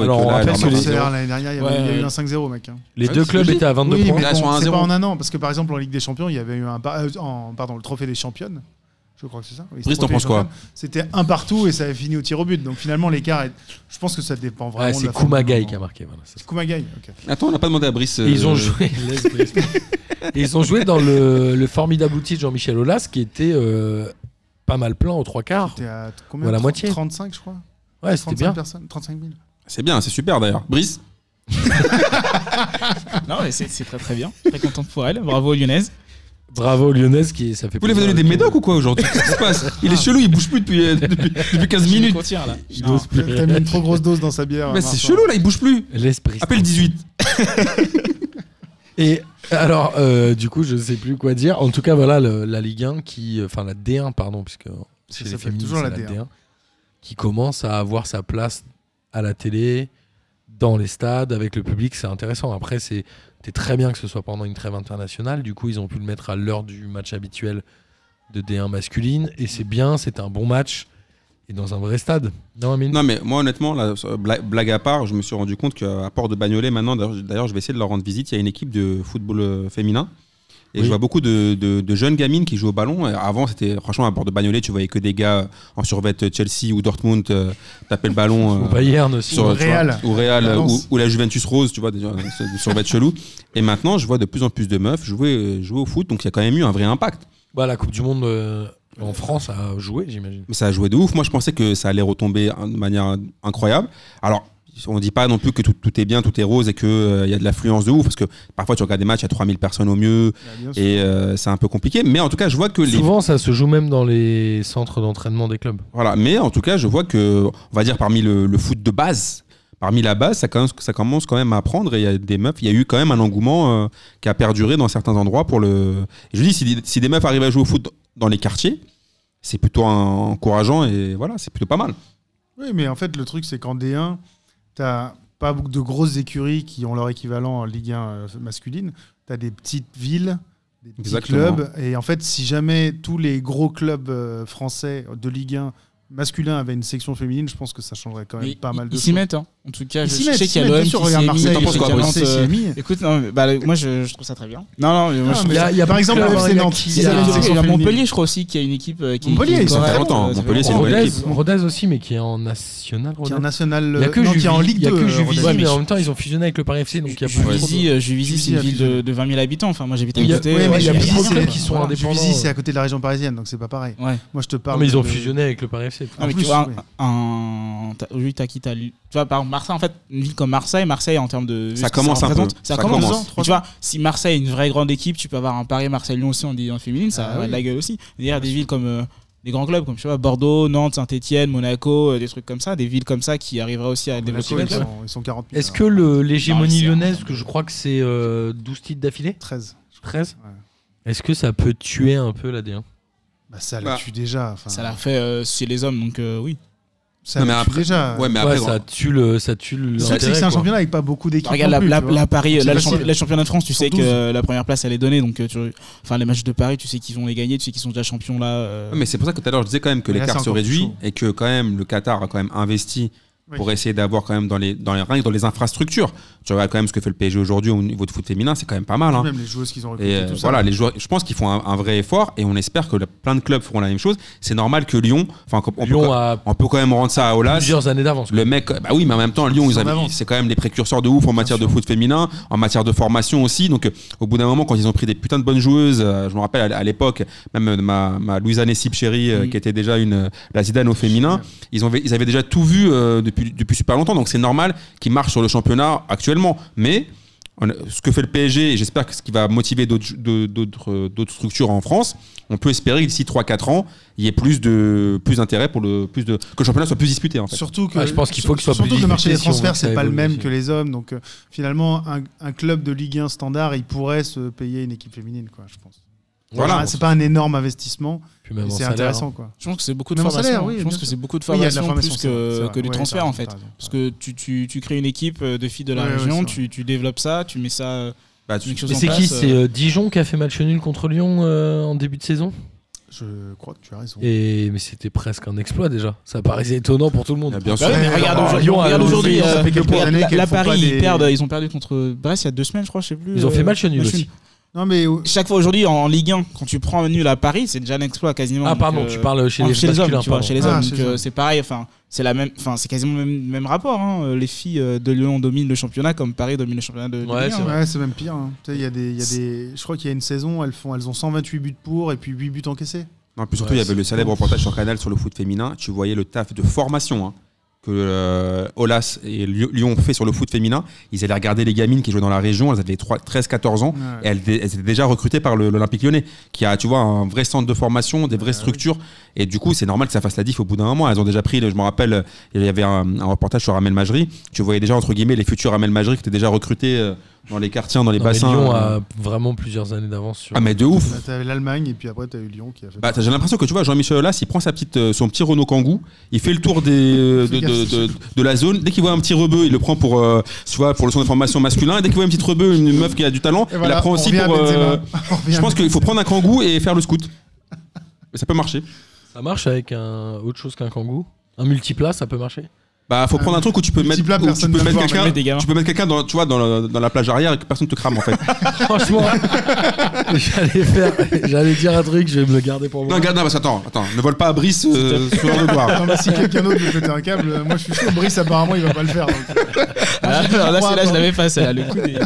et
Alors,
que
on
là,
rappelle
elle
Sur
remarque-
le
mais-
CR l'année dernière, il y avait- il y a eu
Ouais.
un 5-0, mec. hein.
Les
Ouais,
deux
Ah, c'est
clubs
logique.
étaient à 22
Oui,
points.
mais
Là,
bon,
sur un
c'est pas
zéro.
en un an. Parce que par exemple, en Ligue des Champions, il y avait eu un. par- euh, en, pardon, le trophée des championnes. Je crois que c'est ça. Oui, c'est
Brice, t'en
le trophée
penses
des
quoi
championnes. C'était un partout et ça avait fini au tir au but. Donc finalement, l'écart est. Je pense que ça dépend vraiment.
Ouais,
de
c'est
la
Koumagai
forme.
qui a marqué. voilà, c'est ça.
Koumagai, ok.
Attends, on n'a pas demandé à Brice.
Et ils ont
hein. euh,
joué. Et ils ont joué dans le, le formidable outil de Jean-Michel Aulas qui était euh, pas mal plein aux trois quarts.
T'es à combien
Ou à la
Tr-
moitié.
35, je crois.
Ouais, c'était
35
bien.
personnes, 35 000.
C'est bien, c'est super d'ailleurs. Brice
Non, mais c'est c'est très très bien. Très contente pour elle. Bravo, Lyonnaise.
Bravo aux Lyonnaises qui ça fait.
Vous voulez vous donner des médocs ou quoi aujourd'hui Qu'est-ce qui se passe Il est chelou, il bouge plus depuis, euh, depuis, depuis 15
Je me
minutes.
contiens, là.
Il
Non.
n'ose plus
Ah, T'as
rien.
mis une trop grosse dose dans sa bière.
Mais
Vincent.
c'est chelou là, il bouge plus.
L'esprit.
Appelle 18.
Et alors, euh, du coup, je sais plus quoi dire. En tout cas, voilà le- la Ligue 1 qui, enfin la D1 pardon, puisque
Ça
chez les
s'appelle
féminines,
toujours la
c'est
D1.
qui commence à avoir sa place à la télé, dans les stades, avec le public, c'est intéressant. Après, c'est t'es très bien que ce soit pendant une trêve internationale. Du coup, ils ont pu le mettre à l'heure du match habituel de D1 masculine, et c'est bien, c'est un bon match. Et dans un vrai stade. Non, Amine
Non mais moi honnêtement, là, euh, bla- blague à part, je me suis rendu compte qu'à Port de Bagnolet maintenant, d'ailleurs- d'ailleurs je vais essayer de leur rendre visite, il y a une équipe de football euh, féminin. Et
Oui.
je vois beaucoup de, de- de jeunes gamines qui jouent au ballon. Et Avant, c'était franchement à Port de Bagnolet, tu voyais que des gars en survêt euh, Chelsea ou Dortmund euh, taper le ballon.
Ou
euh,
Bayern aussi.
sur,
Ou
tu vois,
Real.
ou, Real, euh,
Valence.
ou- ou la Juventus Rose, tu vois, des- euh, sur- sur bête chelou. Et maintenant, je vois de plus en plus de meufs jouer, euh, jouer au foot, donc il y a quand même eu un vrai impact.
Bah, la Coupe du Monde euh, en France a joué, j'imagine.
Mais ça a joué de ouf. Moi, je pensais que ça allait retomber hein, de manière incroyable. Alors, on dit pas non plus que tout, tout est bien, tout est rose et qu'il il y a de l'affluence de ouf, parce que parfois tu regardes des matchs, il y a 3000 personnes au mieux,
Ah, bien sûr.
et euh, c'est un peu compliqué. Mais en tout cas, je vois que les.
Souvent, ça se joue même dans les centres d'entraînement des clubs.
Voilà, mais en tout cas, je vois que, on va dire, parmi le, le foot de base, parmi la base, ça, commence- ça commence quand même à prendre. Et il y a des meufs, il y a eu quand même un engouement euh, qui a perduré dans certains endroits pour le. Et je dis, si, des- si des meufs arrivent à jouer au foot dans les quartiers, c'est plutôt un- encourageant et voilà, c'est plutôt pas mal.
Oui, mais en fait, le truc, c'est qu'en D1, t'as pas beaucoup de grosses écuries qui ont leur équivalent en Ligue 1 euh, masculine. T'as des petites villes, des petits
Exactement.
clubs. Et en fait, si jamais tous les gros clubs euh, français de Ligue 1 masculin avaient une section féminine, je pense que ça changerait quand même
Mais
pas mal
ils-
de
Ils s'y
choses.
mettent. hein. En tout cas, je,
Ils s'y
je
mettent,
sais
ils s'y
qu'il y a
mettent,
l'OM
bien
qui
sûr, regarde
s'y est mis,
Marseille.
T'en penses
qui
quoi,
lance,
Marseille s'y est
euh,
mis.
Écoute, non, mais, bah, le- moi je, je trouve ça très bien. Non, non, mais
Ah, mais
moi, je trouve
il y
ça-
a- il y a par exemple
Là,
l'OM,
il y a
c'est
qui-
Nantes.
Il y a-
Ils sont
il y a
fait
Montpellier,
éliminer.
je crois aussi, qui a une équipe euh, qui.
Montpellier,
qui-
ils sont
Ouais,
fait
longtemps.
ça fait
Montpellier, c'est
longtemps.
une bonne
Rodez,
équipe.
Rodez aussi, mais qui est en national.
Qui est
Rodez.
en national.
Il y a que
non, qui est en
Juvisy-
Ligue
il y a
2.
que
euh,
Juvisy,
Rodez.
mais en même temps, ils ont fusionné avec le Paris FC, donc il y a
Je
pas
Ouais.
trop de-
Juvisy, euh, Juvisy, c'est
Juvisy,
une ville
Juvisy.
de, de 20 000 habitants. Enfin, moi j'habite à
Il y a-
côté.
Ouais,
euh,
mais il y a
il y a
beaucoup de
Juvisy,
clubs
qui sont
voilà.
indépendants.
Juvisy, c'est à côté de la région parisienne, donc c'est pas pareil.
Ouais.
Moi, je te parle.
Non, mais ils ont
de-
fusionné avec le Paris FC.
Non, mais
En plus,
tu vois,
ouais.
un, un- t'as- aujourd'hui, t'as qui t'as- Tu vois, par exemple, Marseille, en fait, une ville comme Marseille, Marseille, en termes de.
Ça
ce que
commence un peu.
représente, Ça,
Ça
commence.
commence.
Mais Tu vois, si Marseille est une vraie grande équipe, tu peux avoir un Paris-Marseille-Lyon aussi en division féminine, ça
Ah
a
oui.
de la gueule aussi. D'ailleurs, des villes comme. euh, des grands clubs comme je sais pas, Bordeaux, Nantes, Saint-Etienne, Monaco, euh, des trucs comme ça, des villes comme ça qui arriveraient aussi à
Monaco,
développer.
ils sont- Ils sont 40 000,
Est-ce
hein.
que le- l'hégémonie
c'est-
lyonnaise, que je crois que c'est euh, 12 titres d'affilée
13.
13
Ouais.
Est-ce que ça peut tuer un peu la D1
Bah, ça la
Bah.
tue déjà. enfin,
Ça l'a fait euh, chez les hommes, donc euh, oui.
Ça
Non,
la
mais
tue
après-
déjà.
Ouais, mais
Ouais,
après,
ça tue le, ça tue
Le truc, c'est
l'intérêt.
que c'est un
quoi.
championnat avec pas beaucoup d'équipes.
Regarde
non
la,
plus,
la-
tu vois.
la Paris,
C'est
la,
facile.
champi- la championnat de France, tu
Ils
sais
sont
que euh, la première place elle est donnée, donc euh, tu, enfin les matchs de Paris, tu sais qu'ils vont les gagner, tu sais qu'ils sont déjà champions là. euh.
Ouais, Mais c'est pour ça que tout à l'heure je disais quand même que
Mais là,
l'écart
c'est
se
encore
réduit
chaud.
et que quand même le Qatar a quand même investi
Oui.
pour essayer d'avoir quand même dans les dans les rien que dans les infrastructures. Tu regardes quand même ce que fait le PSG aujourd'hui au niveau de foot féminin, c'est quand même pas mal. hein.
Même les joueuses qu'ils ont
Et
recrutées,
euh,
tout ça.
voilà, les joueurs, je pense qu'ils font un, un vrai effort et on espère que le- plein de clubs feront la même chose. C'est normal que Lyon, enfin qu'on- on, peut
Lyon
quand-
a
on peut quand même rendre ça à Olas.
plusieurs années d'avance. quoi.
Le mec, bah oui, mais en même temps, Lyon,
Ils
ils
sont en
avaient-
avance.
c'est quand même les précurseurs de ouf en matière de foot féminin, en matière de formation aussi. Donc, euh, au bout d'un moment, quand ils ont pris des putains de bonnes joueuses, euh, je me rappelle à à l'époque, même euh, ma, ma Louisa Nessip chérie, euh,
Mm.
qui était déjà une euh, la Zidane au féminin, ils, ont, ils avaient déjà tout vu euh, depuis, depuis super longtemps. Donc, c'est normal qu'ils marchent sur le championnat actuellement. Mais on a- ce que fait le PSG, et j'espère que ce qui va motiver d'autres ju- de- d'autres euh, d'autres structures en France, on peut espérer que d'ici 3-4 ans, il y ait plus de plus d'intérêt pour le plus de que le championnat soit plus disputé. En fait.
Surtout que,
Ah, je pense qu'il faut que ce soit
surtout
plus
que le marché des
discuté si on veut
transferts,
que ça
c'est pas le
évolue
même
aussi.
que les hommes. Donc euh, finalement, un, un club de Ligue 1 standard, il pourrait se payer une équipe féminine, quoi, je pense.
Voilà.
Ah, c'est pas un énorme investissement,
Puis
mais
même en
c'est
salaire, hein.
intéressant, quoi.
Je pense que c'est beaucoup de
Même en
formation.
salaire, oui,
je pense
bien
que
sûr.
c'est beaucoup de
Oui, il y a de
formation,
la formation
plus que, que du transfert en fait. Parce que tu, tu, tu crées une équipe euh, de filles de la
Ouais, ouais,
région,
c'est vrai.
tu, tu développes ça, tu mets ça. euh,
Bah, tu-
quelque chose
Mais
en
c'est qui
place,
C'est
euh.
euh, Dijon qui a fait match nul contre Lyon euh, en début de saison
Je crois que tu as raison.
Et mais c'était presque un exploit déjà. Ça paraissait étonnant pour tout le monde.
Ah, bien
Bah
sûr.
oui, mais
Ouais,
regarde
bah,
aujourd'hui-
Lyon a-
regarde
Lyon,
aujourd'hui.
ça
euh,
fait quelques
la-
années
la-
qu'elles
La
font pas
Paris, ils
des-
perdent, ils ont perdu contre Brest il y a deux semaines, je crois, je sais plus.
Ils ont fait
euh,
match nul
match
aussi.
nul.
Non, mais euh,
Chaque fois aujourd'hui en- en Ligue 1, quand tu prends un nul à Paris, c'est déjà un exploit quasiment.
Ah
donc,
pardon,
euh,
tu parles chez
en-
les
chez les hommes,
masculins,
tu vois,
pardon.
chez les
Ah,
hommes.
chez
Donc
les
euh,
hommes.
c'est pareil, enfin, c'est la même, enfin, c'est quasiment le même, même rapport. hein. Euh, Les filles euh, de Lyon dominent le championnat comme Paris domine le championnat de. de
Ouais,
Ligue
c'est
1, hein.
vrai.
ouais, c'est même pire. hein. Tu sais, il y a des, il y a des, je crois qu'il y a une saison, elles font, elles ont 128 buts pour et puis 8 buts encaissés.
Non, puis surtout,
Ouais,
il y avait le célèbre reportage sur Canal sur le foot féminin. Tu voyais le taf de formation hein, que euh, Olas et Lyon- Lyon ont fait sur le foot féminin. Ils allaient regarder les gamines qui jouaient dans la région. Elles avaient 13-14 ans. Et
Ouais.
elles, dé- elles étaient déjà recrutées par le- l'Olympique lyonnais, qui a, tu vois, un vrai centre de formation, des vraies structures. Et du coup, c'est normal que ça fasse la diff au bout d'un moment. Elles ont déjà pris, le- je me rappelle, il y avait un, un reportage sur Amel Majri. Tu voyais déjà, entre guillemets, les futurs Amel Majri qui étaient déjà recrutés euh, dans les quartiers, dans les
Non, mais
bassins. euh,
Lyon a vraiment plusieurs années d'avance sur.
Ah, mais de ouf!
Bah, T'avais l'Allemagne et puis après t'as eu Lyon qui a fait.
Bah, j'ai l'impression que tu vois, Jean-Michel Aulas, il prend sa petite, euh, son petit Renault Kangoo, il fait le tour des, euh, de, de- de- de la zone. Dès qu'il voit un petit rebeu, il le prend pour, euh, tu vois, pour le son de formation masculin. Et dès qu'il voit une petite rebeu, une meuf qui a du talent,
Et voilà,
il la prend
on
aussi
revient à
pour.
Benzema.
euh,
On revient
je
à
pense qu'il faut prendre un Kangoo et faire le scout. Ça peut marcher.
Ça marche avec un autre chose qu'un kangou Un multiplat, ça peut marcher
Bah, faut prendre un truc où tu peux mettre,
Multiplat,
où tu
personne
peux
va
mettre
voir,
quelqu'un,
mais des gamins.
tu peux mettre quelqu'un dans, tu vois, dans, la, dans la plage arrière et que personne te crame en fait.
Franchement, j'allais faire, j'allais dire un truc, je vais me le garder pour
non,
moi.
regarde, non, parce que attends, attends, ne vole pas à Brice euh, sur le
Ah,
doigt.
non, mais si quelqu'un d'autre veut péter un câble, euh, moi je suis chaud. Brice, apparemment, il va pas le faire. donc.
Ah,
j'ai dit,
Là,
crois,
c'est là, je
attends.
l'avais pas, celle-là, le coup des-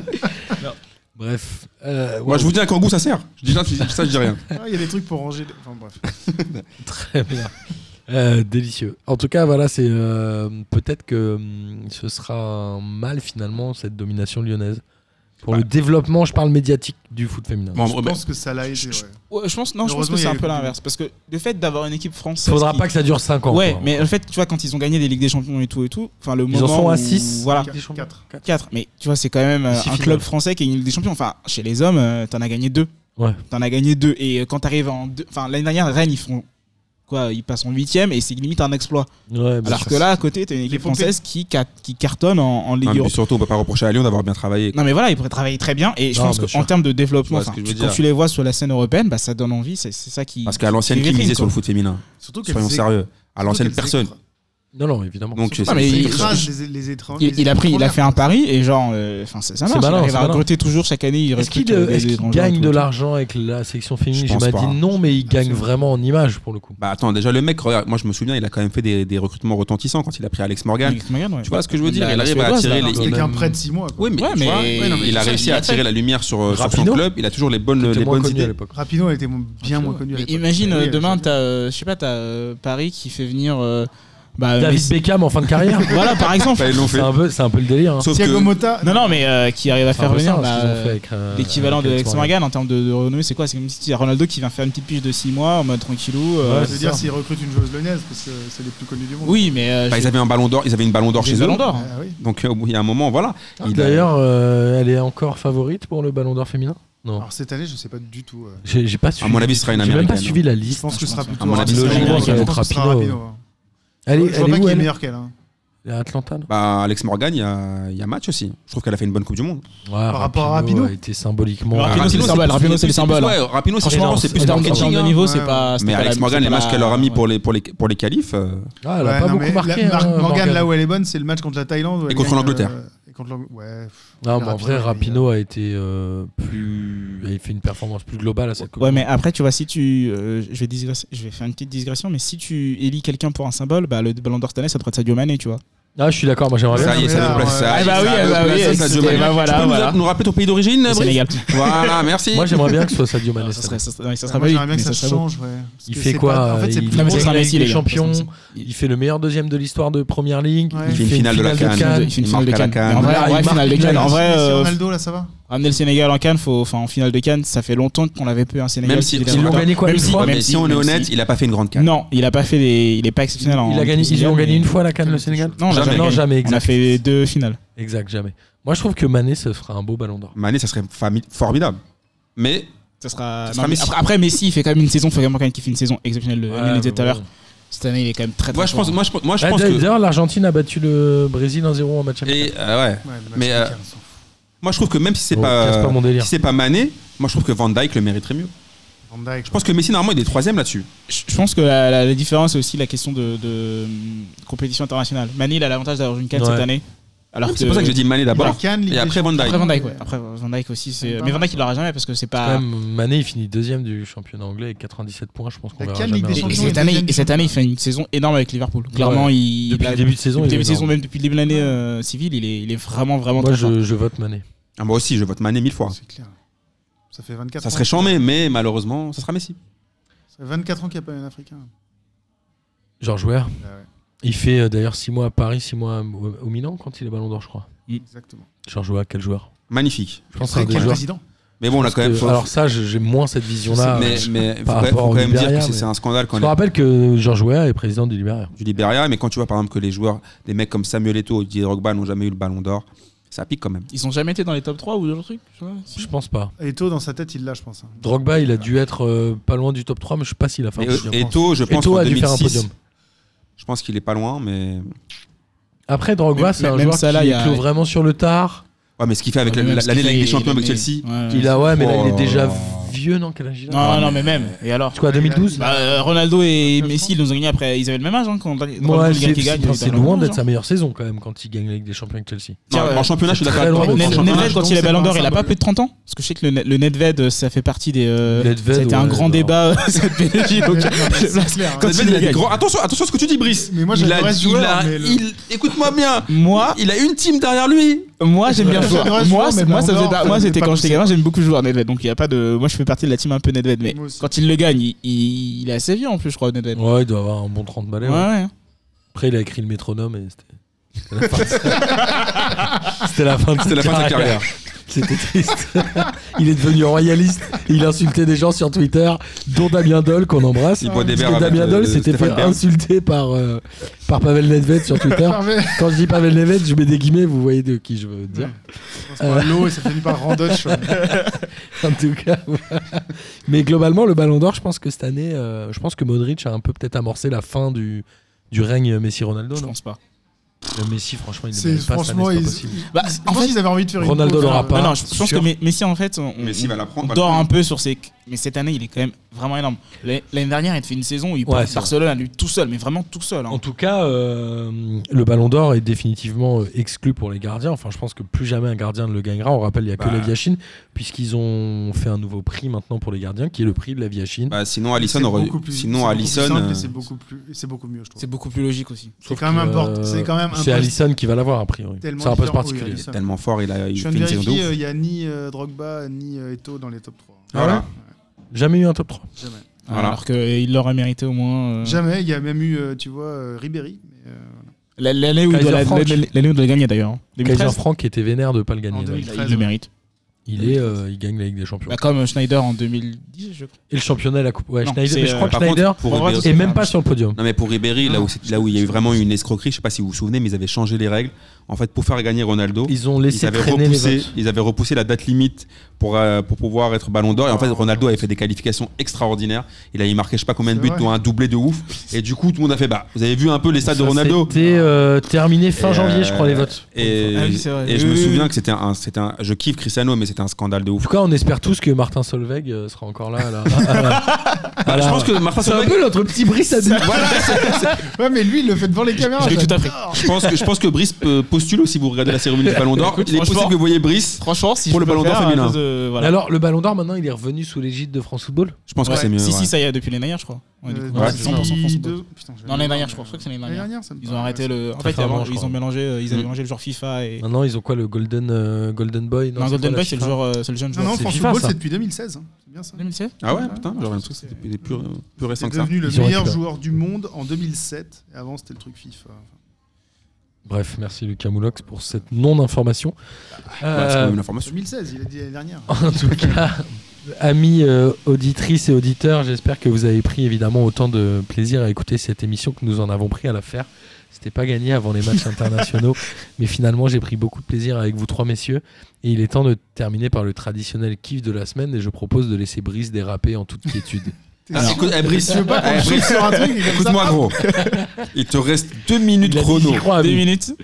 Bref, euh,
Moi, je vous dis un Kangoo, ça sert. Je dis là, ça, je dis rien.
Ah, Il y a des trucs pour ranger. des- Enfin bref.
Très bien. Euh, délicieux. En tout cas, voilà, c'est euh, peut-être que hum, ce sera un mal finalement cette domination lyonnaise pour
Bah.
le développement. Je parle médiatique du foot féminin.
Bon,
Je
bah,
pense que ça l'a aidé. ouais.
Ouais, je pense, non, je pense
Heureusement, il
que
y
c'est
a
un
eu
peu
le-
l'inverse. Parce que le fait d'avoir une équipe française.
Faudra
qui-
pas que ça dure 5 ans.
Ouais,
quoi.
mais en fait, tu vois, quand ils ont gagné des Ligues des Champions et tout et tout, enfin, le
Ils en
moment.
sont à
où-
six.
Voilà.
Quatre- quatre.
4. Mais tu vois, c'est quand même euh,
Six
un
finales.
club français qui a une Ligue des Champions. Enfin, chez les hommes, euh, t'en as gagné 2.
Ouais.
T'en as gagné 2. Et euh, quand t'arrives en. deux- Enfin, l'année dernière, Rennes, ils font. Quoi, ils passent en 8 et c'est limite un exploit.
Ouais, bien
Alors
sûr.
que là, à côté, t'as une équipe
L'épopée.
française qui, ca- qui cartonne en, en Ligue
Non, Ah, mais
Europe.
surtout, on peut pas reprocher à Lyon d'avoir bien travaillé.
Non mais voilà, ils pourraient travailler très bien et je
Non,
pense
bien
qu'en
sûr.
termes de développement,
Je vois ce
enfin,
que je
tu-
veux
quand
dire.
tu les vois sur la scène européenne, bah, ça donne envie, c'est c'est ça qui...
Parce qu'à l'ancienne,
C'est
qui
vitrine,
misait sur
quoi.
le foot féminin
Surtout qu'elles
Soyons
éc-
sérieux. À l'ancienne,
surtout qu'elles
personne.
écrasent.
Non, non, évidemment.
Donc,
Surtout
c'est-
mais
ça
il-
écrase les, les étrangers.
Il, il a pris, il a fait un pari et genre, euh, enfin ça, ça
C'est
marche.
malin,
il arrive
c'est
à
malin.
recruter toujours chaque année. Il
Est-ce qu'il
recrute, euh,
euh,
des
est-ce qu'il
étrangers et
gagne
tout,
de
tout.
l'argent avec la section féminine
Je
Je
pense
m'ai
pas.
dit non, mais il gagne
Absolument.
vraiment en image pour le coup.
Bah attends, déjà le mec, regarde, moi je me souviens, il a quand même fait des, des recrutements retentissants quand il a pris Alex Morgan.
Alex Morgan, ouais.
Tu vois ce que je veux
La-
dire
la
Il arrive à
Suédoise, là,
attirer
non,
les.
C'est
il-
quelqu'un près de 6 mois. quoi.
Oui, mais,
Ouais,
tu
mais-
vois,
ouais, non, mais
il
c'est
a
ça,
réussi
il
à
attaque.
attirer la lumière sur, euh, sur son
Rapido.
club. Il a toujours les bonnes,
C'était
les
moins
bonnes
connu à
idées.
l'époque.
Rapido, elle était bien moins connue. à
Mais
l'époque. Ah
imagine
Oui,
euh,
elle
demain,
changeait.
t'as, euh, je sais pas, t'as euh, Paris qui fait venir. euh, bah,
David
Messi-
Beckham en fin de carrière
voilà, par exemple.
Enfin, Bah, ils l'ont fait.
C'est un, peu- c'est un peu le délire. hein.
Sauf
Thiago
que-
Motta.
Non, non, mais euh, qui arrive à
C'est un
faire
peu ça,
venir
ce qu'ils ont
bah,
fait avec, euh,
l'équivalent
avec
de Alex
Alex Morgan.
Morgan en termes de, de renommée. C'est quoi C'est comme si tu dis Ronaldo qui vient faire une petite pige de 6 mois en mode tranquillou.
Ouais,
euh,
Je
c'est
veux dire,
ça.
s'ils recrutent une joueuse lyonnaise, parce que c'est les plus connus du monde.
oui, mais euh,
Bah,
je-
ils avaient un ballon d'or, ils avaient une ballon d'or
des
chez eux.
ballons d'or. hein.
Ah oui.
Donc euh, au bout- il y a un moment, voilà.
Ah,
Il a-
D'ailleurs, euh, elle est encore favorite pour le Ballon d'Or féminin Non.
Alors cette année, je sais pas du tout. euh,
J'ai j'ai pas suivi.
mon avis, ce sera une
J'ai même pas
Américaine,
suivi la
Je
liste.
pense que ce sera
franchement,
plutôt
à mon avis,
Rapido.
c'est logique,
Je
elle
pense que ce sera
Rapido.
Rapido, hein.
Elle est,
Je vois
elle est
pas
où
qui est
elle
meilleur qu'elle. hein.
Elle est à Atlanta non
Bah, Alex Morgan, il y a, il y a match aussi. Je trouve qu'elle a fait une bonne Coupe du Monde.
Ouais,
rapport à Rapinoe
a été symboliquement.
Rapinoe, c'est le symbole, Rapinoe, c'est le symbole.
Ouais, Rapinoe, c'est franchement,
Franchement,
c'est
en
plus
termes en termes
marketing.
de
hein.
niveau, c'est
Ouais.
pas. c'était
Mais
pas la-
Alex Morgan, les
c'était pas
matchs
la-
qu'elle leur a mis
ouais.
pour les, pour les, pour les qualifs, euh,
Ah, elle a
Ouais, non,
pas
mais
beaucoup marqué.
la- Mar-
hein,
Morgan,
Morgan.
là où elle est bonne, c'est le match contre la Thaïlande. où elle
Et contre
gagne,
l'Angleterre.
euh, et contre l'Ang- ouais, pff,
Non,
les
mais en vrai,
Rapido,
Rapino a été euh, plus. Il fait une performance plus globale à cette Coupe.
Ouais, mais après, tu vois, si tu. euh, je, vais digresser- je vais faire une petite digression, mais si tu élis quelqu'un pour un symbole, bah, le ballon d'or cette année, ça devrait être Sadio Mané, tu vois.
Ah, je suis d'accord, moi j'aimerais bien.
ça y est,
mais
ça
là,
nous place.
ouais.
ça y
Ah
est,
bah
ça
oui,
nous
ah bah
place,
oui,
ça,
et
Sadio
bah
Mané.
voilà,
Tu peux nous
voilà.
nous rappeler ton pays d'origine,
Le
Brice
Sénégal.
Voilà, merci.
Moi j'aimerais bien que ce soit Sadio Mané.
Ah, ça
cette
serait, ça serait, ça serait
Moi, j'aimerais
pas
bien que
vite,
ça
mais serait beau.
change. ouais. Parce
Il
que
fait
c'est
quoi euh,
pas- En fait, c'est
Il
plus
Non, mais ça
gagne
sera
la
Messi,
Ligue
les
des
gars.
champions.
Ça sera
Il fait le meilleur deuxième de l'histoire de Première Ligue.
Ouais.
Il fait une finale de la Cannes.
Il fait une finale de
marque à la
Cannes.
Cannes.
En vrai, en vrai,
Il marque
finale de
une
Cannes. En
Messi,
vrai,
Messi,
euh,
Ronaldo, là, ça va
ramener le Sénégal en Cannes, faut, enfin, en finale de Cannes, ça fait longtemps qu'on l'avait peu un Sénégal.
Même si- ils
qui était
l'ont
longtemps.
gagné quoi,
Même
une
si-
fois
Ouais,
même
mais
si-
si on est
même si-
honnête, il a pas fait une grande canne.
Non, il a pas fait les, il est pas exceptionnel. en-
Il a
en
gagné, ils
Sénégal,
ont gagné
mais-
une fois la Cannes, le Sénégal
Non, on l'a
Jamais.
jamais.
Non,
gagné.
jamais,
On a
exact.
fait deux finales.
Exact, jamais. Moi je trouve que Mané, ce sera un beau ballon d'or.
Mané, ça serait fami- formidable. Mais
Ça
Ça
sera. non,
sera
mais
Messi.
après, après, Messi, il fait quand même une saison. Il faut vraiment quand même qu'il fait une saison exceptionnelle. Le-
Ouais,
Amine le disait
mais
tout à l'heure.
bon.
Cette année, il est quand même très.
moi,
très
je pense,
fort.
moi, je, moi, je
Ah,
pense que.
D'ailleurs, l'Argentine a battu le Brésil 1-0 en match amical.
Et, euh, ouais.
Ouais, le match
Mais, euh,
amical, on s'en fout.
Moi, je trouve que même si c'est
Bon,
pas,
casse pas mon délire.
si c'est pas Mané, moi, je trouve que Van Dyke le mériterait mieux.
Van Dijk,
Je pense que Messi, normalement, il est troisième là-dessus.
Je je pense que la, la- la différence, c'est aussi la question de, de, hum, compétition internationale. Mani, il a l'avantage d'avoir une 4
Ouais.
cette année. Alors
C'est pour ça que j'ai dit Mané d'abord.
Ligue des Cannes, Ligue
Et
des
après Van Dyke.
Après Van Dyke, ouais. Après Van Dyke aussi.
C'est
C'est...
pas
Mais Van
mal.
Dyke, il l'aura jamais parce que c'est
Quand
ah.
pas.
même, Mané, il finit deuxième du championnat anglais avec 97 points. Je pense qu'on
La
verra
Cannes,
jamais
Ligue des
un
Et, et
Champions
Anglais.
cette année,
deuxième
et cette année, il fait une saison énorme avec Liverpool. Clairement, il,
Depuis
il a-
le début de saison,
depuis le
il
début
est
de saison,
énorme.
même depuis le début de l'année euh, civile, il est, il est vraiment, vraiment
Moi
très fort.
je, je vote Mané.
Ah, moi aussi, je vote Mané mille fois.
C'est clair. Ça fait 24
Ça
ans.
serait chambé, mais malheureusement, ça sera Messi.
Ça fait 24 ans qu'il n'y a pas eu un Africain.
Georges Weah.
Ah ouais,
Il fait euh, d'ailleurs 6 mois à Paris, 6 mois au, au Milan quand il est ballon d'or, je crois.
Mm.
exactement.
Georges Weah, quel joueur
Magnifique.
Je pense que c'est
Après,
un des
quel
joueurs.
président
Mais bon, on a quand même.
que- alors ça, je- j'ai moins cette vision-là. euh,
mais
Je
mais faut
par
quand même- faut
rapport au
quand même dire
Liberia,
que c'est
mais-
c'est un scandale quand
te rappelle que Georges Weah est président du Libéria.
du Libéria, mais quand tu vois par exemple que les joueurs, des mecs comme Samuel Eto'o ou Didier Drogba n'ont jamais eu le ballon d'or, ça pique quand même.
Ils ont jamais été dans les top 3 ou d'autres trucs je sais pas, si.
Je pense pas.
Et Eto'o, dans sa tête, il l'a, je pense. hein.
Drogba, il a dû être euh, pas loin du top 3, mais je sais pas s'il a fait
Mais
un podium.
Eto'o, je pense
Eto'o
qu'en
a dû faire un
2006,
podium.
je pense qu'il est pas loin, mais
Après, Drogba,
Même-
c'est un
même
joueur
Salah,
qui
il y a-
clôt vraiment sur le tard.
ouais, mais ce qu'il fait avec la-
Ah, mais
la-
même
l'année de la Ligue des
Sky,
Champions avec
il est-
Chelsea,
ouais, ouais.
Il a, ouais, mais là, il
Oh.
est déjà vieux, non Quel âge il a
Non, non, mais même. Et alors
C'est quoi, 2012
Bah, euh, Ronaldo et Messi, ils nous ont gagné après. Ils avaient le même âge hein, quand Ronaldo
Ouais,
le gagne
c'est
qui gagne,
c'est-
il
c'est
était dans le
loin
même
d'être
âge,
sa
hein.
meilleure saison quand même quand il gagne la Ligue des Champions avec
Non,
Chelsea.
Tiens,
en championnat, je suis
c'est
d'accord.
très
avec toi.
loin.
En
Ned-
championnat,
Nedved, quand
je
il est
pense
ballon
que
d'or,
c'est
il a
un
pas
symbole.
plus de 30 ans Parce que je sais que le, Ne- le Nedved, ça fait partie des. euh,
Nedved,
ça a été un
ouais,
grand
ouais.
débat cette PSG. Donc,
C'est clair.
Quand
Nedved,
il
il a
gagne.
des gros- Attention, attention à ce que tu dis, Brice.
Mais moi,
il a,
j'adorais ce joueur,
il a-
mais le-
il- écoute-moi bien. Ah,
moi,
Il a une team derrière lui.
moi j'aime bien le joueur.
J'adorais ce
Moi,
joueur,
c'est-
mais
moi, ça
Ballon
faisait
d'Or,
pas-
ça
moi,
faisait
c'était
pas
quand j'étais
pousser.
gamin, j'aime beaucoup le joueur Nedved. Donc il y a pas de. Moi je fais partie de la team un peu Nedved. Mais
Moi aussi.
quand il le gagne, il- il il est assez vieux en plus, je crois, Nedved.
Ouais, il doit avoir un bon 30 balais.
Ouais, ouais.
Après, il a écrit le métronome et c'était. c'était la fin de- C'était la fin de
C'était la fin de sa carrière.
C'était triste. il est devenu royaliste. Il insultait des gens sur Twitter, dont Damien Doll qu'on embrasse.
Il boit des
Parce
verres
que
avec,
Damien
euh,
Doll s'était fait
Stéphane Bern.
insulter par, euh, par Pavel Nedved sur Twitter.
Parfait.
Quand je dis Pavel Nedved, je mets des guillemets, vous voyez de qui je veux dire.
On se prend l'eau et ça finit par Randoche. ouais.
En tout cas, voilà. Mais globalement, le Ballon d'Or, je pense que cette année, euh, je pense que Modric a un peu peut-être amorcé la fin du, du règne Messi-Ronaldo.
Je
non
pense pas.
Le Messi, franchement, il ne
C'est-
mérite pas cette année,
Franchement,
c'est pas
ils-
possible.
Bah,
je
en
pense
fait,
qu'ils avaient envie de faire une
Ronaldo
pause,
l'aura
hein.
pas.
Non, non, je pense
sûr.
que Messi, en fait, on, on-
Messi va la prendre, bah, va
on dort
la
un peu sur ses. Mais cette année, il est quand même vraiment énorme. L'année l'année dernière, il a fait une saison où il
Ouais,
porte
c'est
Barcelone à lui tout seul, mais vraiment tout seul. hein.
En tout cas, euh, le Ballon d'Or est définitivement euh, exclu pour les gardiens. Enfin, je pense que plus jamais un gardien ne le gagnera. On rappelle, il n'y a que
Bah.
la Viachine, puisqu'ils ont fait un nouveau prix maintenant pour les gardiens, qui est le prix de la Viachine.
Bah, sinon, Allison aurait. sinon, Allison. euh,
C'est beaucoup plus, c'est beaucoup mieux, je trouve.
C'est beaucoup plus logique aussi.
C'est quand même important. C'est quand même un
euh, C'est
poste
Allison qui va l'avoir, a priori.
tellement
C'est un poste
différent. Oui,
particulier.
Alisson.
tellement fort, il a il
Je
fait
viens de
une saison de
vérifier,
ouf.
euh, il n'y a ni euh, Drogba ni euh, Eto'o dans les top 3.
Ah ouais
Jamais eu un top 3.
Jamais.
Voilà.
Alors qu'il l'aurait mérité au moins. euh,
Jamais, il y a même eu, euh, tu vois, euh, Ribéry. mais, euh,
la- L'année où il doit la-
Kaiser Frank.
l'année- l'année où il doit le gagner d'ailleurs. hein. 2013,
Kaiser Frank était vénère de ne pas le gagner.
En
ouais.
2000.
il le mérite.
Il, est, euh, il gagne la Ligue des Champions.
Bah, comme Schneider en 2010, je crois.
Et le championnat et la Coupe. Ouais,
Non,
Schneider,
c'est,
mais je
euh,
crois que
Par contre,
Schneider
pour
Bon,
Ribéry-
c'est-
est même pas sur le podium.
Non mais pour Ribéry, là où, c'est- là où il y a eu vraiment une escroquerie, je sais pas si vous vous souvenez, mais ils avaient changé les règles. En fait, pour faire gagner Ronaldo, ils,
Ils ont laissé
avaient,
traîner les
repoussé,
votes.
ils avaient repoussé la date limite pour, euh, pour pouvoir être Ballon d'Or. Et en
Ah,
fait, Ronaldo avait fait des qualifications extraordinaires. Il avait marqué je sais pas combien de
C'est
buts,
vrai.
dont un doublé de ouf. Et du coup, tout le monde a fait bah, vous avez vu un peu les stats de
Ça,
Ronaldo.
C'était euh, terminé fin
Et,
janvier, je crois,
euh,
les votes.
Et,
Ah oui, c'est vrai.
et je
Oui,
me
oui,
souviens
oui.
que c'était un, c'était un, je kiffe Cristiano, mais c'était un scandale de
En
ouf.
tout cas, on espère tous que Martin Solveig euh, sera encore là. à la- à la- à la-
je pense que Martin
c'est un
Solveig-
peu notre petit Brice à deux.
Voilà, c'est-
Ouais, mais lui, il le fait devant les caméras.
Je l'ai tout appris.
je pense que je pense que Brice euh, postule aussi. Vous regardez la cérémonie du Ballon d'Or.
Écoute,
Il est possible
franchement-
que vous voyez Brice.
Franchement, si
Pour
je
le
peux
Ballon d'Or
faire, à
féminin.
cause hein, de-
Mais
voilà.
Alors, le Ballon d'Or, maintenant, il est revenu sous l'égide de France Football.
Je pense que
Ouais.
c'est mieux.
Si,
ouais.
si, ça y est, depuis l'année dernière, je crois. Ouais, du coup,
Ouais,
c'est 100% France.
Euh, deux. Putain, je vais
Non, l'année
aller
dernière,
voir,
je
mais-
crois. Je crois que c'est l'année
L'année
dernière.
dernière, ça me
Ils ont
paraît,
arrêté
ouais.
le. En
Très
fait,
très
avant,
avant, je
ils
crois.
ont mélangé, euh, ils
Mm.
avaient mélangé le joueur FIFA et.
Maintenant, ils ont quoi Le Golden, euh, Golden Boy
Non, Golden
quoi, la
Boy, c'est le
FIFA
joueur, euh, c'est le jeune
Non,
joueur.
non,
C'est
France
FIFA,
Football,
ça.
c'est depuis 2016. hein. C'est bien ça.
2007
Ah ouais, putain, j'aurais l'impression que c'était plus, plus récent
C'est
que ça.
devenu le
Ils ont
meilleur
récupéré.
joueur du monde en 2007. Et avant, c'était le truc FIFA.
Bref, merci Lucas Moulox pour cette non-information.
Ouais, c'est quand
Euh,
même une information.
2016, il a dit l'année dernière.
Ah,
En tout cas, amis euh, auditrices et auditeurs, j'espère que vous avez pris évidemment autant de plaisir à écouter cette émission que nous en avons pris à la faire. C'était pas gagné avant les matchs internationaux, mais finalement j'ai pris beaucoup de plaisir avec vous trois messieurs. Et il est temps de terminer par le traditionnel kiff de la semaine et je propose de laisser Brice déraper en toute quiétude.
Alors, écoute, eh, Brice,
Tu veux pas qu'on
eh,
joue
Brice,
sur un truc et comme ça,
écoute-moi gros. Il te reste deux minutes
Il a dit,
chrono.
j'y crois,
Ah, Deux
ami.
minutes.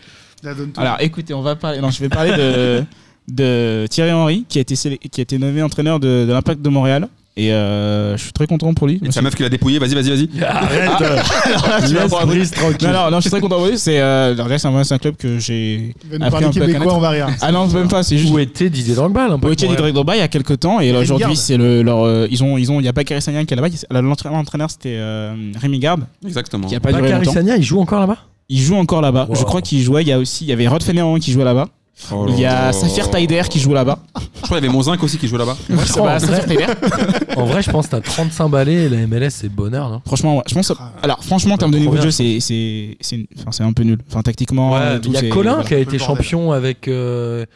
Je la donne tout.
Alors écoutez, on va parler. Non, je vais parler de, de Thierry Henry qui a été, sélec- qui a été nommé entraîneur de, de l'Impact de Montréal. Et euh, je suis très content pour lui.
Et sa meuf qui l'a dépouillé, vas-y, vas-y, vas-y.
Ah, alors, tu vas
Laisse
prendre-
Brice tranquille.
non, non, non, je suis très content pour lui. C'est euh, alors déjà, c'est un, c'est un club que j'ai.
Il va nous
Après,
parler
on peut
québécois,
connaître.
on va rire.
Ah non, même pas. C'est juste.
Où était Didier Drogba là, un peu
Ok,
pour-
les Drake Drogba il y a quelques temps et là, aujourd'hui c'est le leur euh, ils ont ils ont il y a Bakary Sagnan qui est là-bas qui- alors, l'entraîneur l'entraîneur, c'était euh, Rémi Garde
Exactement.
qui a pas duré
Bakary
longtemps
Sagna, il joue encore là-bas
il joue encore là-bas
Wow.
je crois qu'il jouait il y a aussi il y avait Rod Fenneran qui jouait là-bas
Oh là
il y
là.
a Saphir Taider qui joue là-bas
Je crois qu'il y avait Monzinc aussi qui jouait là-bas.
Ouais,
crois,
bah,
en
Saphir
vrai.
Taider
En vrai, je pense que t'as 35 balais et la MLS c'est bonheur. Non
Franchement, ouais, je pense. Alors, franchement, en termes de
Trop
niveau de
bien,
jeu, c'est c'est c'est enfin, c'est un peu nul. Enfin, tactiquement,
Ouais,
euh,
il
tout,
y
c'est-
a Colin
voilà.
qui a
Un peu le
été
bordel.
champion avec euh,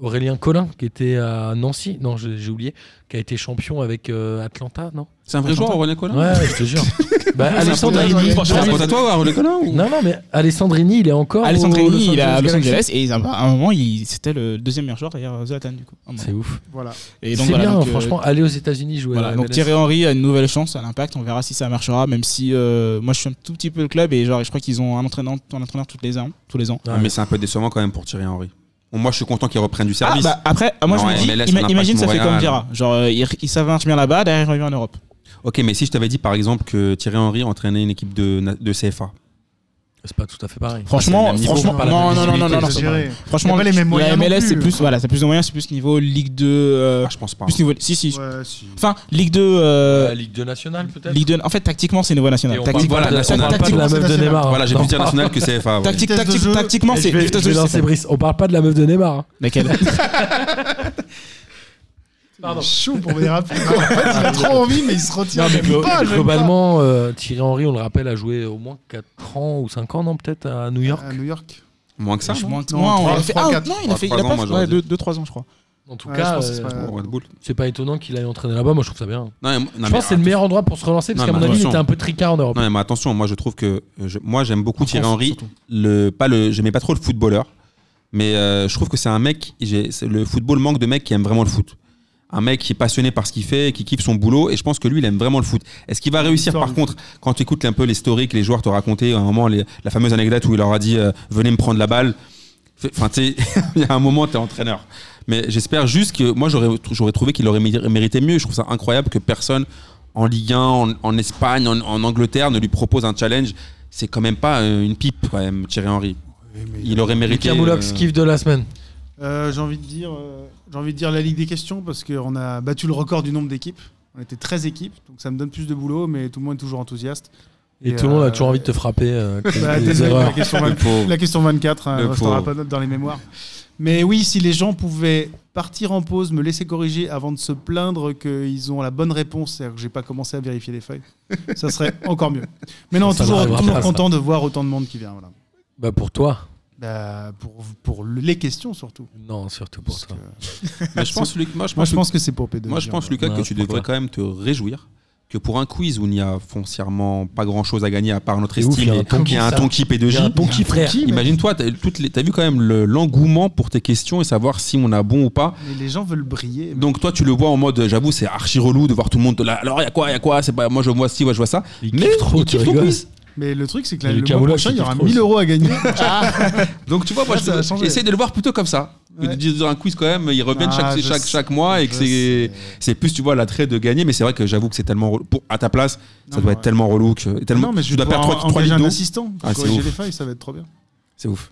Aurélien Colin qui était à Nancy, non je- j'ai oublié, qui a été champion avec euh, Atlanta, non
C'est un vrai joueur, René Colin Ah,
Ouais, je te jure. Bah,
Ah,
C'est un
Alessandrini.
Je raconte à toi, René Colin ou-
Non, non, mais Alessandrini, il est encore. au Los
Alessandrini, il est à
Angeles
Los
Galaxy.
Angeles et à un moment, il c'était le deuxième meilleur joueur derrière Zlatan du coup.
C'est ouf.
Voilà.
Et
C'est
donc, voilà,
bien,
donc, euh,
franchement, aller aux États-Unis jouer. à
Voilà,
la
donc
MLS.
Thierry Henry a une nouvelle chance à l'impact, on verra si ça marchera, même si euh, moi je suis un tout petit peu le club et genre je crois qu'ils ont un entraîneur, un entraîneur toutes les ans, tous les ans.
Ah, Mais c'est un peu décevant quand même pour Thierry Henry. Bon, Moi, je suis content qu'il reprenne du service.
Ah, bah, après, ah, moi
Non,
je me dis,
MLS,
ima-
l'Impact
imagine ça fait
Montréal.
comme Vira, genre euh, il, il- ça marche bien là-bas, derrière il revient en Europe.
Ok, mais si je t'avais dit par exemple que Thierry Henry entraînait une équipe de, na- de CFA.
C'est pas tout à fait pareil.
Franchement,
même niveau,
franchement,
pas la
non,
même
non, non, non,
visibilité,
non, non,
c'est
c'est
Exagéré. Y
Franchement,
a pas les mêmes
la
moyens non
MLS c'est
plus.
plus, voilà, c'est plus de moyens, c'est plus niveau Ligue 2, euh,
Ah, je pense pas.
plus niveau, si si,
Ouais, si.
enfin Ligue 2,
Euh,
euh,
Ligue 2 nationale peut-être
Ligue 2, en fait tactiquement c'est niveau
Et
national,
on
Tactique-
parle-
parle
voilà,
pas de- on parle pas de
nationale.
la meuf de
Nationale.
Neymar. hein.
Voilà, j'ai
Non.
plus dire national que CFA. ouais.
tactique,
Vitesse de
tactique-
jeu.
tactiquement
Eh,
c'est,
je vais,
putain,
je vais
je sais
lancer
pas.
Brice. On parle pas de la meuf de Neymar. hein.
Laquelle
Pardon.
Chaud pour venir après. En fait, il a trop envie, mais il se retient.
Non, mais
J'aime
glo-
pas, j'aime
globalement, euh, Thierry Henry, on le rappelle, a joué au moins 4 ans ou 5 ans, non peut-être, à New
pas.
York.
À New York.
Moins que ça.
Je
non
moins que
Non,
moi,
trois-
on l'a fait-
trois,
ah,
quatre.
non, il a fait, il a
Trois, trois
pas
ans,
fait-
moi,
ouais,
j'aurais
deux, deux, trois ans, je crois.
En tout
Ouais, je
cas,
pense que c'est
euh,
pas-
Au Red Bull.
c'est pas étonnant qu'il aille entraîner là-bas. Moi, je trouve ça bien.
Non, mais- non, mais
je pense que c'est le
attends.
meilleur endroit pour se relancer parce
Non,
qu'à
mais
mon avis, il
attention.
était un peu tricard en Europe.
Non, mais attention, moi je trouve que je- moi j'aime beaucoup
En
Thierry
France,
Henry.
surtout.
Le pas le, j'aimais pas trop le footballeur, mais euh, je trouve que c'est un mec. j'ai- c'est- Le football manque de mecs qui aiment vraiment le foot. Un mec qui est passionné par ce qu'il fait, qui kiffe son boulot, et je pense que lui, il aime vraiment le foot. Est-ce qu'il va réussir
Histoire
Par
du
contre, quand tu écoutes un peu l'historique, les joueurs te racontaient à un moment les- la fameuse anecdote où il leur a dit euh, venez me prendre la balle. Enfin, tu sais, il y a un moment, t'es entraîneur. Mais j'espère juste que moi, j'aurais j'aurais trouvé qu'il aurait mé- mérité mieux. Je trouve ça incroyable que personne en Ligue 1, en, en Espagne, en, en Angleterre, ne lui propose un challenge, c'est quand même pas euh, une pipe, quand même, Thierry Henry. Il aurait mérité.
Lucas Moulox,
euh,
kiff de la semaine.
Euh, j'ai envie de dire, euh, j'ai envie de dire la Ligue des questions parce qu'on a battu le record du nombre d'équipes. On était 13 équipes, donc ça me donne plus de boulot, mais tout le monde est toujours enthousiaste.
Et, tout le monde a
euh,
toujours envie de te frapper. euh, que
Bah,
des
désolé pour la
erreurs.
question,
le
20
pauvre.
la question 24, hein,
Le
on restera
pauvre.
pas notre dans les mémoires. Mais oui, si les gens pouvaient partir en pause, me laisser corriger avant de se plaindre qu'ils ont la bonne réponse, c'est-à-dire que j'ai pas commencé à vérifier les feuilles, ça serait encore mieux. Mais non,
Ça, ça
toujours,
n'arrivera
toujours
pas, ça.
content de voir autant de monde qui vient. voilà.
Bah pour toi.
Bah, pour, pour les questions surtout.
Non, surtout pour
Parce
toi.
que-
Mais je pense, Luc- moi, je
moi,
pense
je pense que c'est pour P2.
Moi, je pense,
Lucas.
Lucas,
Ouais,
que tu devrais
pourquoi
quand même te réjouir que pour un quiz où il n'y a foncièrement pas grand chose à gagner à part notre
Et ouf, il y
estime
a un
et
ton
qu'il y a un
qui-
ton qui
Il y a un
P2J,
bon kiff, frère.
Ah. imagine-toi, t'as toutes les- t'as vu quand même le- l'engouement pour tes questions et savoir si on a bon ou pas.
Mais les gens veulent briller. mais-
Donc toi, tu le vois en mode, j'avoue, c'est archi relou de voir tout le monde. Là, alors, il y a quoi, il y a quoi c'est pas, Moi, je vois ci, moi, je vois ça.
Il
Mais
kiffe trop,
il
tu
kiffe ton
rigoles.
quiz.
Mais le truc, c'est que
Et
là,
le
le mois
Kamoulak,
prochain, il y
c'est
aura
trop,
1000
ça.
euros à gagner.
Donc tu vois, moi,
Là, ça va
je
changer.
j'essaie de le voir plutôt comme ça. Que de
Ouais.
dire un quiz quand même, ils reviennent
Ah,
chaque,
je
chaque,
sais.
chaque mois et que
Je
c'est...
sais.
C'est plus, tu vois, l'attrait de gagner, mais c'est vrai que j'avoue que c'est tellement relou. Pour, à ta place, ça
Non,
doit
mais Ah
être tellement relou que. et Tellement,
non, mais je
tu dois
vais
perdre
pouvoir
3,
en- engager un
litres d'eau.
assistant. pour
Ah, c'est
corriger
ouf.
les feuilles, ça va être trop bien.
C'est ouf.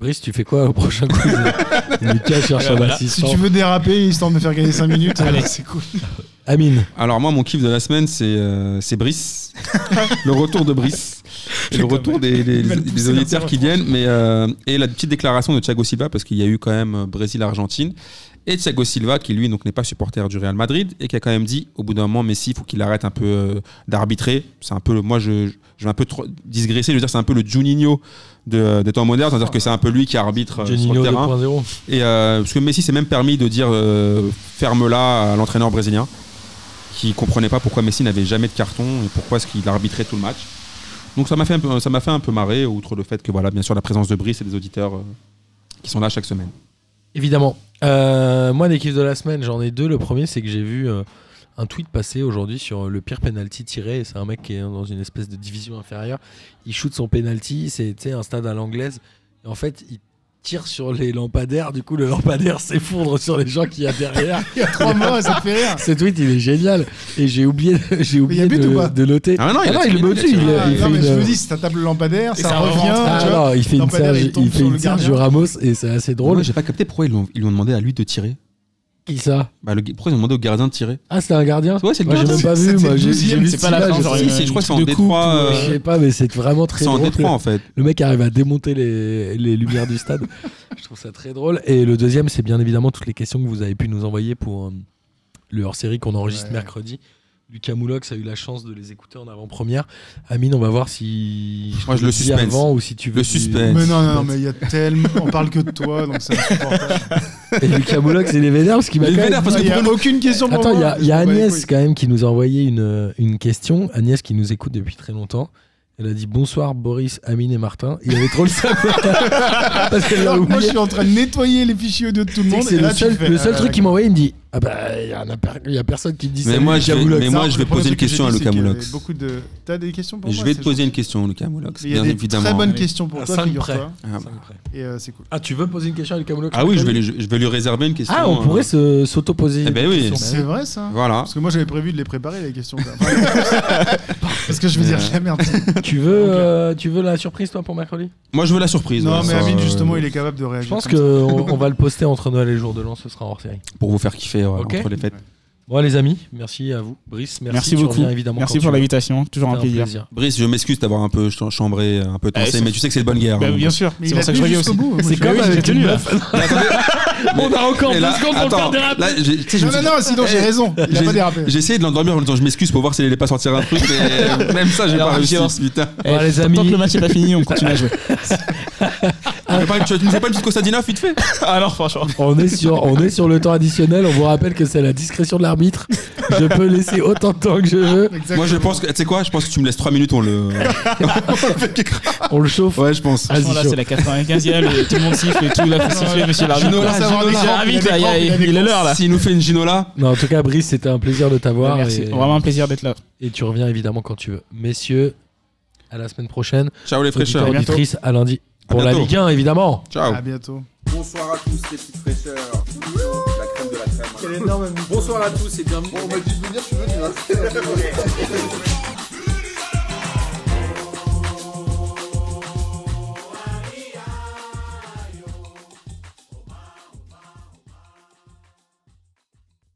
Brice, tu fais quoi au prochain quiz Lucas cherche un
Si
assistant.
tu veux déraper, histoire de me faire gagner 5 minutes, allez, c'est cool.
Amine,
Alors, moi, mon kiff de la semaine, c'est euh, c'est Brice. le retour de Brice. Et le retour des, des-
Il va le
des
pousser
auditeurs
dans sa
qui viennent. Mais, euh, et la petite déclaration de Thiago Silva, parce qu'il y a eu quand même euh, Brésil-Argentine. Et Thiago Silva, qui lui donc n'est pas supporter du Real Madrid, et qui a quand même dit au bout d'un moment, Messi, il faut qu'il arrête un peu euh, d'arbitrer. C'est un peu, le- moi, je, je vais un peu trop digresser. Je veux dire, c'est un peu le Juninho de, des temps modernes, c'est-à-dire que c'est un peu lui qui arbitre euh, sur
Johnny
le
Nino
terrain.
2.0.
Et euh, parce que Messi s'est même permis de dire euh, ferme-la à l'entraîneur brésilien, qui comprenait pas pourquoi Messi n'avait jamais de carton et pourquoi est-ce qu'il arbitrait tout le match. Donc ça m'a fait un peu, ça m'a fait un peu marrer, outre le fait que voilà, bien sûr, la présence de Brice et des auditeurs euh, qui sont là chaque semaine.
Évidemment. Euh, moi, les kiffs de la semaine, j'en ai deux. Le premier, c'est que j'ai vu euh, un tweet passer aujourd'hui sur euh, le pire penalty tiré. Et C'est un mec qui est dans une espèce de division inférieure. Il shoot son penalty. C'est tu sais, un stade à l'anglaise. Et en fait, il tire sur les lampadaires. Du coup, le lampadaire s'effondre sur les gens qu'il y a derrière.
Il y a 3 mois, ça te fait rire.
Ce tweet, il est génial. Et j'ai oublié, j'ai oublié
a but
de,
ou pas Ah,
de noter.
Ah non, il
Ah
a
non,
tiré,
il
il
le met
a
au-dessus.
tiré.
il a- il
non,
fait
mais je
une-
me dis, si ça tape le lampadaire, ça,
ça
revient.
rentre.
Ah
tu vois.
non, il fait une
Lampadaire,
serge,
il tombe
il fait
sur
une
le
serge
gardien.
de Ramos et c'est assez
Moi,
drôle.
j'ai pas capté pourquoi ils, l'ont- ils lui ont demandé à lui de tirer.
Qui ça
Bah, le- pourquoi ils ont demandé au gardien de tirer
Ah, c'était un gardien
Ouais, c'est le
Moi, j'ai
gardien.
même pas vu.
C'était
moi,
le
j'ai- j'ai
12e,
vu
c'est
cette
pas la
image,
fin,
je
genre
sais-
Si, si, je crois que c'est en
de coupe,
Détroit.
ou-
euh,
Je sais pas, mais c'est vraiment très
c'est en
drôle.
Détroit en fait.
Le mec arrive à démonter les, les lumières du stade. Je trouve ça très drôle. Et le deuxième, c'est bien évidemment toutes les questions que vous avez pu nous envoyer pour euh, le hors-série qu'on enregistre
Ouais.
mercredi. Lucas Moulox a eu la chance de les écouter en avant-première. Amine, on va voir si.
Moi, je
te
le
dis
suspense.
Avant, ou si tu veux
Le
du-
suspense.
Mais non, non, non, mais il y a tellement. On parle que de toi, donc c'est insupportable.
Et Lucas Moulox, il est vénère parce qu'il m'a
Il est
quand même
vénère parce que
Il y a
pour
aucune question pour
Attends, il y
moi.
a, il y
Je
a
m'en bats les
Agnès
couilles.
quand même qui nous a envoyé une, euh, une question. Agnès qui nous écoute depuis très longtemps. Elle a dit bonsoir Boris, Amine et Martin. Il avait trop le seum. Parce qu'elle l'a
Alors que Moi, je
oublié.
suis en train de nettoyer les fichiers audio de tout le
C'est que
monde.
C'est
et
le
là, tu
seul,
fais,
le
ah,
seul
là,
truc qui m'a envoyé. Il me dit Ah bah, il y, en a per- il y a personne qui me dit
Mais
ça.
moi, je vais- mais moi,
Non,
je vais poser
le premier
une
truc que j'ai
question à
dit,
Lucas
c'est qu'il y
Moulox.
avait beaucoup de- T'as des questions pour moi
Je vais te
c'est
poser
gentil.
une question, Lucas Moulox.
Il y a
bien
des
évidemment.
très bonnes questions pour
À
toi,
cinq
figure-toi.
Ah, bah.
Et euh, c'est cool.
Ah, tu veux poser une question à Lucas Moulox
Ah oui, je vais, lui, je je vais lui réserver une question.
Ah, on
euh,
pourrait se- s'auto-poser.
Eh ben
une
oui.
question.
C'est vrai, ça
Voilà.
Parce que moi, j'avais prévu de les préparer, les questions. Enfin, Parce que je veux dire
Mais, euh,
la merde.
Tu veux, euh, tu veux la surprise, toi, pour mercredi
Moi, je veux la surprise.
Non,
ouais,
mais
ça,
Amine,
euh,
justement, il est capable de réagir.
Je pense
comme ça.
qu'on on va le poster entre Noël et le jour de l'an. Ce sera hors série.
Pour vous faire kiffer ouais,
Ok.
entre les fêtes.
Bon, les amis, merci à vous. Brice, merci,
Merci
tu
beaucoup.
reviens évidemment
Merci
quand
pour
tu veux.
l'invitation, toujours un
C'était
plaisir.
Brice, je m'excuse d'avoir un peu ch- chambré, un peu tensé,
c'est-
mais tu sais que c'est de bonne guerre.
Bah,
hein.
bien sûr,
Mais
c'est
il
pour
a
ça que
tenu
je reviens
jusqu'au
aussi.
bout.
C'est
Mais
comme
oui, j'ai
avec
tenu,
une
là.
meuf. On a encore
Et
deux
là,
secondes pour le faire
attends,
déraper.
là, j'ai- tu sais, je me
Non, non,
suis-
non, sinon j'ai raison. Il a
j'ai-
pas dérapé.
J'ai essayé de l'endormir en disant je m'excuse pour voir s'il allait pas sortir un truc, mais même ça, j'ai
Alors,
pas réussi.
silence.
Putain.
Bon, les
Tant que
amis,
le match n'est pas fini, on continue à jouer.
Tu fais pas une- tu ne fais pas une petite Costadinov vite fait
Alors, franchement.
on est, sur, on est sur le temps additionnel. On vous rappelle que c'est à la discrétion de l'arbitre. Je peux laisser autant de temps que je veux.
Exactement.
Moi, je pense que, tu sais quoi, je pense que tu me laisses 3 minutes, on le.
On le chauffe.
ouais, je pense.
Vas-y,
Là,
chaud.
c'est la 95e, et tout le monde siffle et tout. Là, faut siffler, monsieur
Ah,
l'arbitre.
Ginola,
là,
Ginola,
Monsieur l'arbitre,
il a des
là, il y a-
crampes, il a
il est
des
l'heure là.
S'il nous fait une Ginola,
Non, en tout cas, Brice, c'était un plaisir de t'avoir.
Merci,
et,
vraiment un plaisir d'être là.
et tu reviens évidemment quand tu veux. Messieurs, à la semaine prochaine.
ciao les
Auditeurs,
fraîcheurs.
bientôt.
auditrices, à lundi. Pour la
bientôt.
Ligue 1, évidemment.
Ciao.
À bientôt.
Bonsoir à tous les petites fraîcheurs. La crème de la crème. Quel énorme ami.
Bonsoir à tous et bienvenue.
Bon, on m'a dit de venir, tu veux, tu viens.